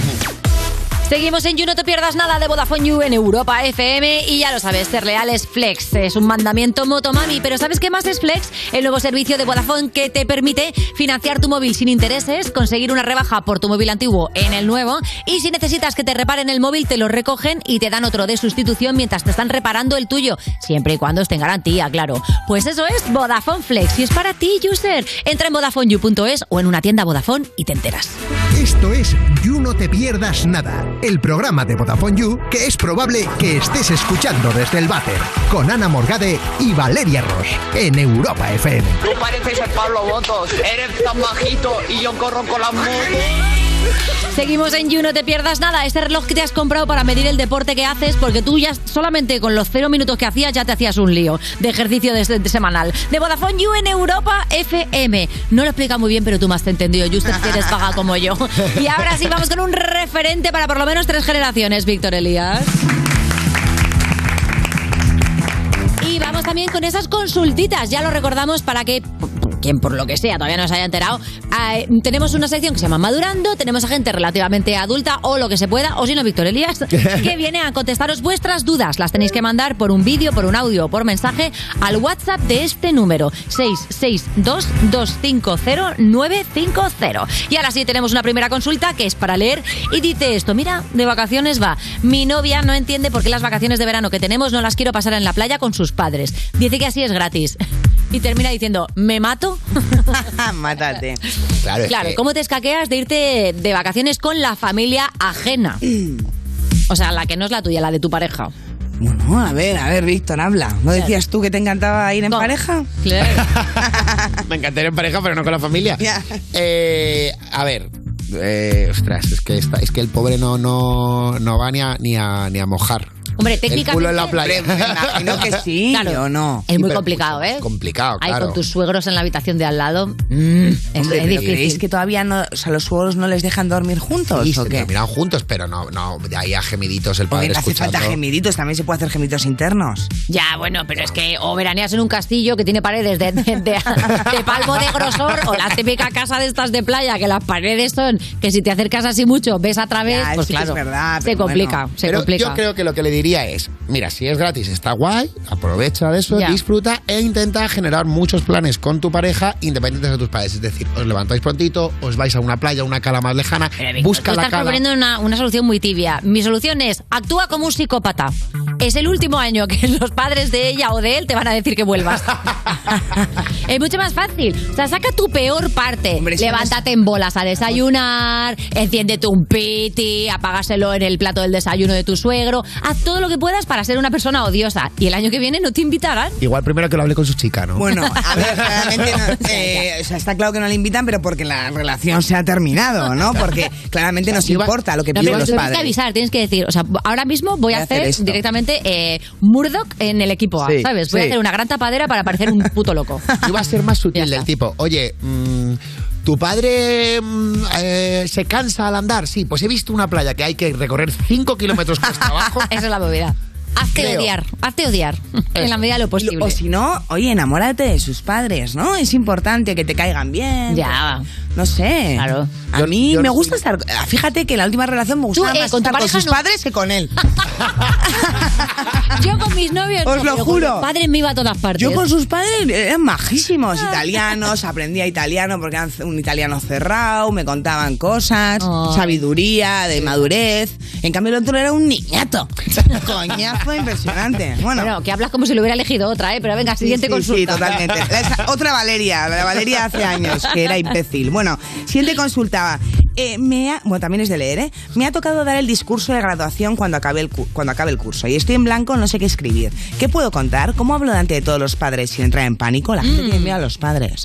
[SPEAKER 3] Seguimos en You, no te pierdas nada de Vodafone You en Europa FM y ya lo sabes, ser leal es flex, es un mandamiento motomami, pero ¿sabes qué más es flex? El nuevo servicio de Vodafone que te permite financiar tu móvil sin intereses, conseguir una rebaja por tu móvil antiguo en el nuevo y si necesitas que te reparen el móvil te lo recogen y te dan otro de sustitución mientras te están reparando el tuyo, siempre y cuando esté en garantía, claro. Pues eso es Vodafone Flex y es para ti, user. Entra en vodafoneyou.es o en una tienda Vodafone y te enteras.
[SPEAKER 4] Esto es You No Te Pierdas Nada, el programa de Vodafone You que es probable que estés escuchando desde el váter, con Ana Morgade y Valeria Ross, en Europa FM.
[SPEAKER 29] Tú pareces el Pablo Botos, eres tan bajito y yo corro con las motos.
[SPEAKER 3] Seguimos en You, no te pierdas nada. Este reloj que te has comprado para medir el deporte que haces, porque tú ya solamente con los cero minutos que hacías ya te hacías un lío de ejercicio de, de semanal. De Vodafone You en Europa FM. No lo explica muy bien, pero tú me has entendido. Justo que eres vaga como yo. Y ahora sí, vamos con un referente para por lo menos tres generaciones, Víctor Elías. Y vamos también con esas consultitas. Ya lo recordamos para que quien por lo que sea todavía no se haya enterado. eh, tenemos una sección que se llama Madurando, tenemos a gente relativamente adulta o lo que se pueda, o si no, Víctor Elías, que viene a contestaros vuestras dudas. Las tenéis que mandar por un vídeo, por un audio o por mensaje al WhatsApp de este número, 662-250-950. Y ahora sí tenemos una primera consulta que es para leer y dice esto, mira, de vacaciones va, mi novia no entiende por qué las vacaciones de verano que tenemos no las quiero pasar en la playa con sus padres. Dice que así es gratis. [LAUGHS] y termina diciendo, ¿me mato?
[SPEAKER 2] [LAUGHS] Mátate.
[SPEAKER 26] Claro,
[SPEAKER 3] [LAUGHS] Claro, ¿cómo te escaqueas de irte de vacaciones con la familia ajena? O sea, la que no es la tuya, la de tu pareja.
[SPEAKER 2] Bueno, a ver, a ver, Víctor, habla. ¿No decías tú que te encantaba ir en pareja?
[SPEAKER 26] [LAUGHS] Me encantaría en pareja, pero no con la familia. Eh, a ver. eh, ostras, es que, esta- es que el pobre no, no, no va ni a, ni a, ni a mojar.
[SPEAKER 3] Hombre,
[SPEAKER 26] El
[SPEAKER 3] técnicamente...
[SPEAKER 26] culo en la playa.
[SPEAKER 2] imagino que
[SPEAKER 26] [LAUGHS]
[SPEAKER 2] sí,
[SPEAKER 3] Claro.
[SPEAKER 2] ¿o no?
[SPEAKER 3] Es muy complicado, ¿eh?
[SPEAKER 26] Complicado,
[SPEAKER 3] Ahí
[SPEAKER 26] claro.
[SPEAKER 3] con tus suegros en la habitación de al lado.
[SPEAKER 26] Mm,
[SPEAKER 3] es,
[SPEAKER 2] mm, Hombre,
[SPEAKER 3] es
[SPEAKER 2] ¿pero creéis
[SPEAKER 3] difícil.
[SPEAKER 2] que todavía no, o sea, los suegros no les dejan dormir juntos
[SPEAKER 26] Y
[SPEAKER 2] o
[SPEAKER 26] se
[SPEAKER 2] qué?
[SPEAKER 26] terminan juntos, pero no, no, de ahí a gemiditos el padre
[SPEAKER 2] Porque no hace
[SPEAKER 26] escuchando.
[SPEAKER 2] falta gemiditos, también se puede hacer gemiditos internos.
[SPEAKER 3] Ya, bueno, pero es que o veraneas en un castillo que tiene paredes de, de- de- de palmo de grosor o la típica casa de estas de playa que las paredes son que si te acercas así mucho ves a través,
[SPEAKER 26] Ya,
[SPEAKER 3] pues
[SPEAKER 26] eso sí
[SPEAKER 3] claro,
[SPEAKER 26] es verdad,
[SPEAKER 3] se
[SPEAKER 26] pero
[SPEAKER 3] complica,
[SPEAKER 26] bueno.
[SPEAKER 3] se
[SPEAKER 26] Pero
[SPEAKER 3] complica.
[SPEAKER 26] Yo creo que lo que le diría es, mira, si es gratis, está guay, aprovecha de eso,
[SPEAKER 3] Ya.
[SPEAKER 26] disfruta e intenta generar muchos planes con tu pareja independientes de tus padres. Es decir, os levantáis prontito, os vais a una playa, una cala más lejana, busca
[SPEAKER 3] Tú
[SPEAKER 26] la
[SPEAKER 3] estás
[SPEAKER 26] cala.
[SPEAKER 3] proponiendo una, una solución muy tibia. Mi solución es, actúa como un psicópata. Es el último año que [LAUGHS] los padres de ella o de él te van a decir que vuelvas. es mucho más fácil. O sea, saca tu peor parte. Levántate en bolas a desayunar, enciéndete un piti, apágaselo en el plato del desayuno de tu suegro. Haz todo lo que puedas para ser una persona odiosa. Y el año que viene no te invitarán.
[SPEAKER 26] Igual primero que lo hable con su chica, ¿no?
[SPEAKER 2] Bueno, a
[SPEAKER 3] [LAUGHS]
[SPEAKER 2] ver, claramente no, eh, o sea, está claro que no le invitan, pero porque la relación se ha terminado, ¿no? Porque claramente nos importa lo que
[SPEAKER 3] No,
[SPEAKER 2] piden
[SPEAKER 3] pero
[SPEAKER 2] los
[SPEAKER 3] tú tienes que
[SPEAKER 2] padres.
[SPEAKER 3] avisar, tienes que decir, o sea, ahora mismo voy a
[SPEAKER 2] hacer
[SPEAKER 3] hacer,
[SPEAKER 2] esto.
[SPEAKER 3] directamente eh, Murdoch en el equipo A,
[SPEAKER 26] Sí,
[SPEAKER 3] ¿sabes? Voy a
[SPEAKER 26] sí.
[SPEAKER 3] hacer una gran tapadera para parecer un puto loco.
[SPEAKER 26] Iba a ser más sutil [LAUGHS] del tipo, oye, mm, tu padre mm, eh, se cansa al andar. Sí, pues he visto una playa que hay que recorrer 5
[SPEAKER 3] [LAUGHS]
[SPEAKER 26] kilómetros cuesta abajo.
[SPEAKER 3] Esa es la movida. Hazte
[SPEAKER 26] Creo.
[SPEAKER 3] odiar, hazte odiar, en la medida de lo posible.
[SPEAKER 2] O si no, oye, enamórate de sus padres, ¿no? Es importante que te caigan bien.
[SPEAKER 3] Ya.
[SPEAKER 2] No sé. Claro. A mí me gusta estar. ah, Fíjate que la última relación me gustaba
[SPEAKER 3] eh,
[SPEAKER 2] más
[SPEAKER 3] con tu
[SPEAKER 2] estar con
[SPEAKER 3] pareja
[SPEAKER 2] sus
[SPEAKER 3] no.
[SPEAKER 2] padres que con él.
[SPEAKER 3] Yo con mis novios,
[SPEAKER 2] Os
[SPEAKER 3] no,
[SPEAKER 2] lo
[SPEAKER 3] pero con
[SPEAKER 2] juro.
[SPEAKER 3] los padres me iba a todas partes. Ah.
[SPEAKER 2] Yo con sus padres eran majísimos, italianos, aprendía italiano porque eran un italiano cerrado, me contaban cosas, sabiduría, de madurez. En cambio el otro era un niñato. [LAUGHS] Coñazo impresionante. Bueno,
[SPEAKER 3] que hablas como si lo hubiera elegido otra, ¿eh? Pero venga, siguiente
[SPEAKER 2] sí,
[SPEAKER 3] consulta.
[SPEAKER 2] Sí, totalmente. La- esa- otra Valeria, la Valeria hace años, que era imbécil. Bueno, siguiente consulta. Eh, me ha- bueno, también es de leer, ¿eh? Me ha tocado dar el discurso de graduación cuando acabe, el cu- cuando acabe el curso y estoy en blanco, no sé qué escribir. ¿Qué puedo contar? ¿Cómo hablo delante de todos los padres sin entrar en pánico? La gente tiene miedo a los padres.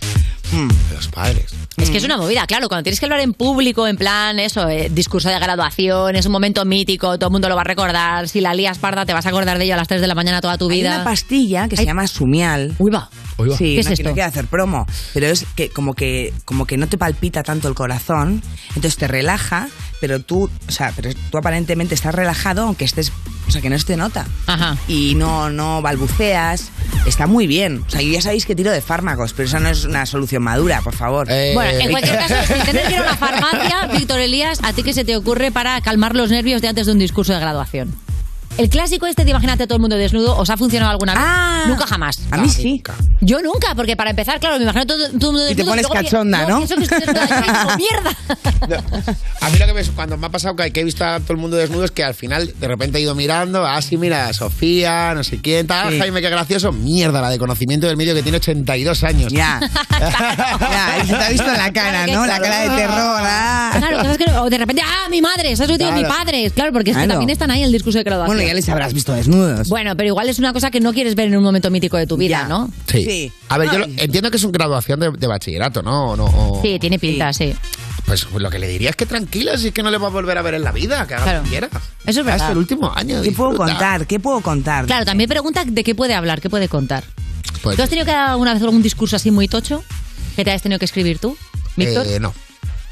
[SPEAKER 2] Mm.
[SPEAKER 26] Los padres.
[SPEAKER 3] [LAUGHS] Mm. Es que es una movida, claro, cuando tienes que hablar en público, en plan, eso, eh, discurso de graduación, es un momento mítico, todo el mundo lo va a recordar, si la lías parda te vas a acordar de ello a las 3 de la mañana toda tu
[SPEAKER 2] Hay
[SPEAKER 3] vida.
[SPEAKER 2] una pastilla que se llama Sumial.
[SPEAKER 3] Uy, va.
[SPEAKER 26] Uy, va.
[SPEAKER 2] Sí,
[SPEAKER 26] ¿Qué
[SPEAKER 2] no,
[SPEAKER 26] es
[SPEAKER 2] que
[SPEAKER 26] esto?
[SPEAKER 2] no quiero hacer promo, pero es que como que como que no te palpita tanto el corazón, entonces te relaja, pero tú, o sea, pero tú aparentemente estás relajado aunque estés, o sea, que no se te nota.
[SPEAKER 3] Ajá.
[SPEAKER 2] Y no no balbuceas, está muy bien. O sea, yo ya sabéis que tiro de fármacos, pero eso no es una solución madura, por favor.
[SPEAKER 26] Eh.
[SPEAKER 3] Bueno, en cualquier
[SPEAKER 2] [LAUGHS]
[SPEAKER 3] caso, si tienes que ir a una farmacia, Víctor Elías, ¿a ti qué se te ocurre para calmar los nervios de antes de un discurso de graduación? El clásico este de imagínate todo el mundo desnudo, ¿os ha funcionado alguna vez?
[SPEAKER 2] Ah.
[SPEAKER 3] Nunca jamás.
[SPEAKER 2] A mí sí.
[SPEAKER 3] Yo nunca, porque para empezar, claro, me imagino todo, todo el mundo
[SPEAKER 2] Y te
[SPEAKER 3] desnudo.
[SPEAKER 2] pones
[SPEAKER 3] luego me-
[SPEAKER 2] cachonda, ¿no?
[SPEAKER 3] pienso que estoy
[SPEAKER 2] [LAUGHS]
[SPEAKER 3] desnuda, yo digo, ¡Mierda!
[SPEAKER 26] A mí lo que me, cuando me ha pasado que, que he visto a todo el mundo desnudo es que al final de repente he ido mirando, ah, sí, mira, Sofía, no sé quién, tal, Jaime, qué gracioso. Mierda, la de conocimiento del medio que tiene 82
[SPEAKER 2] [LAUGHS]
[SPEAKER 26] años.
[SPEAKER 2] Ya. ya, se te ha visto la cara, ¿no? La cara de terror. ah.
[SPEAKER 3] Claro, cosas que no- o de repente, ¡ah, mi madre! ¿Sabes lo que digo?
[SPEAKER 2] Claro.
[SPEAKER 3] Mi padre. Claro, porque es que
[SPEAKER 2] Claro.
[SPEAKER 3] también están ahí en el discurso de graduación.
[SPEAKER 2] Bueno, ya les habrás visto desnudos.
[SPEAKER 3] Bueno, pero igual es una cosa que no quieres ver en un momento mítico de tu vida, ¿no?
[SPEAKER 26] Sí. A ver, yo lo- entiendo que es una graduación de, de bachillerato, ¿no? O no o-
[SPEAKER 3] Sí, tiene pinta, sí.
[SPEAKER 26] Pues lo que le diría es que tranquila, si es que no le va a volver a ver en la vida, que haga lo que quiera.
[SPEAKER 3] Eso es
[SPEAKER 26] Ah,
[SPEAKER 3] verdad.
[SPEAKER 26] el último año.
[SPEAKER 2] ¿Qué puedo
[SPEAKER 26] disfruta.
[SPEAKER 2] contar? ¿Qué puedo contar?
[SPEAKER 3] Claro, también pregunta de qué puede hablar, qué puede contar.
[SPEAKER 26] Pues-
[SPEAKER 3] ¿Tú has tenido que dar alguna vez algún discurso así muy tocho que te hayas tenido que escribir tú, Víctor?
[SPEAKER 26] Eh, no.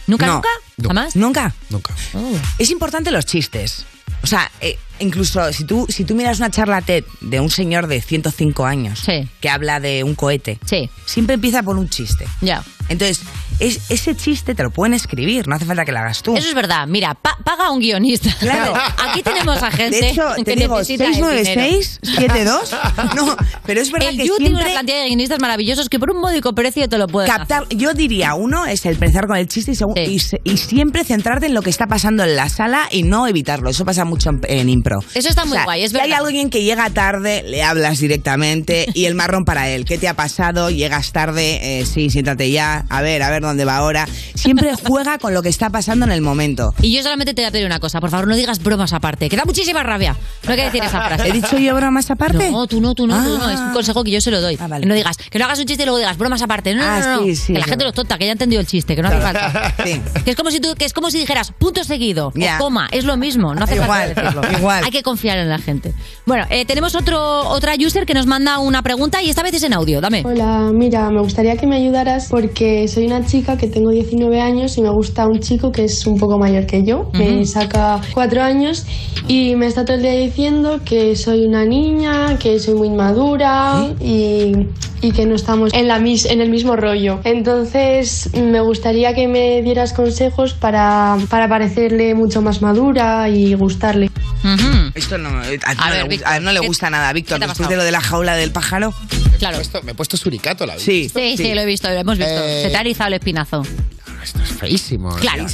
[SPEAKER 3] ¿Nunca,
[SPEAKER 2] No.
[SPEAKER 3] nunca? ¿Jamás?
[SPEAKER 2] Nunca.
[SPEAKER 26] Nunca.
[SPEAKER 2] Oh. Es importante los chistes. O sea, eh, incluso si tú, si tú miras una charla TED de un señor de 105 años que habla de un cohete,
[SPEAKER 3] sí.
[SPEAKER 2] siempre empieza por un chiste.
[SPEAKER 3] Ya.
[SPEAKER 2] Entonces, es, ese chiste te lo pueden escribir, no hace falta que lo hagas tú.
[SPEAKER 3] Eso es verdad. Mira, pa- paga a un guionista.
[SPEAKER 2] Claro.
[SPEAKER 3] [LAUGHS] Aquí tenemos a gente
[SPEAKER 2] De hecho,
[SPEAKER 3] que
[SPEAKER 2] te digo,
[SPEAKER 3] necesita el
[SPEAKER 2] 696
[SPEAKER 3] dinero.
[SPEAKER 2] 72. No, pero es verdad
[SPEAKER 3] el
[SPEAKER 2] que
[SPEAKER 3] You tiene
[SPEAKER 2] siempre-
[SPEAKER 3] una cantidad de guionistas maravillosos que por un módico precio te lo pueden
[SPEAKER 2] captar. Yo diría, uno es el pensar con el chiste y, segun- y se- y siempre centrarte en lo que está pasando en la sala y no evitarlo. Eso pasa mucho en, en impro.
[SPEAKER 3] Eso está muy
[SPEAKER 2] O sea,
[SPEAKER 3] guay, es
[SPEAKER 2] si hay
[SPEAKER 3] verdad.
[SPEAKER 2] alguien que llega tarde, le hablas directamente y el marrón para él. ¿Qué te ha pasado? Llegas tarde, eh, sí, siéntate ya. A ver, a ver dónde va ahora.
[SPEAKER 3] [LAUGHS]
[SPEAKER 2] Siempre juega con lo que está pasando en el momento.
[SPEAKER 3] Y yo solamente te voy a pedir una cosa, por favor, no digas bromas aparte, que da muchísima rabia. No hay que decir esa frase.
[SPEAKER 2] ¿He dicho yo bromas aparte?
[SPEAKER 3] No, tú no, tú no, tú no.
[SPEAKER 2] Ah.
[SPEAKER 3] Es un consejo que yo se lo doy. No digas, que no hagas un chiste y luego digas bromas aparte. No, no,
[SPEAKER 2] Ah,
[SPEAKER 3] no, no.
[SPEAKER 2] sí, sí,
[SPEAKER 3] que la
[SPEAKER 2] es
[SPEAKER 3] gente lo tonta, que ya ha entendido el chiste, que no hace
[SPEAKER 2] Claro.
[SPEAKER 28] [LAUGHS]
[SPEAKER 3] falta. Que es como si tú, que es como si dijeras punto seguido
[SPEAKER 2] Ya.
[SPEAKER 3] o coma, es lo mismo, no hace
[SPEAKER 2] Igual,
[SPEAKER 3] falta decirlo.
[SPEAKER 2] [LAUGHS] igual.
[SPEAKER 3] Hay que confiar en la gente. Bueno, eh, tenemos otro otra user que nos manda una pregunta y esta vez es en audio, dame.
[SPEAKER 39] Hola, mira, me gustaría que me ayudaras porque soy una chica que tengo 19 años y me gusta un chico que es un poco mayor que yo, me
[SPEAKER 40] Ujú.
[SPEAKER 39] saca 4 años y me está todo el día diciendo que soy una niña, que soy muy inmadura y, y que no estamos en, la mis- en el mismo rollo. Entonces, me gustaría que me dieras consejos para, para parecerle mucho más madura y gustarle.
[SPEAKER 2] Esto no, eh, a, ti no
[SPEAKER 39] ver,
[SPEAKER 2] le, gu-
[SPEAKER 39] Víctor,
[SPEAKER 2] a él no le
[SPEAKER 39] ¿qué-
[SPEAKER 2] gusta nada, Víctor.
[SPEAKER 39] qué te ha
[SPEAKER 2] Después de
[SPEAKER 39] pasado?
[SPEAKER 2] lo de la jaula del pájaro.
[SPEAKER 3] Claro.
[SPEAKER 26] Me he puesto suricato, la vida.
[SPEAKER 2] Sí.
[SPEAKER 3] Sí, sí, lo he visto, lo hemos visto.
[SPEAKER 26] Eh,
[SPEAKER 3] Se te ha erizado el espinazo.
[SPEAKER 26] Es feísimo.
[SPEAKER 3] Claro.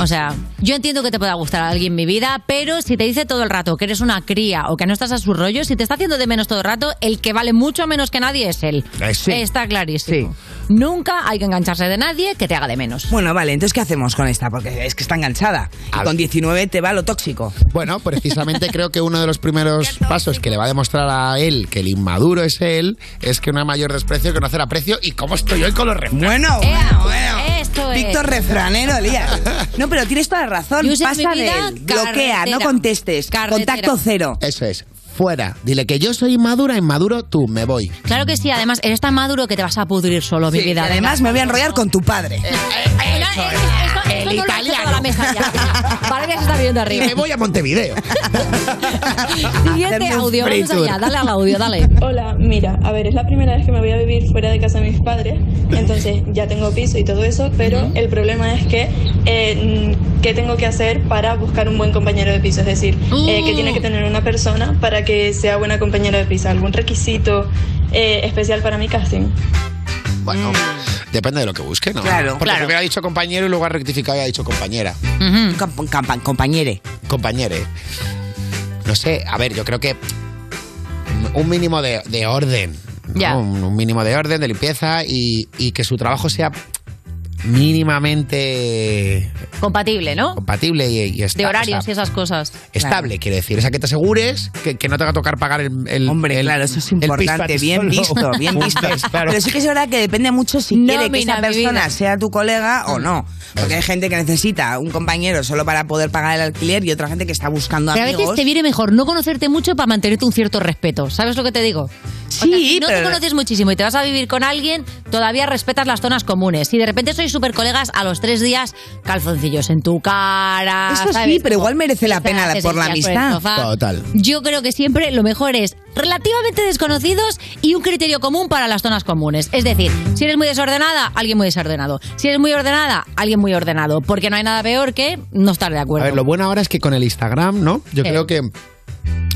[SPEAKER 3] O sea, yo entiendo que te pueda gustar a alguien mi vida, pero si te dice todo el rato que eres una cría o que no estás a su rollo, si te está haciendo de menos todo el rato, el que vale mucho menos que nadie es él.
[SPEAKER 2] Eh, sí.
[SPEAKER 3] Está clarísimo. Nunca hay que engancharse de nadie que te haga de menos.
[SPEAKER 2] Bueno, vale, entonces ¿qué hacemos con esta? Porque es que está enganchada. Y con 19 te va lo tóxico.
[SPEAKER 26] Bueno, precisamente creo que uno de los primeros pasos que le va a demostrar a él que el inmaduro es él es que no hay mayor desprecio que conocer aprecio y cómo estoy hoy con los refranes.
[SPEAKER 2] Bueno,
[SPEAKER 26] bueno,
[SPEAKER 3] Esto es.
[SPEAKER 2] Víctor Refranero, [LAUGHS]
[SPEAKER 3] [LAUGHS]
[SPEAKER 2] Elías. No, pero tienes toda la razón.
[SPEAKER 3] Yo sé
[SPEAKER 2] Pasa
[SPEAKER 3] mi
[SPEAKER 2] de
[SPEAKER 3] vida,
[SPEAKER 2] él. Bloquea, no
[SPEAKER 3] carretera.
[SPEAKER 2] contestes. Contacto cero.
[SPEAKER 26] Eso es. Fuera. Dile que yo soy inmadura, inmaduro, tú, me voy.
[SPEAKER 3] Claro que sí, además, eres tan maduro que te vas a pudrir solo, mi vida. Eh,
[SPEAKER 2] Además, me voy a enrollar con tu padre.
[SPEAKER 26] eh,
[SPEAKER 3] el italiano. La mesa
[SPEAKER 26] [LAUGHS]
[SPEAKER 3] ya. Vale, que se está viendo arriba.
[SPEAKER 26] Me voy a Montevideo.
[SPEAKER 3] Siguiente audio, vamos allá, dale al audio, dale.
[SPEAKER 40] [LAUGHS] Hola, mira, a ver, es la primera vez que me voy a vivir fuera de casa de mis padres, entonces ya tengo piso y todo eso, pero el problema es que, eh, mm, ¿qué tengo que hacer para buscar un buen compañero de piso? Es decir, eh,
[SPEAKER 3] Uh.
[SPEAKER 40] ¿qué tiene que tener una persona para que sea buena compañera de piso? ¿Algún requisito eh, especial para mi casting?
[SPEAKER 26] Bueno, depende de lo que busque, ¿no?
[SPEAKER 2] Mm. Claro,
[SPEAKER 26] Porque
[SPEAKER 2] claro.
[SPEAKER 26] primero ha dicho compañero y luego ha rectificado y ha dicho compañera.
[SPEAKER 2] Camp- camp- compañere.
[SPEAKER 26] Compañere. No sé, a ver, yo creo que un mínimo de, de orden. ¿no?
[SPEAKER 2] Ya.
[SPEAKER 26] Un, un mínimo de orden, de limpieza y, y que su trabajo sea mínimamente
[SPEAKER 3] [LAUGHS] Compatible, ¿no?
[SPEAKER 26] compatible y, y esta-
[SPEAKER 3] De
[SPEAKER 26] o
[SPEAKER 3] horarios y
[SPEAKER 26] sea,
[SPEAKER 3] esas cosas.
[SPEAKER 26] Estable, quiere decir. O sea, que te asegures que, que no te va a tocar pagar el. el Hombre, claro, eso es
[SPEAKER 2] Importante, bien visto,
[SPEAKER 26] [LAUGHS]
[SPEAKER 2] bien visto.
[SPEAKER 26] claro.
[SPEAKER 2] Pero sí que es verdad que depende mucho si quiere que
[SPEAKER 3] Nómina,
[SPEAKER 2] esa
[SPEAKER 3] mi
[SPEAKER 2] persona
[SPEAKER 3] vida.
[SPEAKER 2] sea tu colega
[SPEAKER 26] Mm.
[SPEAKER 2] o no. Porque hay gente que necesita un compañero solo para poder pagar el alquiler y otra gente que está buscando
[SPEAKER 3] Pero a
[SPEAKER 2] amigos.
[SPEAKER 3] veces te viene mejor no conocerte mucho para mantenerte un cierto respeto. ¿Sabes lo que te digo? Sí, si no te
[SPEAKER 2] pero-
[SPEAKER 3] conoces muchísimo y te vas a vivir con alguien, todavía respetas las zonas comunes. Si de repente sois súper colegas, a los tres días, calzoncillos en tu cara.
[SPEAKER 2] Eso sí,
[SPEAKER 3] ¿sabes?
[SPEAKER 2] pero
[SPEAKER 3] Como
[SPEAKER 2] igual merece la pena la-
[SPEAKER 3] haces
[SPEAKER 2] por la
[SPEAKER 3] sillas el
[SPEAKER 2] amistad.
[SPEAKER 3] sofá.
[SPEAKER 26] Total.
[SPEAKER 3] Yo creo que siempre lo mejor es relativamente desconocidos y un criterio común para las zonas comunes. Es decir, si eres muy desordenada, alguien muy desordenado. Si eres muy ordenada, alguien muy ordenado. Porque no hay nada peor que no estar de acuerdo.
[SPEAKER 26] A ver, lo bueno ahora es que con el Instagram, ¿no? Yo
[SPEAKER 3] Sí.
[SPEAKER 26] creo que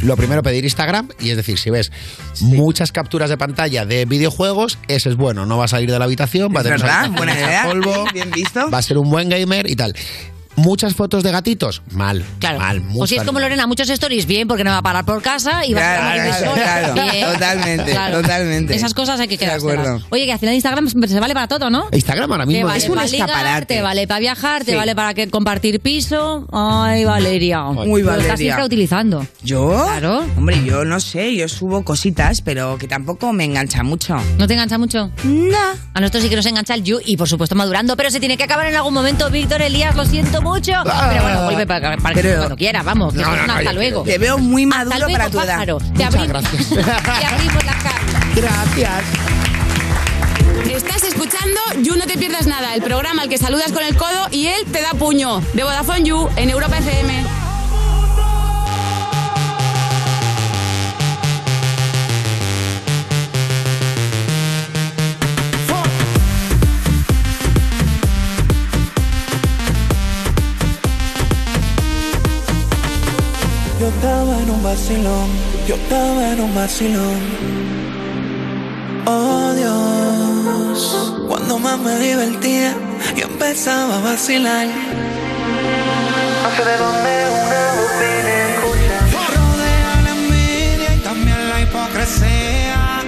[SPEAKER 26] lo primero pedir Instagram y es decir, si ves muchas capturas de pantalla de videojuegos, ese es bueno, no va a salir de la habitación, va a
[SPEAKER 2] Es
[SPEAKER 26] tener su
[SPEAKER 2] verdad,
[SPEAKER 26] habitación
[SPEAKER 2] buena
[SPEAKER 26] hecha
[SPEAKER 2] idea.
[SPEAKER 26] polvo,
[SPEAKER 2] [LAUGHS] Bien visto.
[SPEAKER 26] va a ser un buen gamer y tal. Muchas fotos de gatitos, mal, mal,
[SPEAKER 2] Pues
[SPEAKER 26] mucho
[SPEAKER 3] O si Pues es como
[SPEAKER 26] animal.
[SPEAKER 3] Lorena, muchos stories, bien, porque no va a parar por casa y va
[SPEAKER 26] Claro,
[SPEAKER 3] a estar
[SPEAKER 26] claro,
[SPEAKER 3] sola.
[SPEAKER 26] claro,
[SPEAKER 3] Bien.
[SPEAKER 26] totalmente,
[SPEAKER 2] totalmente.
[SPEAKER 3] Esas cosas hay que quedarse.
[SPEAKER 2] acuerdo.
[SPEAKER 3] Oye, que al final Instagram se vale para todo, ¿no?
[SPEAKER 26] Instagram ahora mismo
[SPEAKER 3] vale
[SPEAKER 26] es un
[SPEAKER 3] para ligar,
[SPEAKER 26] escaparate.
[SPEAKER 3] Te vale para viajar, te
[SPEAKER 26] Sí.
[SPEAKER 3] vale para que compartir piso. Ay, Valeria.
[SPEAKER 2] Muy
[SPEAKER 3] Lo
[SPEAKER 2] Valeria.
[SPEAKER 3] estás siempre utilizando.
[SPEAKER 2] ¿Yo? Claro. Hombre, yo no sé, yo subo cositas, pero que tampoco me engancha mucho.
[SPEAKER 3] ¿No te engancha mucho?
[SPEAKER 2] No.
[SPEAKER 3] A nosotros sí que nos engancha el You y por supuesto madurando, pero se tiene que acabar en algún momento, Víctor Elías, lo siento mucho.
[SPEAKER 26] Ah.
[SPEAKER 3] Pero bueno, vuelve para, para que cuando quiera, vamos. que
[SPEAKER 2] No,
[SPEAKER 3] esto es
[SPEAKER 2] no,
[SPEAKER 3] un
[SPEAKER 2] no,
[SPEAKER 3] hasta
[SPEAKER 2] yo
[SPEAKER 3] luego.
[SPEAKER 2] quiero- Te veo muy maduro
[SPEAKER 3] Hasta luego,
[SPEAKER 2] para tu edad.
[SPEAKER 3] pájaro. Te abrimos- [LAUGHS] te abrimos la cara.
[SPEAKER 26] Gracias.
[SPEAKER 9] Estás escuchando You No Te Pierdas Nada, el programa al que saludas con el codo y él te da puño. De Vodafone You en Europa FM.
[SPEAKER 24] vacilón, yo estaba en un vacilón. Oh Dios, cuando más me divertía, yo empezaba a vacilar. No sé de dónde una voz viene, escucha. Rodea la envidia y también la hipocresía.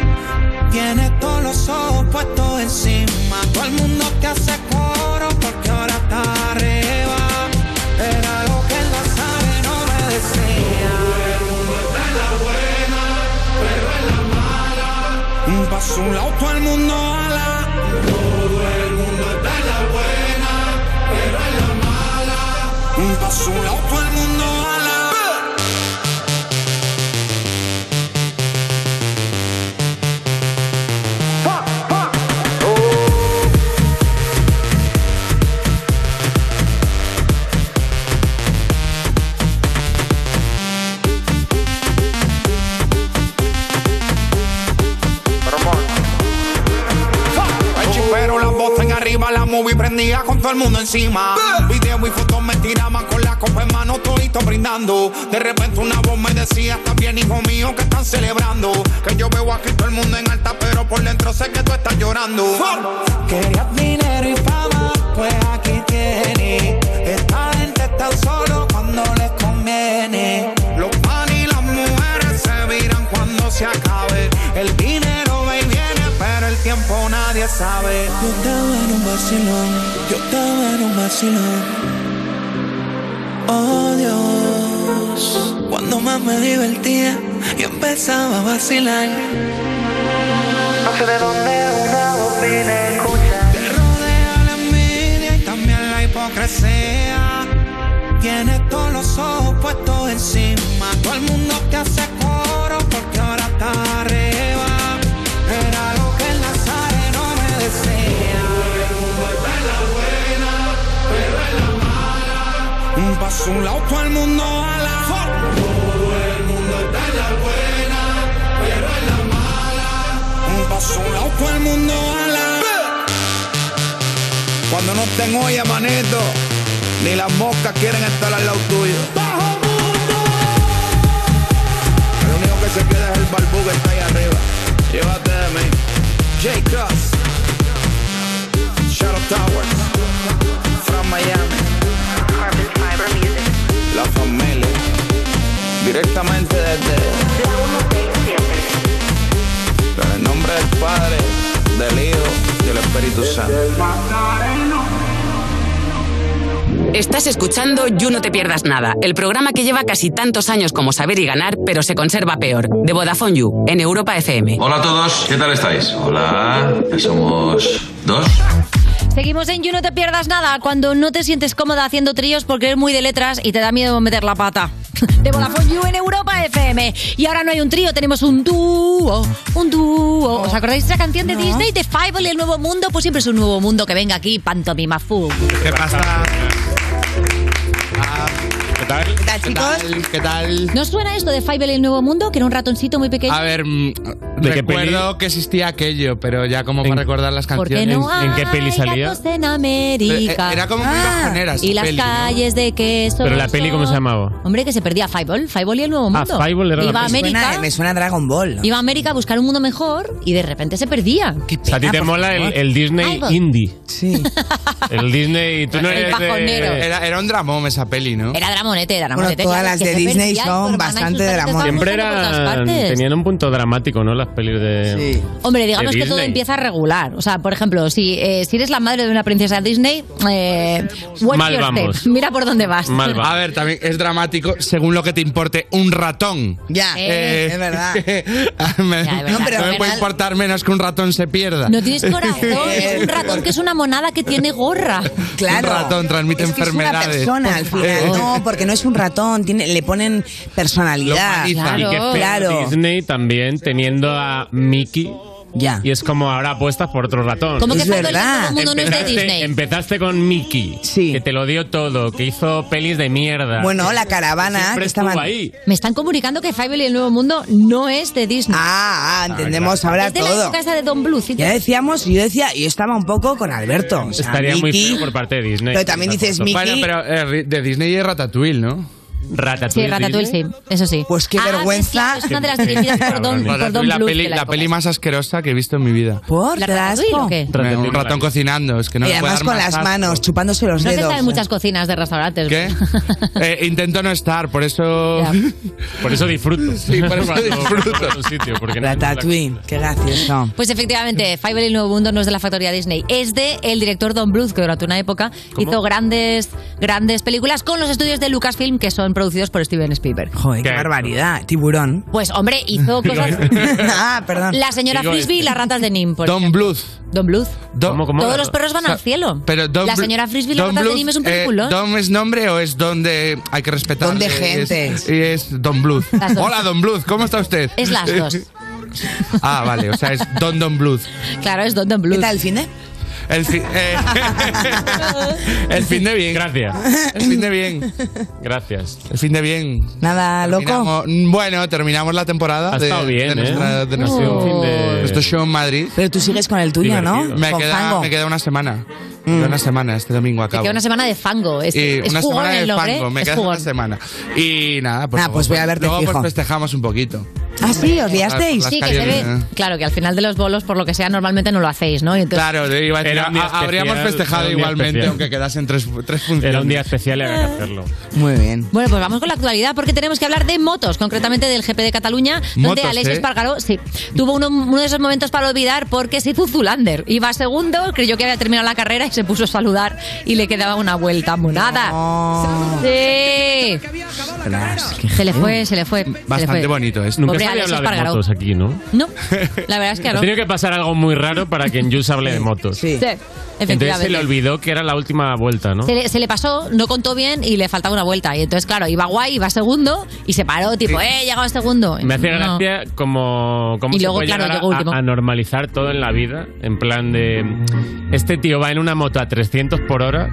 [SPEAKER 24] Tienes todos los ojos puestos encima. Todo el mundo te hace coro porque ahora está arriba. Era lo que él no sabe, no me decía. Pa' su lado todo el mundo ala. Todo el mundo está en la buena, pero en la mala. Pa' su lado todo el mundo ala.
[SPEAKER 41] El chipero, las botas en arriba, la movie prendía con todo el mundo encima. Video y fotos me tiraban con la copa en mano, todito brindando. De repente una voz me decía, está bien hijo mío, que están celebrando. Que yo veo aquí todo el mundo en alta, pero por dentro sé que tú estás llorando.
[SPEAKER 24] Querías dinero y fama, pues aquí tienes. Esta gente está solo cuando les conviene. Los pan y las mujeres se viran cuando se acabe. El dinero va y viene, pero el tiempo nadie sabe. Yo estaba en un vacilón, yo estaba en un vacilón. Oh Dios, cuando más me divertía, yo empezaba a vacilar. No sé de dónde una voz viene, escucha. Te rodea la envidia y también la hipocresía. Tienes todos los ojos puestos encima. Todo el mundo te hace coro porque ahora está arriba. Era lo que el Nazareno me decía. Todo el mundo está en la buena, pero en la mala. Pa' su lado todo el mundo ala. Todo el mundo está en la buena, pero en la mala. Pa' su lado todo el mundo ala.
[SPEAKER 41] Cuando no te olla, manito, ni las moscas quieren estar al lado tuyo. ¡Bajo mundo! El único que se queda es el barbú que está ahí arriba. Llévate de mí. J. Cross. Shadow Towers. From Miami. Carbon Fiber Music. La familia. Directamente desde... En el nombre del Padre, del Hijo y del Espíritu Santo.
[SPEAKER 9] Estás escuchando You No Te Pierdas Nada, el programa que lleva casi tantos años como saber y ganar, pero se conserva peor, de Vodafone You, en Europa FM.
[SPEAKER 33] Hola a todos, ¿qué tal estáis? Hola, somos dos.
[SPEAKER 3] Seguimos en You, no te pierdas nada cuando no te sientes cómoda haciendo tríos porque eres muy de letras y te da miedo meter la pata. [LAUGHS] De Vodafone You en Europa FM. Y ahora no hay un trío, tenemos un dúo. Un dúo. ¿Os acordáis de esa canción de Disney, de Five y el Nuevo Mundo? Pues siempre es un nuevo mundo que venga aquí, Pantomima Full.
[SPEAKER 30] ¿Qué pasa?
[SPEAKER 36] ¿Qué tal? ¿Qué tal,
[SPEAKER 30] chicos? ¿Qué tal?
[SPEAKER 3] ¿No os suena esto de Five y el Nuevo Mundo? Que era un ratoncito muy pequeño.
[SPEAKER 36] A ver, mm, recuerdo que existía aquello, pero ya como para recordar las
[SPEAKER 3] ¿Por qué
[SPEAKER 36] canciones.
[SPEAKER 3] no hay gatos en América?
[SPEAKER 36] Eh, era como muy bajonera esa
[SPEAKER 3] Y las
[SPEAKER 36] peli, ¿no?
[SPEAKER 3] calles de queso.
[SPEAKER 36] llamaba?
[SPEAKER 3] Hombre, que se perdía Fireball, Fireball y el
[SPEAKER 36] Ah,
[SPEAKER 3] Nuevo Mundo. Iba a América,
[SPEAKER 2] Me suena a Dragon Ball.
[SPEAKER 3] iba a América a buscar un mundo mejor y de repente se perdía.
[SPEAKER 36] O sea, a ti te mola el, el Disney
[SPEAKER 3] Ah, Algo.
[SPEAKER 36] indie. Sí. El Disney. Tú no
[SPEAKER 3] El
[SPEAKER 36] eres de-
[SPEAKER 3] bajonero.
[SPEAKER 36] Era, era un dramón esa peli, ¿no?
[SPEAKER 3] [LAUGHS] Era Dramonete, era Dramonete.
[SPEAKER 2] Bueno, todas
[SPEAKER 3] claro,
[SPEAKER 2] las
[SPEAKER 3] que
[SPEAKER 2] de
[SPEAKER 3] se
[SPEAKER 2] Disney
[SPEAKER 3] perdía y tu
[SPEAKER 2] son
[SPEAKER 3] hermana
[SPEAKER 2] bastante
[SPEAKER 3] insultando
[SPEAKER 2] dramáticas.
[SPEAKER 3] a todas
[SPEAKER 36] Siempre
[SPEAKER 3] partes.
[SPEAKER 36] eran, tenían un punto dramático, ¿no? Las pelis de.
[SPEAKER 3] Hombre,
[SPEAKER 36] de
[SPEAKER 3] digamos que todo
[SPEAKER 36] Disney.
[SPEAKER 3] empieza a regular. O sea, por ejemplo, si, eh, si eres la madre de una princesa de Disney, eh, watch
[SPEAKER 36] Mal
[SPEAKER 3] your
[SPEAKER 36] vamos.
[SPEAKER 3] step. Mira por dónde vas.
[SPEAKER 36] A ver, también es dramático según lo que te importe un ratón.
[SPEAKER 2] Ya,
[SPEAKER 36] Eh,
[SPEAKER 2] es
[SPEAKER 36] [LAUGHS]
[SPEAKER 2] verdad.
[SPEAKER 36] me,
[SPEAKER 3] verdad.
[SPEAKER 36] no,
[SPEAKER 3] pero
[SPEAKER 36] me
[SPEAKER 3] al
[SPEAKER 36] puede
[SPEAKER 3] final-
[SPEAKER 36] importar menos que un ratón se pierda.
[SPEAKER 3] No tienes corazón,
[SPEAKER 2] [LAUGHS]
[SPEAKER 36] [LAUGHS]
[SPEAKER 3] es un ratón que es una monada que tiene gorra.
[SPEAKER 36] Un ratón transmite
[SPEAKER 2] Es que
[SPEAKER 36] enfermedades.
[SPEAKER 2] Es una persona al final. No, porque no es un ratón, tiene, le ponen personalidad.
[SPEAKER 36] Y qué feo
[SPEAKER 2] claro.
[SPEAKER 36] Disney también teniendo a Mickey.
[SPEAKER 2] Ya.
[SPEAKER 36] Y es como ahora apuestas por otro ratón.
[SPEAKER 3] ¿Cómo que Es Paco el verdad. Ratón del Mundo no es de
[SPEAKER 36] Empezaste-
[SPEAKER 3] Disney?
[SPEAKER 36] Empezaste con Mickey, que te lo dio todo, que hizo pelis de mierda.
[SPEAKER 2] Bueno, la caravana
[SPEAKER 36] Siempre
[SPEAKER 2] que estaban.
[SPEAKER 36] estuvo ahí.
[SPEAKER 3] Me están comunicando que Fable y el Nuevo Mundo no es de Disney.
[SPEAKER 2] Ah, entendemos ahora
[SPEAKER 3] es de la
[SPEAKER 2] todo.
[SPEAKER 3] época esa de Don Bluth. y
[SPEAKER 2] Ya decíamos, yo decía, yo estaba un poco con Alberto. o sea,
[SPEAKER 36] Estaría muy
[SPEAKER 2] Mickey-
[SPEAKER 36] feo por parte de Disney.
[SPEAKER 2] Pero también dices Mickey-
[SPEAKER 36] Bueno, pero eh, de Disney es Ratatouille, ¿no?
[SPEAKER 3] Sí,
[SPEAKER 36] Ratatouille.
[SPEAKER 3] Ratatouille sí, eso sí. Pues
[SPEAKER 2] qué vergüenza.
[SPEAKER 3] es una de las dirigidas por Don, por Don
[SPEAKER 30] la,
[SPEAKER 3] Bluth
[SPEAKER 30] peli,
[SPEAKER 3] de la
[SPEAKER 30] la
[SPEAKER 3] época.
[SPEAKER 30] peli más asquerosa que he visto en mi vida.
[SPEAKER 2] ¿Por? ¿Te da
[SPEAKER 3] Ratatouille
[SPEAKER 2] asco?
[SPEAKER 3] o qué?
[SPEAKER 30] Me- Un ratón cocinando, es que no
[SPEAKER 2] y
[SPEAKER 30] le puedo
[SPEAKER 2] además
[SPEAKER 30] dar
[SPEAKER 2] con
[SPEAKER 30] más
[SPEAKER 2] las
[SPEAKER 30] asco.
[SPEAKER 2] manos, chupándose los
[SPEAKER 3] No se
[SPEAKER 2] dedos.
[SPEAKER 3] sabe en muchas cocinas de restaurantes.
[SPEAKER 30] ¿Qué? Eh, intento no estar, por eso. [LAUGHS]
[SPEAKER 36] Por eso disfruto.
[SPEAKER 30] Sí, por eso disfruto.
[SPEAKER 2] Ratatouille, qué gracioso.
[SPEAKER 3] [LAUGHS] Pues efectivamente, Fiber y el Nuevo Mundo no es de la factoría Disney, es de el director Don Bluth, que durante una época
[SPEAKER 36] ¿Cómo?
[SPEAKER 3] hizo grandes, grandes películas con los estudios de Lucasfilm, que son producidos por Steven Spielberg.
[SPEAKER 2] Joder, qué barbaridad. Tiburón.
[SPEAKER 3] Pues hombre, [LAUGHS] hizo cosas...
[SPEAKER 2] ah, perdón.
[SPEAKER 3] eh. La señora
[SPEAKER 2] Digo
[SPEAKER 3] Frisbee y
[SPEAKER 2] este.
[SPEAKER 3] las ratas de Nim, por
[SPEAKER 30] Don
[SPEAKER 3] ejemplo.
[SPEAKER 30] Bluth.
[SPEAKER 3] eh. Don Bluth.
[SPEAKER 30] cómo?
[SPEAKER 3] Todos los perros van
[SPEAKER 30] O sea,
[SPEAKER 3] al cielo.
[SPEAKER 30] Pero Don
[SPEAKER 3] la
[SPEAKER 30] Bluth-
[SPEAKER 3] señora Frisbee y las
[SPEAKER 30] Don
[SPEAKER 3] ratas de
[SPEAKER 30] Bluth,
[SPEAKER 3] Nim es un
[SPEAKER 30] eh,
[SPEAKER 3] peliculón.
[SPEAKER 30] ¿Dom es nombre o es donde hay que respetar?
[SPEAKER 3] Don de
[SPEAKER 30] Es,
[SPEAKER 3] gentes.
[SPEAKER 30] es Don Bluth.
[SPEAKER 3] Las dos.
[SPEAKER 30] Hola, Don Bluth, ¿cómo está usted?
[SPEAKER 3] Es las dos.
[SPEAKER 30] [LAUGHS] ah, vale, o sea, es Don Don Bluth.
[SPEAKER 3] Claro, es Don Don Bluth. ¿Qué tal [LAUGHS]
[SPEAKER 2] el cine?
[SPEAKER 30] El, [LAUGHS] fi- eh, el fin de bien.
[SPEAKER 36] Gracias.
[SPEAKER 30] El fin de bien.
[SPEAKER 36] Gracias.
[SPEAKER 30] El fin de bien.
[SPEAKER 2] Nada,
[SPEAKER 30] loco. Bueno, terminamos la temporada.
[SPEAKER 36] Ha
[SPEAKER 30] de,
[SPEAKER 36] estado bien,
[SPEAKER 30] de nuestra-
[SPEAKER 36] ¿eh?
[SPEAKER 30] de nuestro,
[SPEAKER 36] Ha sido un fin de-
[SPEAKER 30] nuestro show en Madrid.
[SPEAKER 2] Pero tú sigues con el tuyo, Divertido. ¿no?
[SPEAKER 30] Me
[SPEAKER 2] Con
[SPEAKER 30] queda,
[SPEAKER 2] Fango.
[SPEAKER 30] me queda una semana. Me queda Una semana, este domingo
[SPEAKER 3] Mm. Te
[SPEAKER 30] acabo.
[SPEAKER 3] queda una semana de fango. Es,
[SPEAKER 30] Y
[SPEAKER 3] es
[SPEAKER 30] una
[SPEAKER 3] jugón
[SPEAKER 30] semana
[SPEAKER 3] el
[SPEAKER 30] de
[SPEAKER 3] nombre.
[SPEAKER 30] fango, me
[SPEAKER 3] es
[SPEAKER 30] queda
[SPEAKER 3] jugón.
[SPEAKER 30] una semana. Y nada, pues,
[SPEAKER 3] Ah, pues voy a verte
[SPEAKER 30] luego
[SPEAKER 3] fijo.
[SPEAKER 30] pues festejamos un poquito.
[SPEAKER 2] Ah, sí, os
[SPEAKER 30] liasteis?
[SPEAKER 3] Sí,
[SPEAKER 30] Las
[SPEAKER 3] que se ve.
[SPEAKER 30] calles, ¿eh?
[SPEAKER 3] Claro, que al final de los bolos, por lo que sea, normalmente no lo hacéis, ¿no? Y entonces-
[SPEAKER 30] Claro, yo iba a decir,
[SPEAKER 36] Era un día
[SPEAKER 30] a-
[SPEAKER 36] especial,
[SPEAKER 30] habríamos
[SPEAKER 36] era
[SPEAKER 30] festejado
[SPEAKER 36] un día
[SPEAKER 30] igualmente,
[SPEAKER 36] especial.
[SPEAKER 30] aunque quedasen tres, tres funciones.
[SPEAKER 36] Era un día especial, era que hacerlo.
[SPEAKER 2] Muy bien.
[SPEAKER 3] Bueno, pues vamos con la actualidad porque tenemos que hablar de motos, concretamente del GP de Cataluña, donde
[SPEAKER 36] Motos,
[SPEAKER 3] Aleix
[SPEAKER 36] ¿eh?
[SPEAKER 3] Espargaró sí, tuvo uno, uno de esos momentos para olvidar porque se hizo Zulander. Iba segundo, creyó que había terminado la carrera y se puso a saludar y le quedaba una vuelta monada. Sí. Se le fue, se le fue. se le
[SPEAKER 36] Bastante
[SPEAKER 3] fue.
[SPEAKER 36] bonito es
[SPEAKER 3] Pobre
[SPEAKER 36] Nunca se había
[SPEAKER 3] Alex
[SPEAKER 36] hablado de
[SPEAKER 3] Espargaró.
[SPEAKER 36] motos ¿eh? aquí, ¿no?
[SPEAKER 3] No, la verdad es que
[SPEAKER 36] Ha
[SPEAKER 3] no.
[SPEAKER 36] tenido que pasar algo muy raro para que en Jules hable de motos.
[SPEAKER 3] Sí,
[SPEAKER 36] Entonces se
[SPEAKER 3] efectivamente.
[SPEAKER 36] le olvidó que era la última vuelta, ¿no?
[SPEAKER 3] Se le, se le pasó, no contó bien y le faltaba una vuelta. Y entonces, claro, iba guay, iba segundo y se paró, tipo,
[SPEAKER 36] Sí.
[SPEAKER 3] eh, he llegado a segundo.
[SPEAKER 36] Me hace
[SPEAKER 3] No.
[SPEAKER 36] gracia como, como
[SPEAKER 3] Y
[SPEAKER 36] se
[SPEAKER 3] luego,
[SPEAKER 36] puede
[SPEAKER 3] claro,
[SPEAKER 36] llegar
[SPEAKER 3] llegó
[SPEAKER 36] a-
[SPEAKER 3] último.
[SPEAKER 36] a, normalizar todo en la vida. En plan de. Este tío va en una moto a 300 por hora.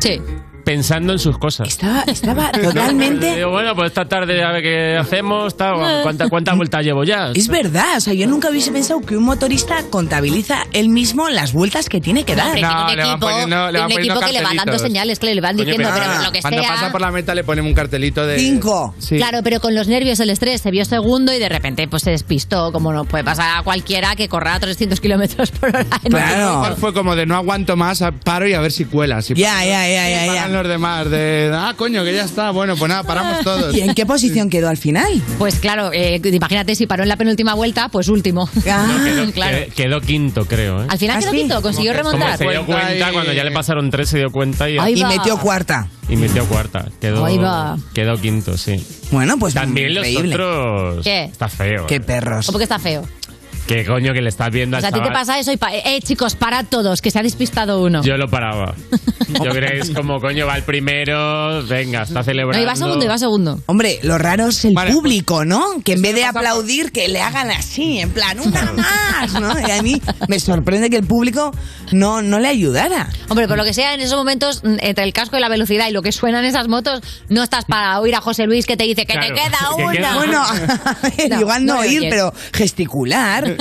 [SPEAKER 36] Pensando en sus cosas.
[SPEAKER 2] Estaba, estaba
[SPEAKER 36] Luego,
[SPEAKER 2] totalmente.
[SPEAKER 36] digo, bueno, pues esta tarde a ver qué hacemos. tal, ¿Cuánta, ¿Cuánta vuelta
[SPEAKER 3] [LAUGHS]
[SPEAKER 36] llevo ya?
[SPEAKER 2] Es verdad, o sea, yo nunca hubiese pensado que un motorista contabiliza él mismo las vueltas que tiene que
[SPEAKER 3] No,
[SPEAKER 2] dar.
[SPEAKER 3] hombre, tiene un
[SPEAKER 30] le van
[SPEAKER 3] equipo,
[SPEAKER 30] poniendo- le
[SPEAKER 3] tiene
[SPEAKER 30] van
[SPEAKER 3] un
[SPEAKER 30] poniendo
[SPEAKER 3] equipo que le va dando
[SPEAKER 30] cartelitos.
[SPEAKER 3] señales, que le van
[SPEAKER 30] Coño,
[SPEAKER 3] diciendo,
[SPEAKER 30] pero
[SPEAKER 3] pero lo que
[SPEAKER 30] Cuando pasa
[SPEAKER 3] sea.
[SPEAKER 30] por la meta le ponen un cartelito de...
[SPEAKER 2] Cinco.
[SPEAKER 30] Sí.
[SPEAKER 3] Claro, pero con los nervios, el estrés, se vio segundo y de repente pues se despistó, como no puede pasar a cualquiera que corra a 300 kilómetros por hora. en un
[SPEAKER 30] A lo
[SPEAKER 3] equipo.
[SPEAKER 30] mejor Fue como de no aguanto más, a- paro y a ver si cuela. Si
[SPEAKER 2] Ya,
[SPEAKER 30] paro-
[SPEAKER 2] ya, ya,
[SPEAKER 30] si
[SPEAKER 2] ya,
[SPEAKER 30] paran los demás, de ah, coño, que ya está. Bueno, pues nada, paramos
[SPEAKER 3] [LAUGHS]
[SPEAKER 30] todos.
[SPEAKER 2] [LAUGHS] ¿Y en qué posición quedó al final?
[SPEAKER 3] Pues claro, eh, imagínate si paró en la penúltima vuelta, pues último. [LAUGHS]
[SPEAKER 36] Quedó,
[SPEAKER 3] claro.
[SPEAKER 36] qued- quedó quinto, creo. ¿eh?
[SPEAKER 3] Al final quedó quinto, consiguió
[SPEAKER 36] Como que
[SPEAKER 3] remontar.
[SPEAKER 36] Se dio cuenta cuando ya le pasaron tres, se dio cuenta y,
[SPEAKER 3] Ahí Y va. metió
[SPEAKER 2] cuarta.
[SPEAKER 36] Y metió cuarta. Quedó,
[SPEAKER 3] Ahí va.
[SPEAKER 36] quedó quinto, sí.
[SPEAKER 2] Bueno, pues
[SPEAKER 36] también los
[SPEAKER 2] increíble.
[SPEAKER 36] otros.
[SPEAKER 3] ¿Qué?
[SPEAKER 36] Está feo.
[SPEAKER 2] Qué
[SPEAKER 36] ¿eh?
[SPEAKER 2] perros.
[SPEAKER 3] ¿Cómo que está feo?
[SPEAKER 36] Qué coño que le estás
[SPEAKER 3] O
[SPEAKER 36] viendo al
[SPEAKER 3] sea, Pues a ti te
[SPEAKER 36] chaval.
[SPEAKER 3] pasa eso y... pa- eh, chicos, para todos, que se ha despistado uno.
[SPEAKER 36] Yo
[SPEAKER 3] [LAUGHS]
[SPEAKER 36] lo paraba. Yo creéis como coño va el primero, venga, está celebrando.
[SPEAKER 3] No, iba segundo, iba segundo.
[SPEAKER 2] Hombre, lo raro es el público, ¿no? Que en vez de aplaudir, que le hagan así, en
[SPEAKER 3] [LAUGHS]
[SPEAKER 2] plan, una más, ¿no? Y a mí me sorprende que el público no, no le ayudara.
[SPEAKER 3] Hombre, por lo que sea, en esos momentos, mm, entre el casco y la velocidad y lo que suenan esas motos, no estás para oír a José Luis que te dice que
[SPEAKER 36] Claro,
[SPEAKER 3] te queda
[SPEAKER 36] [LAUGHS] que
[SPEAKER 3] una.
[SPEAKER 36] queda una.
[SPEAKER 3] [LAUGHS]
[SPEAKER 2] Bueno, [LAUGHS] igual no, oír, pero gesticular.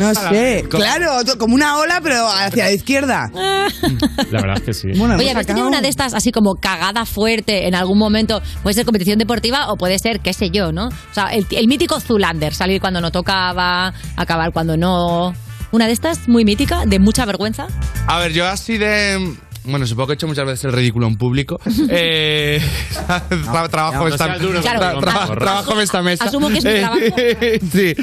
[SPEAKER 2] no sé. Claro, to- como una ola, pero hacia la izquierda.
[SPEAKER 36] La verdad es que sí.
[SPEAKER 3] Oye, ¿habéis tenido una de estas así como cagada fuerte en algún momento? Puede ser competición deportiva o puede ser, qué sé yo, ¿no? O sea, el, el mítico Zulander, salir cuando no tocaba, acabar cuando no. Una de estas muy mítica, de mucha vergüenza.
[SPEAKER 30] A ver, yo así de... Bueno, supongo que he hecho muchas veces el ridículo en
[SPEAKER 2] [LAUGHS]
[SPEAKER 30] público. Eh, tra- [LAUGHS] trabajo
[SPEAKER 36] no
[SPEAKER 30] en esta,
[SPEAKER 36] seas duro
[SPEAKER 30] tra-
[SPEAKER 36] contigo,
[SPEAKER 30] tra-
[SPEAKER 36] Marco.
[SPEAKER 30] trabajo en esta mesa.
[SPEAKER 36] Asumo que es mi
[SPEAKER 30] Eh,
[SPEAKER 36] trabajo.
[SPEAKER 30] [LAUGHS] sí.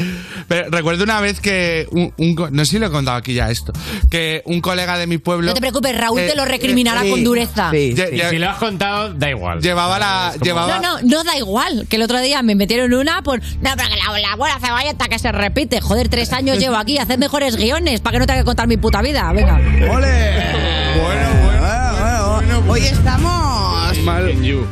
[SPEAKER 30] Pero recuerdo una vez que un, un co- no sé si lo he contado aquí ya esto, que un colega de mi pueblo
[SPEAKER 3] No te preocupes, Raúl
[SPEAKER 30] Eh,
[SPEAKER 3] te lo recriminará
[SPEAKER 30] eh, sí,
[SPEAKER 3] con dureza.
[SPEAKER 30] Lle-
[SPEAKER 36] Y
[SPEAKER 30] lle-
[SPEAKER 36] si lo has contado, da igual.
[SPEAKER 30] Llevaba la-
[SPEAKER 36] Es como-
[SPEAKER 30] llevaba-
[SPEAKER 3] No, no, no da igual. Que el otro día me metieron una por. No, pero que la, la buena cebolleta que se repite. Joder,
[SPEAKER 2] [LAUGHS]
[SPEAKER 3] tres años llevo aquí. Haced mejores guiones para que no tenga que contar mi puta vida. Venga.
[SPEAKER 2] Hoy estamos.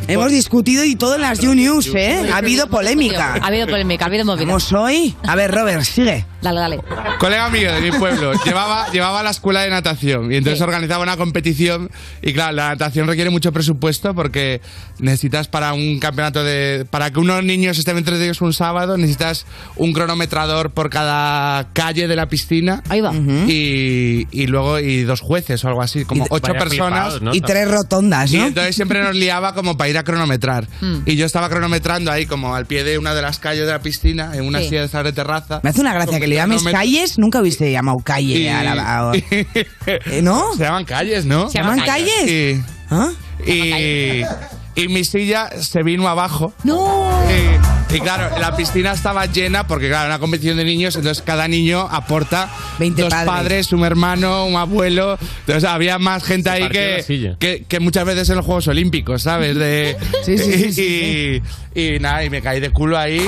[SPEAKER 2] Hemos discutido y todo en las You News, ¿eh? Ha habido polémica.
[SPEAKER 3] Ha habido polémica, ha habido movida.
[SPEAKER 2] Vamos hoy. A ver, Robert, sigue.
[SPEAKER 3] Dale, dale.
[SPEAKER 30] Colega mío de
[SPEAKER 42] [LAUGHS]
[SPEAKER 30] mi pueblo, llevaba, llevaba la escuela de natación y entonces organizaba una competición y claro, la natación requiere mucho presupuesto porque necesitas para un campeonato de... Para que unos niños estén entretenidos un sábado, necesitas un cronometrador por cada calle de la piscina.
[SPEAKER 3] Ahí va.
[SPEAKER 30] Y, y luego y dos jueces o algo así, como ocho
[SPEAKER 42] vaya
[SPEAKER 30] personas.
[SPEAKER 42] flipados, ¿no? Y tres rotondas, ¿no?
[SPEAKER 30] Y entonces siempre nos liaba como para ir a cronometrar.
[SPEAKER 42] Mm.
[SPEAKER 30] Y yo estaba cronometrando ahí como al pie de una de las calles de la piscina, en una
[SPEAKER 2] Sí.
[SPEAKER 30] silla de esas de terraza.
[SPEAKER 2] Me hace una gracia que le llames
[SPEAKER 30] Cronomet-
[SPEAKER 2] calles, nunca hubiese llamado calle
[SPEAKER 30] Y- [LAUGHS]
[SPEAKER 2] a la. a- ¿Eh, ¿No?
[SPEAKER 30] Se llaman calles, ¿no?
[SPEAKER 2] ¿Se llaman calles? ¿Ah?
[SPEAKER 30] Y, y, y mi silla se vino abajo.
[SPEAKER 3] ¡No!
[SPEAKER 30] Y, y claro, la piscina estaba llena porque, claro, era una competición de niños, entonces cada niño aporta 20 dos
[SPEAKER 2] padres.
[SPEAKER 30] padres. un hermano, un abuelo. Entonces había más gente ahí
[SPEAKER 36] partió la
[SPEAKER 30] que,
[SPEAKER 36] silla.
[SPEAKER 30] que, que muchas veces en los Juegos Olímpicos, ¿sabes?
[SPEAKER 2] [LAUGHS]
[SPEAKER 30] De,
[SPEAKER 36] Sí, sí, sí,
[SPEAKER 30] y,
[SPEAKER 36] sí,
[SPEAKER 30] y- y nada, y me caí de culo ahí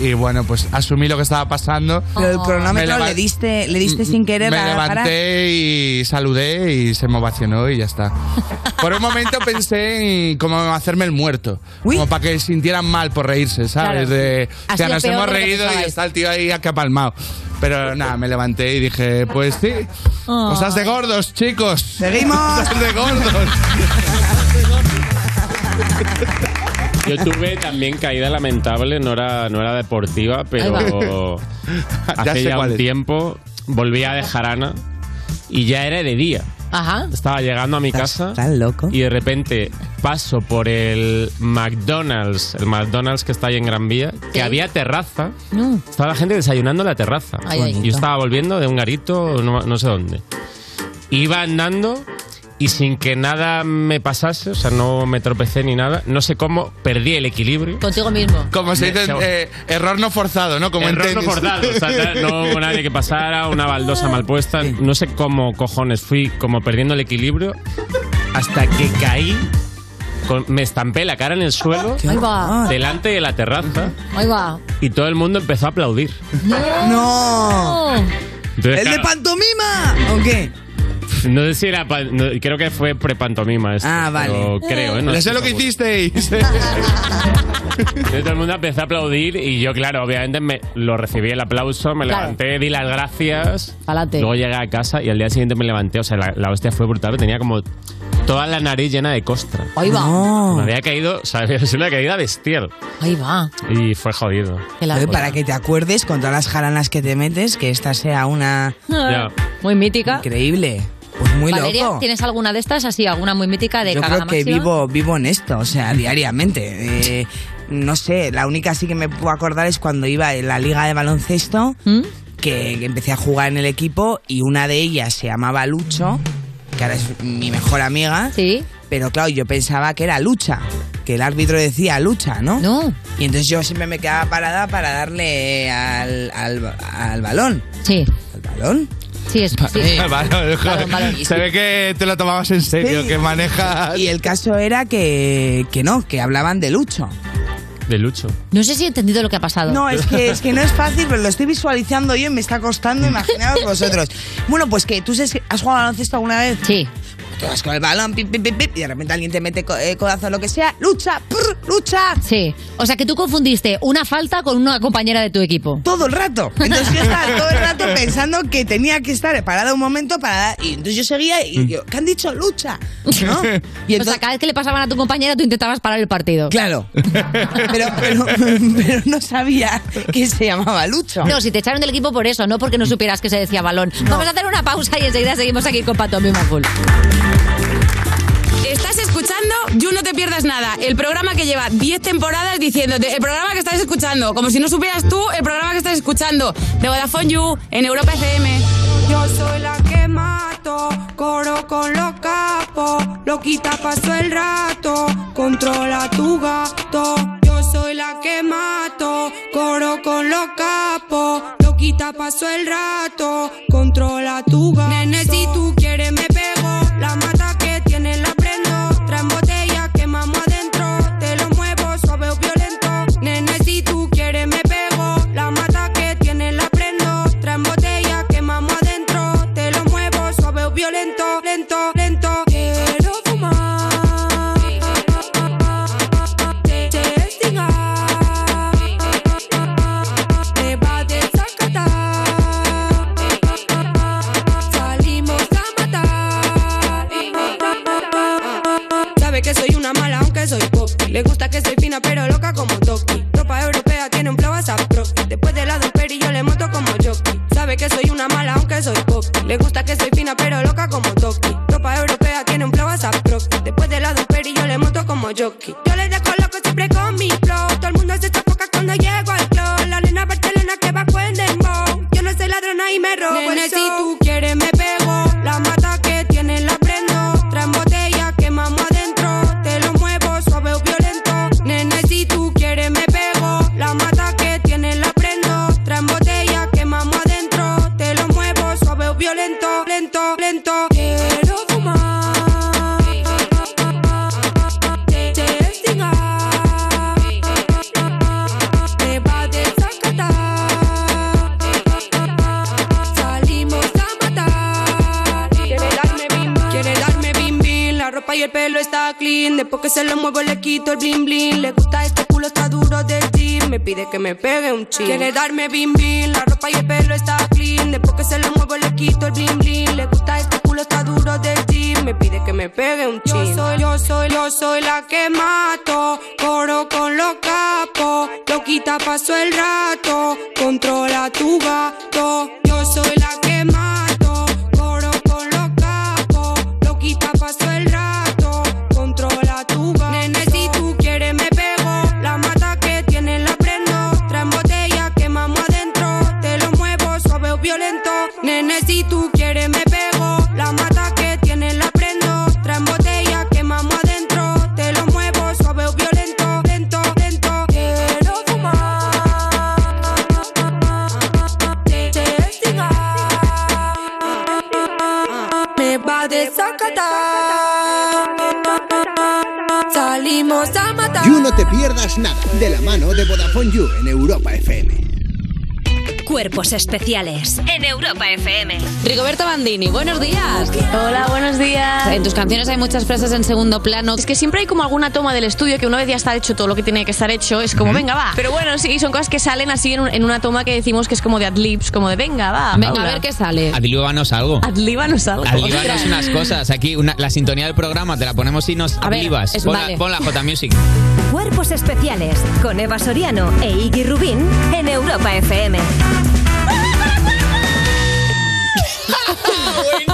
[SPEAKER 30] y, y bueno, pues asumí lo que estaba pasando.
[SPEAKER 2] Pero el
[SPEAKER 30] Me
[SPEAKER 2] cronómetro
[SPEAKER 30] leva-
[SPEAKER 2] le diste, le diste sin querer
[SPEAKER 30] me
[SPEAKER 2] la cara.
[SPEAKER 30] levanté y saludé y se me ovacionó y ya está. Por un momento pensé en como hacerme el muerto. Como para que sintieran mal por reírse, ¿sabes?
[SPEAKER 36] Claro.
[SPEAKER 30] De,
[SPEAKER 36] Ha
[SPEAKER 30] o sea,
[SPEAKER 36] sido
[SPEAKER 30] nos
[SPEAKER 36] peor
[SPEAKER 30] hemos
[SPEAKER 36] de lo que
[SPEAKER 30] reído y
[SPEAKER 36] pensabais.
[SPEAKER 30] está el tío ahí acapalmado. Pero nada, me levanté y dije, pues sí, [LAUGHS] cosas de gordos, chicos.
[SPEAKER 2] Seguimos.
[SPEAKER 30] [LAUGHS] Cosas de gordos.
[SPEAKER 36] Yo tuve también caída lamentable, no era, no era deportiva, pero [LAUGHS]
[SPEAKER 30] Ya
[SPEAKER 36] hace
[SPEAKER 30] sé
[SPEAKER 36] ya
[SPEAKER 30] cuál
[SPEAKER 36] un
[SPEAKER 30] es.
[SPEAKER 36] tiempo volvía de Jarana y ya era de día.
[SPEAKER 3] Ajá.
[SPEAKER 36] Estaba llegando a mi casa
[SPEAKER 2] loco.
[SPEAKER 36] y de repente paso por el McDonald's, el McDonald's que está ahí en Gran Vía, que había terraza.
[SPEAKER 3] No.
[SPEAKER 36] Estaba la gente desayunando en la terraza.
[SPEAKER 3] Ay, ay.
[SPEAKER 36] Yo estaba volviendo de un garito, no, no sé dónde. Iba andando y sin que nada me pasase, o sea, no me tropecé ni nada, no sé cómo, perdí el equilibrio.
[SPEAKER 3] Contigo mismo.
[SPEAKER 30] Como se
[SPEAKER 36] Me-
[SPEAKER 30] dice,
[SPEAKER 36] se-
[SPEAKER 30] eh, error no forzado, ¿no? Como en
[SPEAKER 36] Error no
[SPEAKER 30] tenis.
[SPEAKER 36] forzado,
[SPEAKER 30] [LAUGHS]
[SPEAKER 36] o sea, no hubo nadie que pasara, una baldosa mal puesta, no sé cómo cojones fui como perdiendo el equilibrio hasta que caí, con- me estampé la cara en el suelo
[SPEAKER 3] Ahí va.
[SPEAKER 36] delante de la terraza
[SPEAKER 3] Ahí va.
[SPEAKER 36] y todo el mundo empezó a aplaudir.
[SPEAKER 2] ¡No!
[SPEAKER 36] Entonces,
[SPEAKER 2] ¡El de
[SPEAKER 36] claro,
[SPEAKER 2] pantomima! ¿O qué?
[SPEAKER 36] no sé si era, pa- no, creo que fue prepantomima esto.
[SPEAKER 2] Ah, vale.
[SPEAKER 36] pero Creo, ¿eh? No
[SPEAKER 30] Pero sé
[SPEAKER 36] estoy
[SPEAKER 30] lo que
[SPEAKER 36] seguro. [LAUGHS]
[SPEAKER 30] hicisteis.
[SPEAKER 36] Entonces todo el mundo empezó a aplaudir y yo, claro, obviamente me, lo recibí el aplauso, me
[SPEAKER 3] Claro.
[SPEAKER 36] levanté, di las gracias.
[SPEAKER 3] Adelante.
[SPEAKER 36] Luego llegué a casa y al día siguiente me levanté. O sea, la, la hostia fue brutal. Tenía como toda la nariz llena de costra.
[SPEAKER 3] Ahí va.
[SPEAKER 36] Me había caído, o sea, [LAUGHS] había sido una caída bestial.
[SPEAKER 3] Ahí va.
[SPEAKER 36] Y fue jodido.
[SPEAKER 2] Oye, para que te acuerdes con todas las jaranas que te metes, que esta sea una.
[SPEAKER 36] Ya.
[SPEAKER 3] [LAUGHS] Muy mítica.
[SPEAKER 2] Increíble. Pues muy
[SPEAKER 3] Valeria,
[SPEAKER 2] loco.
[SPEAKER 3] ¿tienes alguna de estas así? ¿Alguna muy mítica de
[SPEAKER 2] Yo
[SPEAKER 3] cagada
[SPEAKER 2] creo que
[SPEAKER 3] máxima?
[SPEAKER 2] vivo, vivo en esto, o sea, diariamente. Eh, no sé, la única sí que me puedo acordar es cuando iba en la liga de baloncesto, que, que empecé a jugar en el equipo y una de ellas se llamaba Lucho, que ahora es mi mejor amiga.
[SPEAKER 3] Sí.
[SPEAKER 2] Pero claro, yo pensaba que era lucha, que el árbitro decía lucha, ¿no?
[SPEAKER 3] No.
[SPEAKER 2] Y entonces yo siempre me quedaba parada para darle al, al- al balón.
[SPEAKER 3] Sí.
[SPEAKER 2] ¿Al balón?
[SPEAKER 3] Sí, es.
[SPEAKER 36] [LAUGHS]
[SPEAKER 3] sí.
[SPEAKER 30] Vale, Se ve que te lo tomabas en serio, que manejas.
[SPEAKER 2] Y el caso era que, que no, que hablaban de lucho.
[SPEAKER 36] De Lucho.
[SPEAKER 3] No sé si he entendido lo que ha pasado.
[SPEAKER 2] No, es que, es que no es fácil, pero lo estoy visualizando yo y me está costando imaginaros vosotros. Bueno, pues que tú sabes que- has jugado al baloncesto alguna vez.
[SPEAKER 3] Sí.
[SPEAKER 2] Tú vas con el balón, pip, pip, pip, pip, y de repente alguien te mete co- eh, codazo o lo que sea, lucha, prr, lucha.
[SPEAKER 3] Sí. O sea que tú confundiste una falta con una compañera de tu equipo. [LAUGHS]
[SPEAKER 2] Todo el rato. Entonces yo estaba todo el rato pensando que tenía que estar parada un momento para dar- Y entonces yo seguía y yo, ¿qué han dicho? Lucha. ¿No?
[SPEAKER 3] [LAUGHS]
[SPEAKER 2] Y
[SPEAKER 3] o sea, cada vez que le pasaban a tu compañera, tú intentabas parar el partido.
[SPEAKER 2] Claro. Pero, pero, [LAUGHS] pero no sabía que se llamaba lucho.
[SPEAKER 3] No, si te echaron del equipo por eso, no porque no supieras que se decía balón. Vamos a hacer una pausa y enseguida seguimos aquí con Patomima Full.
[SPEAKER 9] Estás escuchando You No Te Pierdas Nada, el programa que lleva 10 temporadas diciéndote, el programa que estás escuchando, como si no supieras tú el programa que estás escuchando, de Vodafone You, en Europa FM.
[SPEAKER 37] Yo soy la que mato, coro con los capos, loquita paso el rato, controla tu gato. Yo soy la que mato, coro con los capos, loquita paso el rato, controla tu gato. Nene, si tú quieres me pego, la mata que tienes la prendo, traen botella, quemamos adentro, te lo muevo suave o violento. Nene, si tú quieres me pego, la mata que tienes la prendo, traen botella, quemamos adentro, te lo muevo suave o violento, lento, lento. Quiero fumar, te castigar, te va a desacatar. Le gusta que soy fina pero loca como Toki. Ropa europea tiene un flow a Después de la del peri yo le monto como jockey. Sabe que soy una mala aunque soy pop. Le gusta que soy fina pero loca como Toki. Ropa europea tiene un flow a Después de la del peri yo le monto como jockey. Yo le dejo loco siempre con mi flow. Todo el mundo se enfoca cuando llego al flow. La nena Barcelona que va con dembow. Yo no soy ladrona y me robo
[SPEAKER 43] Nene,
[SPEAKER 37] el
[SPEAKER 43] si
[SPEAKER 37] show. tú quieres me pego. La mata que tiene la prendo. Traen botella que mamo adentro. Te lo muevo suave o violento. Nene, si tú quieres me pego. La mata que tiene la prendo. Traen botella que mamo adentro. Te lo muevo suave o violento. Lento, lento. Quiero fumar. Te- te estirar. Me va a desacatar. Salimos a matar. Quiere darme bim, quiere darme bim bim. La ropa y el pelo está clean. Después que se lo muevo le quito el bling bling. Le gusta este culo, está duro de ti. Me pide que me pegue un chin. Quiere darme bim bim. La ropa y el pelo está clean. Después que se lo muevo le quito el bling bling. Le gusta este culo, está duro de ti. Me pide que me pegue un chin. Yo soy, yo soy, yo soy la que mato. Coro con los capos. Loquita paso el rato. Controla tu gato. Yo soy la que mato. Coro con los capos. Loquita paso el rato. Controla tu gato. Nene, si tú quieres me pego. La mata que tiene la prendo. Traen botella que mamo adentro. Te lo muevo suave o violento. Nene, si tú quieres me pego. La mata que tiene la prendo. Traen botella que mamo adentro. Te lo muevo suave o violento. Lento, lento. Quiero fumar. Te, te estirar. Me va a desacatar. Salimos a matar.
[SPEAKER 4] You no te pierdas nada de la mano de Vodafone You en Europa FM.
[SPEAKER 44] Cuerpos especiales.
[SPEAKER 11] En Europa FM.
[SPEAKER 44] Rigoberta Bandini, buenos días.
[SPEAKER 12] Hola, buenos días.
[SPEAKER 44] En tus canciones hay muchas frases en segundo plano.
[SPEAKER 12] Es que siempre hay como alguna toma del estudio que una vez ya está hecho todo lo que tiene que estar hecho, es como,
[SPEAKER 44] Ujú.
[SPEAKER 12] venga, va. Pero bueno, sí, son cosas que salen así en, un- en una toma que decimos que es como de adlibs, como de, Ah, venga, va.
[SPEAKER 44] Venga, a ver qué sale.
[SPEAKER 13] Adlíbanos algo.
[SPEAKER 12] Adlíbanos algo.
[SPEAKER 13] Adlíbanos unas cosas. Aquí una- la sintonía del programa te la ponemos y nos
[SPEAKER 11] A ver,
[SPEAKER 13] adlibas.
[SPEAKER 11] es-
[SPEAKER 13] Pon la-
[SPEAKER 11] vale.
[SPEAKER 13] pon la J Music.
[SPEAKER 11] Cuerpos especiales con Eva Soriano e Iggy Rubín en Europa FM.
[SPEAKER 12] [LAUGHS]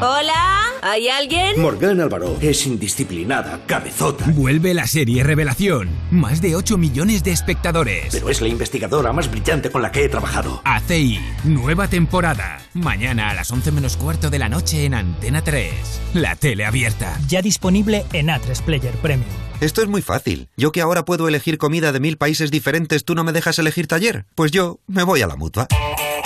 [SPEAKER 11] Hola, ¿hay alguien?
[SPEAKER 19] Morgan Álvaro es indisciplinada, cabezota. Vuelve la serie Revelación. Más de 8 millones de espectadores. Pero es la investigadora más brillante con la que he trabajado. ACI, nueva temporada. Mañana a las 11 menos cuarto de la noche en Antena 3. La tele abierta.
[SPEAKER 45] Ya disponible en A3 Player Premium.
[SPEAKER 16] Esto es muy fácil. Yo que ahora puedo elegir comida de mil países diferentes, ¿tú no me dejas elegir taller? Pues yo me voy a la mutua.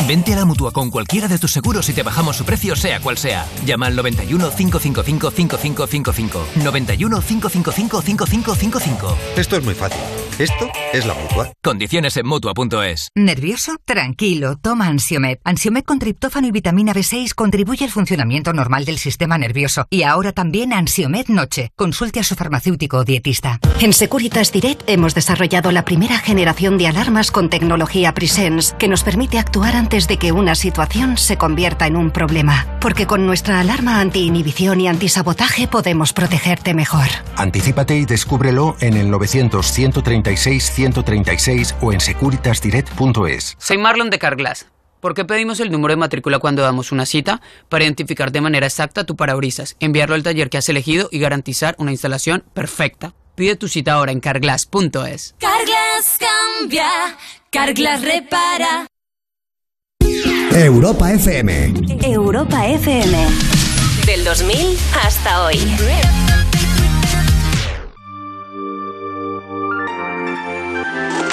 [SPEAKER 19] Vente a la mutua con cualquiera de tus seguros y te bajamos su precio, sea cual sea. Llama al 91 555 5555. 91 555 5555.
[SPEAKER 16] Esto es muy fácil. Esto es la mutua.
[SPEAKER 19] Condiciones en mutua.es.
[SPEAKER 7] ¿Nervioso? Tranquilo, toma Ansiomed. Ansiomed con triptófano y vitamina B6 contribuye al funcionamiento normal del sistema nervioso. Y ahora también Ansiomed Noche. Consulte a su farmacéutico o dietista.
[SPEAKER 20] En Securitas Direct hemos desarrollado la primera generación de alarmas con tecnología Presence que nos permite actuar antes de que una situación se convierta en un problema. Porque con nuestra alarma anti-inhibición y antisabotaje podemos protegerte mejor.
[SPEAKER 16] Anticípate y descúbrelo en el 900-136-136 o en securitasdirect.es.
[SPEAKER 21] Soy Marlon de Carglass. ¿Por qué pedimos el número de matrícula cuando damos una cita? Para identificar de manera exacta tu parabrisas, enviarlo al taller que has elegido y garantizar una instalación perfecta. Pide tu cita ahora en carglass.es.
[SPEAKER 1] Carglass cambia, Carglass repara.
[SPEAKER 16] Europa FM.
[SPEAKER 11] Europa FM. Del 2000 hasta hoy.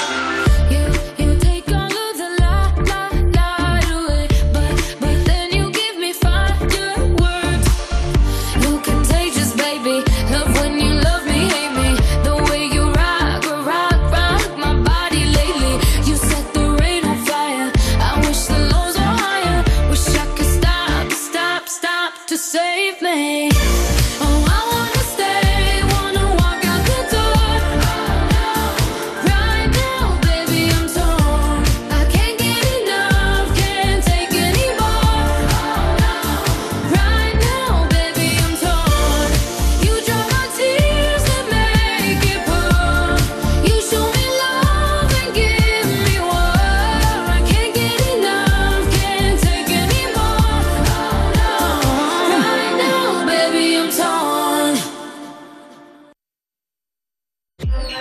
[SPEAKER 1] You take all of the la la la away, but but then you give me fireworks. You contagious, baby. Love when you love me, hate me. The way you rock, rock, rock my body lately. You set the Oh,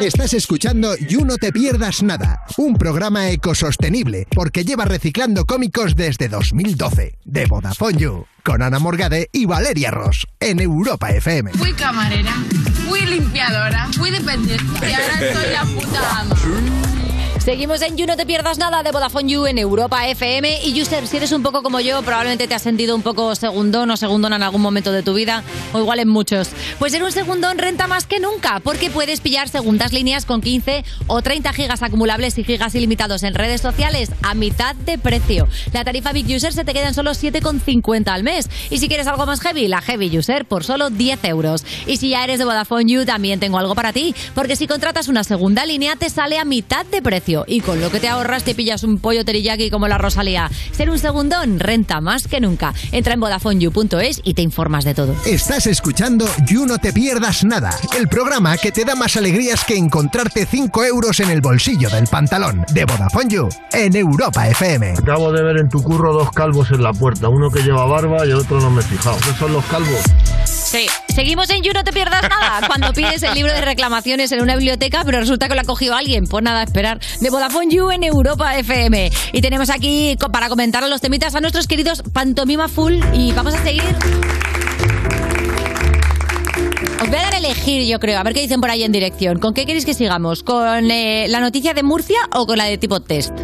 [SPEAKER 4] Estás escuchando You No Te Pierdas Nada, un programa ecosostenible porque lleva reciclando cómicos desde 2012. De Vodafone You, con Ana Morgade y Valeria Ross, en Europa FM.
[SPEAKER 26] Fui camarera, fui limpiadora, fui dependiente. Y ahora soy la puta ama.
[SPEAKER 3] Seguimos en You, no te pierdas nada de Vodafone You en Europa FM. Y Yusef, si eres un poco como yo, probablemente te has sentido un poco segundón o segundona en algún momento de tu vida, o igual en muchos. Pues ser un segundón renta más que nunca, porque puedes pillar segundas líneas con 15 o 30 gigas acumulables y gigas ilimitados en redes sociales a mitad de precio. La tarifa Big User se te queda en solo 7,50 al mes. Y si quieres algo más heavy, la Heavy User por solo 10 euros. Y si ya eres de Vodafone You, también tengo algo para ti, porque si contratas una segunda línea, te sale a mitad de precio. Y con lo que te ahorras, te pillas un pollo teriyaki como la Rosalía. Ser un segundón renta más que nunca. Entra en VodafoneYou.es y te informas de todo.
[SPEAKER 4] Estás escuchando You No Te Pierdas Nada, el programa que te da más alegrías que encontrarte 5 euros en el bolsillo del pantalón de Vodafone You en Europa FM.
[SPEAKER 32] Acabo de ver en tu curro dos calvos en la puerta, uno que lleva barba y el otro no me he fijado. ¿Qué son los calvos?
[SPEAKER 3] Sí. Seguimos en You, no te pierdas nada. Cuando pides el libro de reclamaciones en una biblioteca, pero resulta que lo ha cogido alguien. Pues nada, a esperar. De Vodafone You en Europa FM. Y tenemos aquí co- para comentar los temitas a nuestros queridos Pantomima Full. Y vamos a seguir. Os voy a dar a elegir, yo creo, a ver qué dicen por ahí en dirección. ¿Con qué queréis que sigamos? ¿Con eh, la noticia de Murcia o con la de tipo test?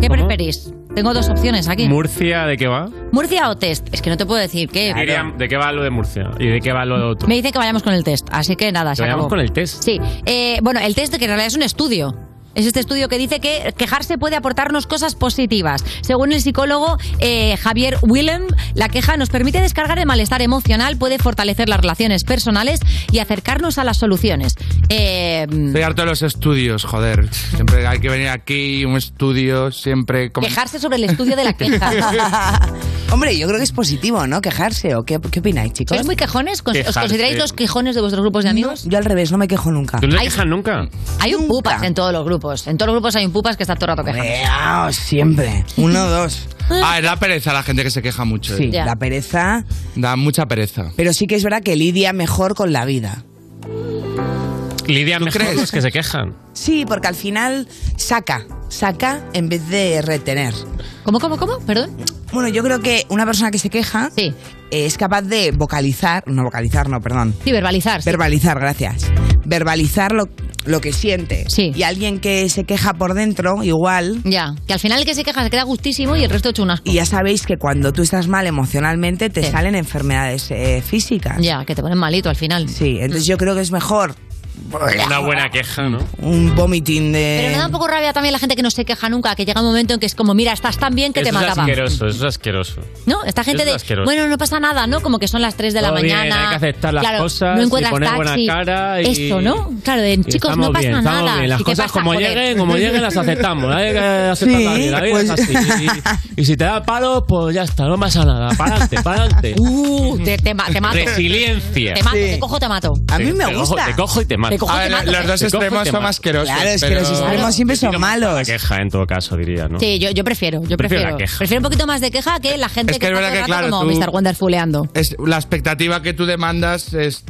[SPEAKER 3] ¿Qué preferís? Tengo dos opciones aquí.
[SPEAKER 36] ¿Murcia de qué va?
[SPEAKER 3] Murcia o test. Es que no te puedo decir qué. pero-
[SPEAKER 36] Miriam, ¿de qué va lo de Murcia? ¿Y de qué va lo de otro?
[SPEAKER 3] Me dice que vayamos con el test, así que nada,
[SPEAKER 36] Que
[SPEAKER 3] se
[SPEAKER 36] vayamos
[SPEAKER 3] acabó.
[SPEAKER 36] con el test.
[SPEAKER 3] Sí, eh, bueno, el test que en realidad es un estudio. Es este estudio que dice que quejarse puede aportarnos cosas positivas. Según el psicólogo eh, Javier Willem, la queja nos permite descargar el malestar emocional, puede fortalecer las relaciones personales y acercarnos a las soluciones. Eh,
[SPEAKER 30] Estoy harto de los estudios, joder. Siempre hay que venir aquí, un estudio, siempre... como-
[SPEAKER 3] quejarse sobre el estudio de la
[SPEAKER 36] [LAUGHS]
[SPEAKER 3] queja.
[SPEAKER 2] [LAUGHS] Hombre, yo creo que es positivo, ¿no? Quejarse. ¿O qué, qué opináis, chicos?
[SPEAKER 3] ¿Sois muy quejones? ¿Cons- ¿Os
[SPEAKER 2] Quejarse.
[SPEAKER 3] consideráis los quejones de vuestros grupos de amigos?
[SPEAKER 2] Yo al revés, no me quejo nunca.
[SPEAKER 36] ¿Tú no te
[SPEAKER 2] Ay,
[SPEAKER 36] quejas nunca?
[SPEAKER 3] Hay un pupas en todos los grupos. En todos los grupos hay un pupas que está todo el rato quejando.
[SPEAKER 2] Ah, siempre. Uno, dos.
[SPEAKER 30] Ah, da pereza la gente que se queja mucho. ¿eh?
[SPEAKER 2] Sí, la pereza.
[SPEAKER 30] Da mucha pereza.
[SPEAKER 2] Pero sí que es verdad que lidia mejor con la vida.
[SPEAKER 36] Lidia mejor los que se quejan.
[SPEAKER 2] Sí, porque al final saca, saca en vez de retener.
[SPEAKER 3] ¿Cómo, cómo, cómo? Perdón.
[SPEAKER 2] Bueno, yo creo que una persona que se queja eh, es capaz de vocalizar, no vocalizar, no, perdón.
[SPEAKER 3] Sí, verbalizar.
[SPEAKER 2] Verbalizar, gracias. Verbalizar lo, lo que siente. Sí. Y alguien que se queja por dentro, igual.
[SPEAKER 3] Ya, que al final el que se queja se queda gustísimo y el resto hecho unas
[SPEAKER 2] Y ya sabéis que cuando tú estás mal emocionalmente te salen enfermedades eh, físicas.
[SPEAKER 3] Ya, que te ponen malito al final.
[SPEAKER 2] Sí, entonces yo creo que es mejor
[SPEAKER 36] Una buena queja, ¿no?
[SPEAKER 2] un vomiting de...
[SPEAKER 36] Eh.
[SPEAKER 3] Pero no da un poco rabia también la gente que no se queja nunca, que llega un momento en que es como, mira, estás tan bien que te
[SPEAKER 36] eso es
[SPEAKER 3] mataba.
[SPEAKER 36] asqueroso, eso es asqueroso.
[SPEAKER 3] ¿No? Esta gente
[SPEAKER 36] Eso es
[SPEAKER 3] de,
[SPEAKER 36] asqueroso.
[SPEAKER 3] bueno, no pasa nada, ¿no? Como que son las 3 de la
[SPEAKER 36] Todo bien,
[SPEAKER 3] mañana.
[SPEAKER 36] hay que aceptar las
[SPEAKER 3] Claro,
[SPEAKER 36] cosas
[SPEAKER 3] no
[SPEAKER 36] y
[SPEAKER 3] encuentras
[SPEAKER 36] poner buena
[SPEAKER 3] taxi.
[SPEAKER 36] cara y-
[SPEAKER 3] Esto, ¿no? Claro, de,
[SPEAKER 36] Y
[SPEAKER 3] chicos,
[SPEAKER 36] estamos
[SPEAKER 3] no pasa
[SPEAKER 36] bien, estamos
[SPEAKER 3] nada.
[SPEAKER 36] bien. Las
[SPEAKER 3] ¿Y qué
[SPEAKER 36] cosas
[SPEAKER 3] pasa,
[SPEAKER 36] como
[SPEAKER 3] joder?
[SPEAKER 36] lleguen, como lleguen las aceptamos. ¿eh? Hay que aceptar la vida, la vida es
[SPEAKER 3] pues-
[SPEAKER 36] así. Y, y si te da palo, pues ya está, no pasa nada. Pa'lante, pa'lante.
[SPEAKER 3] Uh, te, te ma- te mato.
[SPEAKER 36] Resiliencia.
[SPEAKER 3] Te mato,
[SPEAKER 36] Sí.
[SPEAKER 3] te cojo, te mato.
[SPEAKER 36] A mí Te- me te gusta. cojo- te cojo y te mato.
[SPEAKER 3] Te cojo y
[SPEAKER 36] A
[SPEAKER 3] te
[SPEAKER 36] ver,
[SPEAKER 3] mato. ¿eh?
[SPEAKER 36] los dos Te cojo y extremos te son mato. asquerosos,
[SPEAKER 2] Claro, es que
[SPEAKER 36] pero-
[SPEAKER 2] los extremos siempre son
[SPEAKER 36] La
[SPEAKER 2] malos.
[SPEAKER 36] queja, en todo caso, diría, ¿no?
[SPEAKER 3] Sí, yo, yo prefiero, yo
[SPEAKER 36] Prefiero
[SPEAKER 3] prefiero.
[SPEAKER 36] la queja.
[SPEAKER 3] Prefiero un poquito más de queja que la gente
[SPEAKER 30] Es que es
[SPEAKER 3] está
[SPEAKER 30] verdad
[SPEAKER 3] todo el
[SPEAKER 30] que,
[SPEAKER 3] rato
[SPEAKER 30] claro,
[SPEAKER 3] como
[SPEAKER 30] tú-
[SPEAKER 3] Mr. Wonderfuleando.
[SPEAKER 30] Es, la expectativa que tú demandas es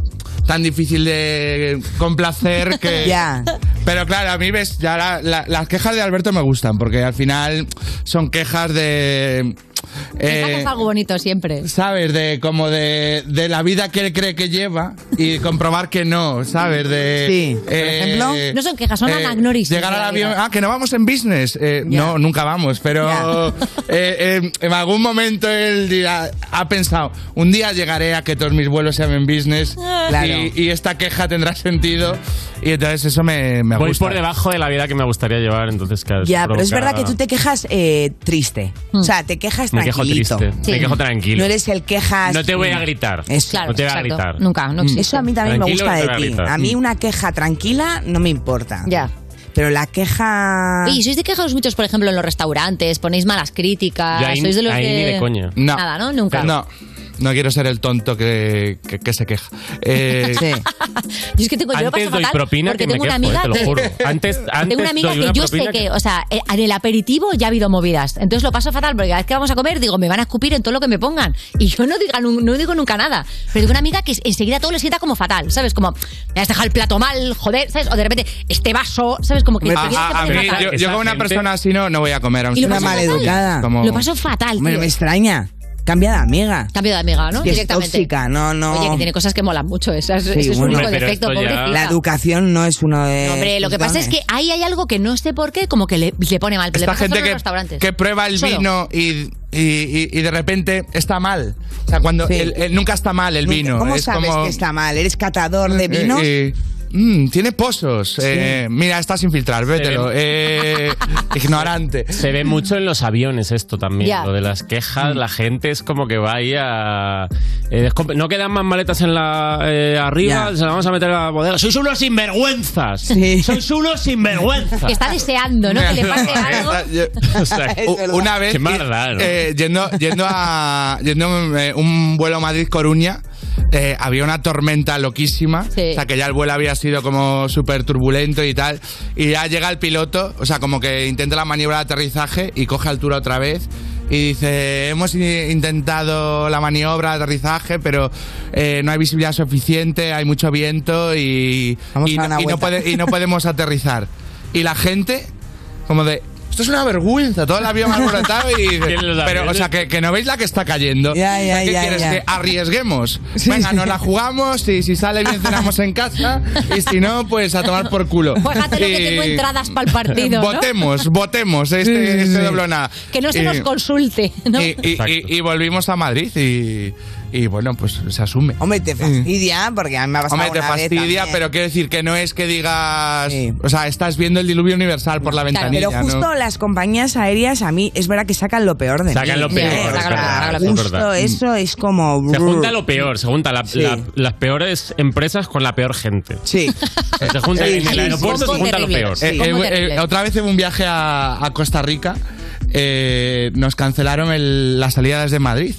[SPEAKER 30] tan difícil de complacer que...
[SPEAKER 2] [LAUGHS] Ya.
[SPEAKER 30] Pero claro, a mí ves, ya la- la- las quejas de Alberto me gustan, porque al final son quejas de... eh,
[SPEAKER 3] Es algo bonito siempre.
[SPEAKER 30] ¿Sabes? De como de, de la vida que él cree que lleva y comprobar que no, ¿sabes? De, eh,
[SPEAKER 2] Sí. Por
[SPEAKER 3] ejemplo, no son quejas, son anagnorisis
[SPEAKER 30] Llegar
[SPEAKER 3] de
[SPEAKER 30] al
[SPEAKER 3] la
[SPEAKER 30] avión.
[SPEAKER 3] vida.
[SPEAKER 30] Ah, que no vamos en business. Eh, No, nunca vamos, pero [LAUGHS] eh, eh, en algún momento él dirá- ha pensado: un día llegaré a que todos mis vuelos sean en
[SPEAKER 3] [LAUGHS]
[SPEAKER 30] business
[SPEAKER 36] Claro.
[SPEAKER 30] y, y esta queja tendrá sentido. Y entonces eso me, me
[SPEAKER 36] Voy
[SPEAKER 30] gusta.
[SPEAKER 36] por debajo de la vida que me gustaría llevar, entonces, claro. eso
[SPEAKER 2] Ya, pero es
[SPEAKER 36] provoca-
[SPEAKER 2] verdad que tú te quejas eh, triste.
[SPEAKER 3] Hmm.
[SPEAKER 2] O sea, te quejas
[SPEAKER 36] Me quejo
[SPEAKER 2] tranquilito.
[SPEAKER 36] triste, me Sí. quejo tranquilo.
[SPEAKER 2] No eres el quejas...
[SPEAKER 36] No te voy a gritar.
[SPEAKER 2] Eso. Hmm.
[SPEAKER 36] No te voy a gritar.
[SPEAKER 2] Eso a mí también me
[SPEAKER 36] Tranquilo, no te
[SPEAKER 2] gusta
[SPEAKER 36] voy a
[SPEAKER 2] de ti.
[SPEAKER 36] gritar.
[SPEAKER 2] A
[SPEAKER 3] Hmm.
[SPEAKER 2] mí una queja tranquila no me importa. Ya. Pero la queja...
[SPEAKER 3] Oye, ¿Y sois de quejados muchos, por ejemplo, en los restaurantes? ¿Ponéis malas críticas?
[SPEAKER 30] Yo ahí-
[SPEAKER 3] Ah, ¿Sois de los
[SPEAKER 30] ahí
[SPEAKER 3] de...
[SPEAKER 30] ni de coña. No.
[SPEAKER 3] Nada, ¿no? Nunca.
[SPEAKER 30] No. No quiero ser el tonto que, que- que se queja.
[SPEAKER 3] [LAUGHS]
[SPEAKER 30] Eh,
[SPEAKER 3] Yo es que tengo, yo lo paso
[SPEAKER 30] Antes doy
[SPEAKER 3] fatal
[SPEAKER 30] propina
[SPEAKER 3] porque
[SPEAKER 30] que me
[SPEAKER 3] tengo una
[SPEAKER 30] quejo, eh,
[SPEAKER 3] amiga
[SPEAKER 30] te lo
[SPEAKER 3] que- [LAUGHS]
[SPEAKER 30] juro. Antes- antes
[SPEAKER 3] tengo una amiga
[SPEAKER 30] doy
[SPEAKER 3] que
[SPEAKER 30] una
[SPEAKER 3] yo sé
[SPEAKER 30] propina
[SPEAKER 3] que,
[SPEAKER 30] que-
[SPEAKER 3] o sea, eh, en el aperitivo ya ha habido movidas. Entonces lo paso fatal porque cada vez que vamos a comer digo, me van a escupir en todo lo que me pongan. Y yo no, diga, nun- no digo nunca nada. Pero tengo una amiga que enseguida todo le sienta como fatal, ¿sabes? Como, me has dejado el plato mal, joder, ¿sabes? O de repente, este vaso, ¿sabes? Como que...
[SPEAKER 30] a-
[SPEAKER 3] enseguida
[SPEAKER 30] a-
[SPEAKER 3] te
[SPEAKER 30] a
[SPEAKER 3] pones
[SPEAKER 30] mí,
[SPEAKER 3] fatal.
[SPEAKER 30] yo, yo con una persona así no, no voy a comer. a un
[SPEAKER 2] Y lo
[SPEAKER 30] sitio.
[SPEAKER 2] paso Una fatal. maleducada.
[SPEAKER 30] Como-
[SPEAKER 3] Lo paso fatal,
[SPEAKER 2] Hombre,
[SPEAKER 3] tío.
[SPEAKER 2] me extraña. Cambia de amiga.
[SPEAKER 3] Cambio de amiga, ¿no?
[SPEAKER 2] Es que es
[SPEAKER 3] Directamente.
[SPEAKER 2] tóxica, no, no.
[SPEAKER 3] Oye, que tiene cosas que molan mucho. Eso, es- eso es un
[SPEAKER 2] bueno.
[SPEAKER 3] único defecto, pobrecita.
[SPEAKER 2] La educación no es uno de.
[SPEAKER 3] No, Hombre, lo que pasa es que ahí hay algo que no sé por qué, como que le, le pone mal. Pero le
[SPEAKER 30] Esta
[SPEAKER 3] pasa
[SPEAKER 30] gente
[SPEAKER 3] solo en
[SPEAKER 30] que,
[SPEAKER 3] los restaurantes.
[SPEAKER 30] que prueba el
[SPEAKER 3] Solo.
[SPEAKER 30] vino y, y- y- y de repente está mal. O sea, cuando el- el- nunca está mal el vino.
[SPEAKER 2] ¿Cómo
[SPEAKER 30] es
[SPEAKER 2] sabes
[SPEAKER 30] como-
[SPEAKER 2] que está mal? ¿Eres catador de
[SPEAKER 30] Eh,
[SPEAKER 2] vinos?
[SPEAKER 30] eh, mm, tiene pozos. Eh, mira, está sin filtrar, vételo. Eh, ignorante.
[SPEAKER 36] Se ve mucho en los aviones esto también,
[SPEAKER 30] Ya.
[SPEAKER 36] lo de las quejas,
[SPEAKER 2] Mm.
[SPEAKER 36] la gente es como que vaya eh, no quedan más maletas en la eh, arriba,
[SPEAKER 3] Ya.
[SPEAKER 36] se las vamos a meter a la bodega. Sois unos sinvergüenzas. Sois unos sinvergüenzas.
[SPEAKER 3] Que está deseando, ¿no? Que le pase algo.
[SPEAKER 30] O sea,
[SPEAKER 3] [LAUGHS] Es
[SPEAKER 30] u-
[SPEAKER 3] verdad.
[SPEAKER 30] una vez
[SPEAKER 36] Qué maldad, ¿no?
[SPEAKER 30] eh, yendo yendo a yendo eh, un vuelo Madrid Coruña eh, había una tormenta loquísima o sea que ya el vuelo había sido como súper turbulento y tal y ya llega el piloto o sea como que intenta la maniobra de aterrizaje y coge altura otra vez y dice, hemos i- intentado la maniobra de aterrizaje, pero eh, no hay visibilidad suficiente, hay mucho viento y, y,
[SPEAKER 2] a dar
[SPEAKER 30] no-
[SPEAKER 2] una
[SPEAKER 30] y no
[SPEAKER 2] vuelta.
[SPEAKER 30] puede- y no podemos aterrizar. Y la gente como de esto es una vergüenza todo el avión alborotado
[SPEAKER 36] [LAUGHS]
[SPEAKER 30] y
[SPEAKER 36] los
[SPEAKER 30] pero o
[SPEAKER 36] aviones?
[SPEAKER 30] sea que, que no veis la que está cayendo
[SPEAKER 2] Ya,
[SPEAKER 30] O sea,
[SPEAKER 2] ya,
[SPEAKER 30] ¿qué
[SPEAKER 2] ya,
[SPEAKER 30] quieres
[SPEAKER 2] ya.
[SPEAKER 30] que arriesguemos venga nos la jugamos y si sale
[SPEAKER 2] [LAUGHS]
[SPEAKER 30] bien cenamos en casa y si no pues a tomar por culo
[SPEAKER 3] Fíjate Pues lo que tengo
[SPEAKER 30] Y-
[SPEAKER 3] entradas para el partido, ¿no?
[SPEAKER 30] votemos Eh, votemos este, este doble o nada
[SPEAKER 3] Que no se nos
[SPEAKER 30] Y-
[SPEAKER 3] consulte, ¿no?
[SPEAKER 30] y, y- y- y volvimos a Madrid y, y bueno pues se asume
[SPEAKER 2] hombre te fastidia porque a mí me ha pasado
[SPEAKER 30] Hombre, te
[SPEAKER 2] una vez
[SPEAKER 30] fastidia,
[SPEAKER 2] también.
[SPEAKER 30] pero quiero decir que no es que digas. O sea, estás viendo el diluvio universal por la
[SPEAKER 2] Claro,
[SPEAKER 30] ventanilla.
[SPEAKER 2] pero justo
[SPEAKER 30] ¿no?
[SPEAKER 2] las compañías aéreas a mí es verdad que sacan lo peor de
[SPEAKER 36] Sacan
[SPEAKER 2] mí.
[SPEAKER 36] lo peor, es
[SPEAKER 2] sacan
[SPEAKER 36] verdad,
[SPEAKER 2] lo
[SPEAKER 36] es
[SPEAKER 2] peor. Mm.
[SPEAKER 36] verdad.
[SPEAKER 2] Justo eso es como
[SPEAKER 36] Se junta lo peor, se junta la-
[SPEAKER 2] Sí.
[SPEAKER 36] la- las peores empresas con la peor gente.
[SPEAKER 2] Sí.
[SPEAKER 36] Se junta en el aeropuerto, se junta lo peor.
[SPEAKER 30] Eh, eh, eh, otra vez en un viaje a, a Costa Rica eh, nos cancelaron el- las salidas de Madrid.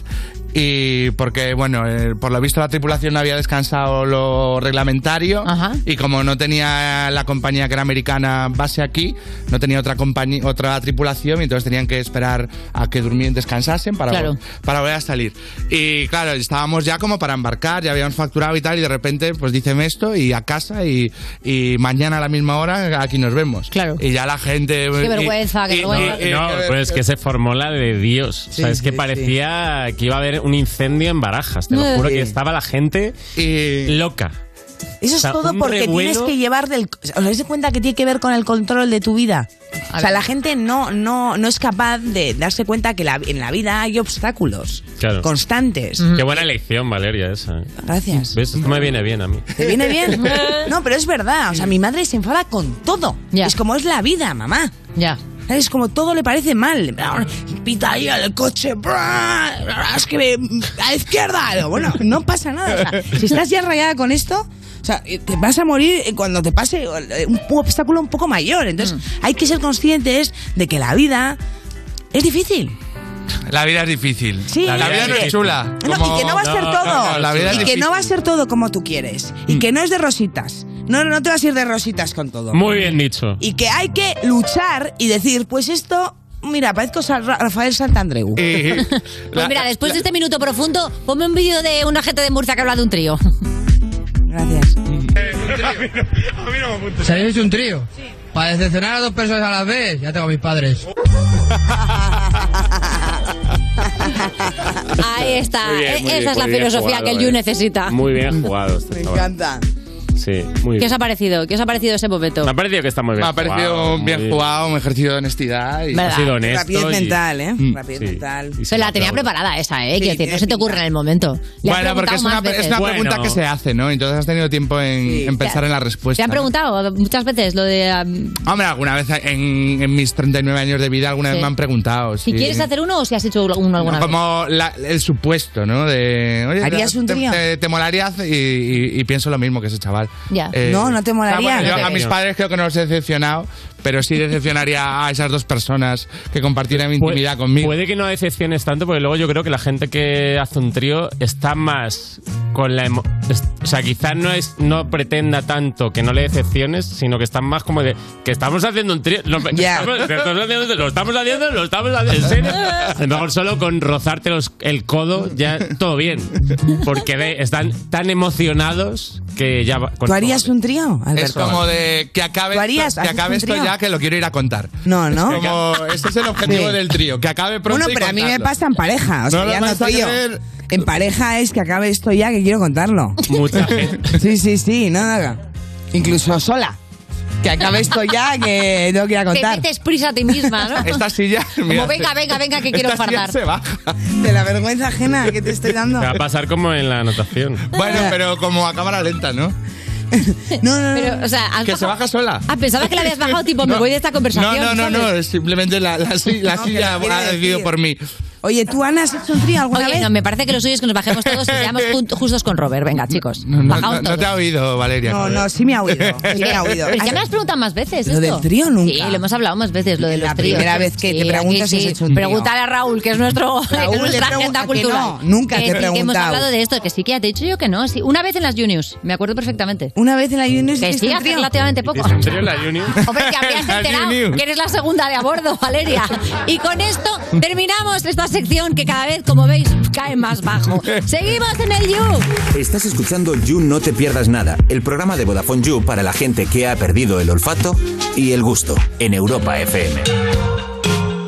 [SPEAKER 30] Y porque, bueno, eh, por lo visto la tripulación no había descansado lo reglamentario y como no tenía la compañía que era americana base aquí, no tenía otra compañía, otra tripulación y entonces tenían que esperar a que durmien, descansasen para,
[SPEAKER 27] Claro.
[SPEAKER 30] vol- para volver a salir. Y claro, estábamos ya como para embarcar, ya habíamos facturado y tal, y de repente pues dicen esto y a casa y, y mañana a la misma hora aquí nos vemos. Claro. Y ya la gente...
[SPEAKER 3] Qué
[SPEAKER 30] y-
[SPEAKER 3] vergüenza,
[SPEAKER 30] eh,
[SPEAKER 3] qué vergüenza.
[SPEAKER 36] No, pero es Pues que se formó la de Dios. o sea, es que parecía que iba a haber un incendio en Barajas. Te lo
[SPEAKER 2] Eh.
[SPEAKER 36] juro que estaba la gente loca.
[SPEAKER 2] Eso
[SPEAKER 36] O sea,
[SPEAKER 2] es todo
[SPEAKER 36] un
[SPEAKER 2] porque
[SPEAKER 36] revuelo.
[SPEAKER 2] tienes que llevar del. ¿Os dais cuenta que tiene que ver con el control de tu vida? O sea, la gente no, no, no es capaz de darse cuenta que la- en la vida hay obstáculos
[SPEAKER 36] Claro.
[SPEAKER 2] constantes.
[SPEAKER 36] Qué buena elección, Valeria, esa. ¿eh?
[SPEAKER 2] Gracias.
[SPEAKER 36] ¿Ves? Esto me viene bien a mí.
[SPEAKER 2] ¿Te viene bien? No, pero es verdad. O sea, mi madre se enfada con todo. Es como es la vida, mamá.
[SPEAKER 3] Ya.
[SPEAKER 2] Es como todo le parece mal. Pita ahí el coche. bra, bra, Es que me- a la izquierda. Digo, Bueno, no pasa nada. O sea, si estás ya rayada con esto, o sea, eh, te vas a morir eh, cuando te pase eh, un pu- obstáculo un poco mayor. Entonces, hay que ser conscientes de que la vida es difícil.
[SPEAKER 30] La vida es difícil.
[SPEAKER 2] Sí,
[SPEAKER 30] la, vida
[SPEAKER 2] y
[SPEAKER 30] no
[SPEAKER 2] que-
[SPEAKER 30] es chula.
[SPEAKER 2] No,
[SPEAKER 30] Como-
[SPEAKER 2] y que no va a ser todo.
[SPEAKER 30] la vida
[SPEAKER 2] y
[SPEAKER 30] es
[SPEAKER 2] que
[SPEAKER 30] difícil. Mm.
[SPEAKER 2] no va a ser todo como tú quieres. Y que no es de rositas. No, no te vas a ir de rositas con todo.
[SPEAKER 36] [LAUGHS] Muy bien dicho.
[SPEAKER 2] Y que hay que luchar y decir, pues esto, mira, parezco San Ra- Rafael Santandreu. [LAUGHS]
[SPEAKER 3] Pues mira, después de este minuto profundo, ponme un vídeo de una gente de Murcia que habla de un trío.
[SPEAKER 2] Gracias.
[SPEAKER 28] ¿Se habéis hecho un trío? Para decepcionar a dos personas a la vez, ya tengo a mis padres. [LAUGHS]
[SPEAKER 3] Ahí está.
[SPEAKER 36] Muy bien, muy
[SPEAKER 3] Eh,
[SPEAKER 36] bien,
[SPEAKER 3] Esa es la
[SPEAKER 36] muy bien
[SPEAKER 3] filosofía
[SPEAKER 36] jugado,
[SPEAKER 3] que el
[SPEAKER 36] eh.
[SPEAKER 3] You necesita. [LAUGHS]
[SPEAKER 36] Muy bien jugado. Este chaval. Sí,
[SPEAKER 3] ¿Qué os
[SPEAKER 36] muy bien.
[SPEAKER 3] ha parecido? ¿Qué os ha parecido ese momento?
[SPEAKER 36] Me ha parecido que está muy
[SPEAKER 30] Me
[SPEAKER 36] bien
[SPEAKER 30] ha parecido
[SPEAKER 36] jugado, muy
[SPEAKER 30] bien jugado, un ejercicio de honestidad. Y
[SPEAKER 36] ¿Verdad? Ha sido honesto
[SPEAKER 30] Rapidez
[SPEAKER 36] y-
[SPEAKER 30] mental, ¿eh?
[SPEAKER 36] Mm,
[SPEAKER 2] Rapidez
[SPEAKER 36] sí.
[SPEAKER 2] mental.
[SPEAKER 3] Se la tenía preparada esa, ¿eh? Quiero decir, no se te ocurre en el momento. Le han
[SPEAKER 30] Bueno, porque
[SPEAKER 3] preguntado
[SPEAKER 30] es una,
[SPEAKER 3] más
[SPEAKER 30] es
[SPEAKER 3] veces.
[SPEAKER 30] una pregunta que se hace, ¿no? Entonces has tenido tiempo en, en pensar en la
[SPEAKER 28] pues
[SPEAKER 30] respuesta.
[SPEAKER 3] Te han
[SPEAKER 30] ¿no?
[SPEAKER 3] preguntado muchas veces lo de. um,
[SPEAKER 30] Hombre, alguna vez en, en mis 39 años de vida, alguna
[SPEAKER 3] Sí.
[SPEAKER 30] vez me han preguntado.
[SPEAKER 3] si quieres hacer uno o si has hecho uno alguna vez.
[SPEAKER 30] Pues Como la- el supuesto, ¿no? De, oye,
[SPEAKER 3] ¿Harías
[SPEAKER 30] te-
[SPEAKER 3] un trío?
[SPEAKER 30] Te, te molaría hacer- y, y- y pienso lo mismo que ese chaval.
[SPEAKER 3] Ya.
[SPEAKER 30] Eh,
[SPEAKER 2] no, no te
[SPEAKER 30] ah,
[SPEAKER 2] molaría.
[SPEAKER 30] bueno, yo a mis padres creo que no los he decepcionado, pero sí decepcionaría a esas dos personas que compartieran intimidad conmigo.
[SPEAKER 36] Puede que no decepciones tanto, porque luego yo creo que la gente que hace un trío está más con la emo- es- O sea, quizás no es no pretenda tanto que no le decepciones, sino que están más como de que estamos haciendo un trío. [LAUGHS] Lo, que estamos, que estamos haciendo, lo estamos haciendo, lo estamos haciendo. ¿en serio? A [LAUGHS] lo mejor solo con rozarte los- el codo ya todo bien. Porque ve, están tan emocionados que ya va- con-
[SPEAKER 2] ¿Tú harías un trío, Alberto?
[SPEAKER 30] Es como de que acabe,
[SPEAKER 2] ¿Lo [LAUGHS] harías?
[SPEAKER 30] que
[SPEAKER 2] ¿Haces
[SPEAKER 30] acabe
[SPEAKER 2] un
[SPEAKER 30] esto
[SPEAKER 2] trío?
[SPEAKER 30] ya que lo quiero ir a contar.
[SPEAKER 2] No, no.
[SPEAKER 30] Es como- ese es el objetivo
[SPEAKER 2] Sí.
[SPEAKER 30] del trío, que acabe pronto.
[SPEAKER 2] Bueno,
[SPEAKER 30] y
[SPEAKER 2] pero a mí me
[SPEAKER 30] contarlo.
[SPEAKER 2] pasa en pareja, o sea,
[SPEAKER 30] No lo
[SPEAKER 2] ya
[SPEAKER 30] vas
[SPEAKER 2] no
[SPEAKER 30] a
[SPEAKER 2] trío.
[SPEAKER 30] creer.
[SPEAKER 2] En pareja es que acabe esto ya que quiero contarlo.
[SPEAKER 36] Mucha
[SPEAKER 2] [LAUGHS] Sí, sí, sí, nada. Incluso sola. Que acabe esto ya que no quiero
[SPEAKER 3] Te
[SPEAKER 2] contar.
[SPEAKER 3] metes prisa a ti misma,
[SPEAKER 30] [LAUGHS]
[SPEAKER 3] ¿no?
[SPEAKER 30] Esta silla.
[SPEAKER 3] Como venga, venga, venga, que quiero fardar.
[SPEAKER 2] De la vergüenza ajena que te estoy dando.
[SPEAKER 36] te va a pasar como en la anotación.
[SPEAKER 30] Bueno, pero como a cámara lenta, ¿no?
[SPEAKER 2] No, no,
[SPEAKER 3] Pero, o sea, has
[SPEAKER 30] Que se
[SPEAKER 3] bajado-
[SPEAKER 30] baja sola.
[SPEAKER 3] Ah, pensaba que la habías bajado, tipo,
[SPEAKER 30] [LAUGHS]
[SPEAKER 3] me
[SPEAKER 30] No.
[SPEAKER 3] voy de esta conversación.
[SPEAKER 30] No, no, no,
[SPEAKER 3] ¿sabes?
[SPEAKER 30] no, simplemente la, la, si- la
[SPEAKER 2] [LAUGHS]
[SPEAKER 3] No,
[SPEAKER 30] silla
[SPEAKER 3] pero
[SPEAKER 30] ha
[SPEAKER 3] quiere
[SPEAKER 30] decidido
[SPEAKER 3] decir-
[SPEAKER 30] por mí.
[SPEAKER 2] Oye, ¿tú, Ana, has hecho un trío alguna
[SPEAKER 3] Oye,
[SPEAKER 2] vez?
[SPEAKER 3] no, me parece que lo suyo es que nos bajemos todos
[SPEAKER 30] [LAUGHS]
[SPEAKER 3] y seamos jun- justos con Robert. Venga, chicos. No,
[SPEAKER 30] No, no- no te ha oído, Valeria.
[SPEAKER 2] No,
[SPEAKER 30] joder.
[SPEAKER 2] no, sí me ha oído.
[SPEAKER 30] [LAUGHS]
[SPEAKER 2] Sí [LAUGHS] me ha oído.
[SPEAKER 3] Pero ya me has preguntado más veces.
[SPEAKER 2] Lo
[SPEAKER 3] esto.
[SPEAKER 2] del trío nunca.
[SPEAKER 3] Sí, lo hemos hablado más veces, lo de los tríos.
[SPEAKER 2] primera vez que te
[SPEAKER 3] aquí
[SPEAKER 2] preguntas si has hecho un trío.
[SPEAKER 3] Pregúntale a Raúl, que es nuestro
[SPEAKER 2] Raúl,
[SPEAKER 3] [LAUGHS] que es nuestra
[SPEAKER 2] te pregun-
[SPEAKER 3] agenda
[SPEAKER 2] ¿a que
[SPEAKER 3] cultural.
[SPEAKER 2] no? Nunca
[SPEAKER 3] Que
[SPEAKER 2] te he
[SPEAKER 3] sí, que hemos
[SPEAKER 2] preguntado.
[SPEAKER 3] hablado de esto, que sí que ya te he dicho yo que no. sí. Una vez en las Juniors, me acuerdo perfectamente.
[SPEAKER 2] Una vez en las Juniors
[SPEAKER 3] Que
[SPEAKER 2] hiciste
[SPEAKER 3] sí,
[SPEAKER 2] un
[SPEAKER 3] hace
[SPEAKER 2] trío.
[SPEAKER 3] relativamente poco. [LAUGHS]
[SPEAKER 36] ¿Hiciste un trío en la Junior?
[SPEAKER 3] Hombre, que
[SPEAKER 30] [LAUGHS]
[SPEAKER 3] habrías
[SPEAKER 36] La
[SPEAKER 3] enterado
[SPEAKER 36] Junior.
[SPEAKER 3] que eres la segunda de a bordo, Valeria. Y con esto terminamos esta sección que cada vez, como veis, cae más
[SPEAKER 36] [LAUGHS]
[SPEAKER 3] bajo. Seguimos en el You.
[SPEAKER 27] Estás escuchando You No Te Pierdas Nada, el programa de Vodafone You para la gente que ha perdido el olfato y el gusto en Europa FM.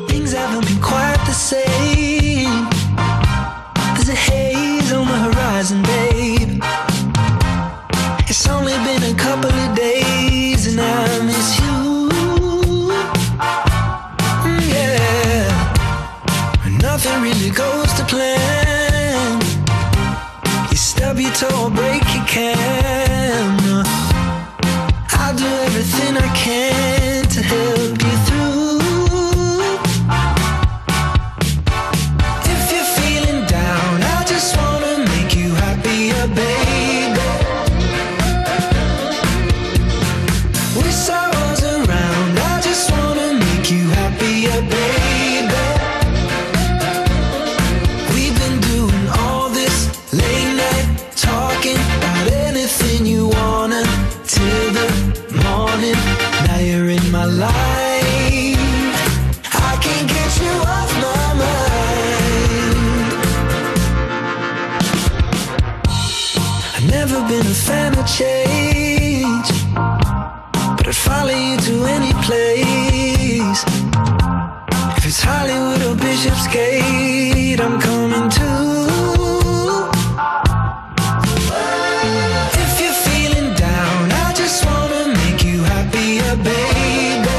[SPEAKER 29] Things haven't been quite the same. There's a haze on the horizon, babe. It's only been a couple of days, and I miss you. Mm, Yeah, nothing really goes to plan. You stub your toe or break your camera. I'll do everything I can to help you through. If you're feeling down, I just wanna make you happier, babe. Wish I was around, I just wanna make you happier, babe. We've been doing all this late night talking about anything you wanna till the morning. Now you're in my life. I can't get you off my mind. I've never been a fan of change, but I'd follow you to any place. If it's Hollywood or Bishop's Gate, I'm coming too. If you're feeling down, I just wanna make you happier, baby.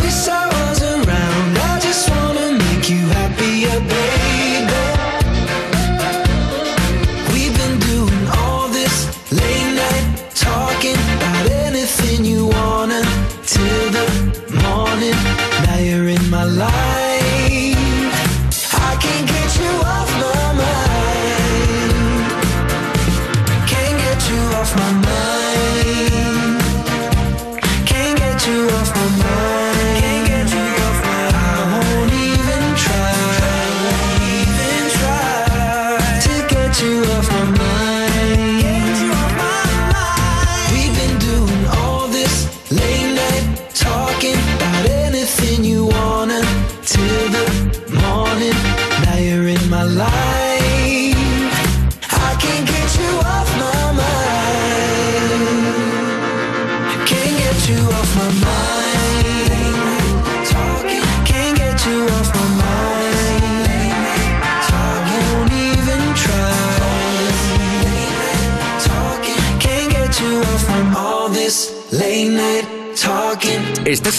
[SPEAKER 29] Wish I was around, I just wanna make you happier, baby. We've been doing all this late night talking about anything you wanna till the morning. Now you're in my life. I can't get you off my mind. Can't get you off my mind. Can't get you off my mind. Can't get you off my I won't even try. I won't even try to get you off my mind. Get you off my mind. We've been doing all this late night talking about anything you wanna till the morning. Now you're in my life. I can't get you off my mind. Can't get you off my mind. Talking, can't get you off my mind. Talking, won't even try. Talking, can't get you off my all this late night talking.
[SPEAKER 27] Estás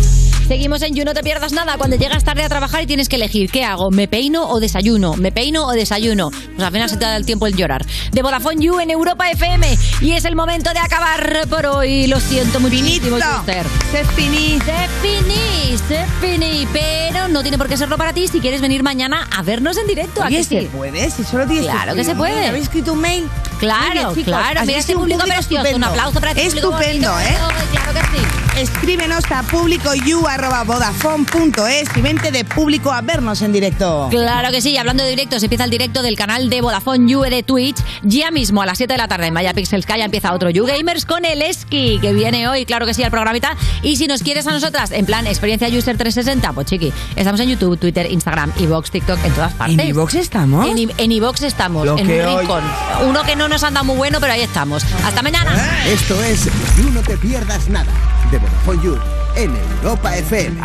[SPEAKER 3] Seguimos en You No Te Pierdas Nada. Cuando llegas tarde a trabajar y tienes que elegir, ¿qué hago? ¿Me peino o desayuno? ¿Me peino o desayuno? Pues al final se te da el tiempo el llorar. De Vodafone You en Europa FM. Y es el momento de acabar por hoy. Lo siento muchísimo, Chester. Se finí. Se finí, se finí. Pero no tiene por qué serlo para ti si quieres venir mañana a vernos en directo. [LAUGHS] ¿a
[SPEAKER 2] Oye,
[SPEAKER 3] que
[SPEAKER 2] se
[SPEAKER 3] sí?
[SPEAKER 2] puede, si solo tienes
[SPEAKER 3] Claro que se
[SPEAKER 2] escribir.
[SPEAKER 3] puede.
[SPEAKER 2] ¿Habéis escrito un mail?
[SPEAKER 3] Claro,
[SPEAKER 2] Muy bien, chicos.
[SPEAKER 3] claro.
[SPEAKER 2] Así
[SPEAKER 3] Mira
[SPEAKER 2] es
[SPEAKER 3] este
[SPEAKER 2] un
[SPEAKER 3] público precioso. Un aplauso para este público
[SPEAKER 2] Estupendo,
[SPEAKER 3] bonito.
[SPEAKER 2] ¿eh?
[SPEAKER 3] Claro que sí.
[SPEAKER 2] Escríbenos a publicoyu.vodafone.es y vente de público a vernos en directo.
[SPEAKER 3] Claro que sí, y hablando de directos, empieza el directo del canal de Vodafone You de Twitch. Ya mismo a las 7 de la tarde en Maya Pixels Sky empieza otro You Gamers con el Esqui, que viene hoy, claro que sí, al programita. Y si nos quieres a nosotras, en plan experiencia user 360, pues chiqui, estamos en YouTube, Twitter, Instagram, Evox, TikTok, en todas partes.
[SPEAKER 2] ¿En iVoox estamos?
[SPEAKER 3] En, i- en iVoox estamos,
[SPEAKER 2] Lo
[SPEAKER 3] en
[SPEAKER 2] que
[SPEAKER 3] un
[SPEAKER 2] hoy-
[SPEAKER 3] rincón. Uno que no nos anda muy bueno, pero ahí estamos. Hasta mañana.
[SPEAKER 4] Esto es You No Te Pierdas Nada de Vodafone You en Europa FM.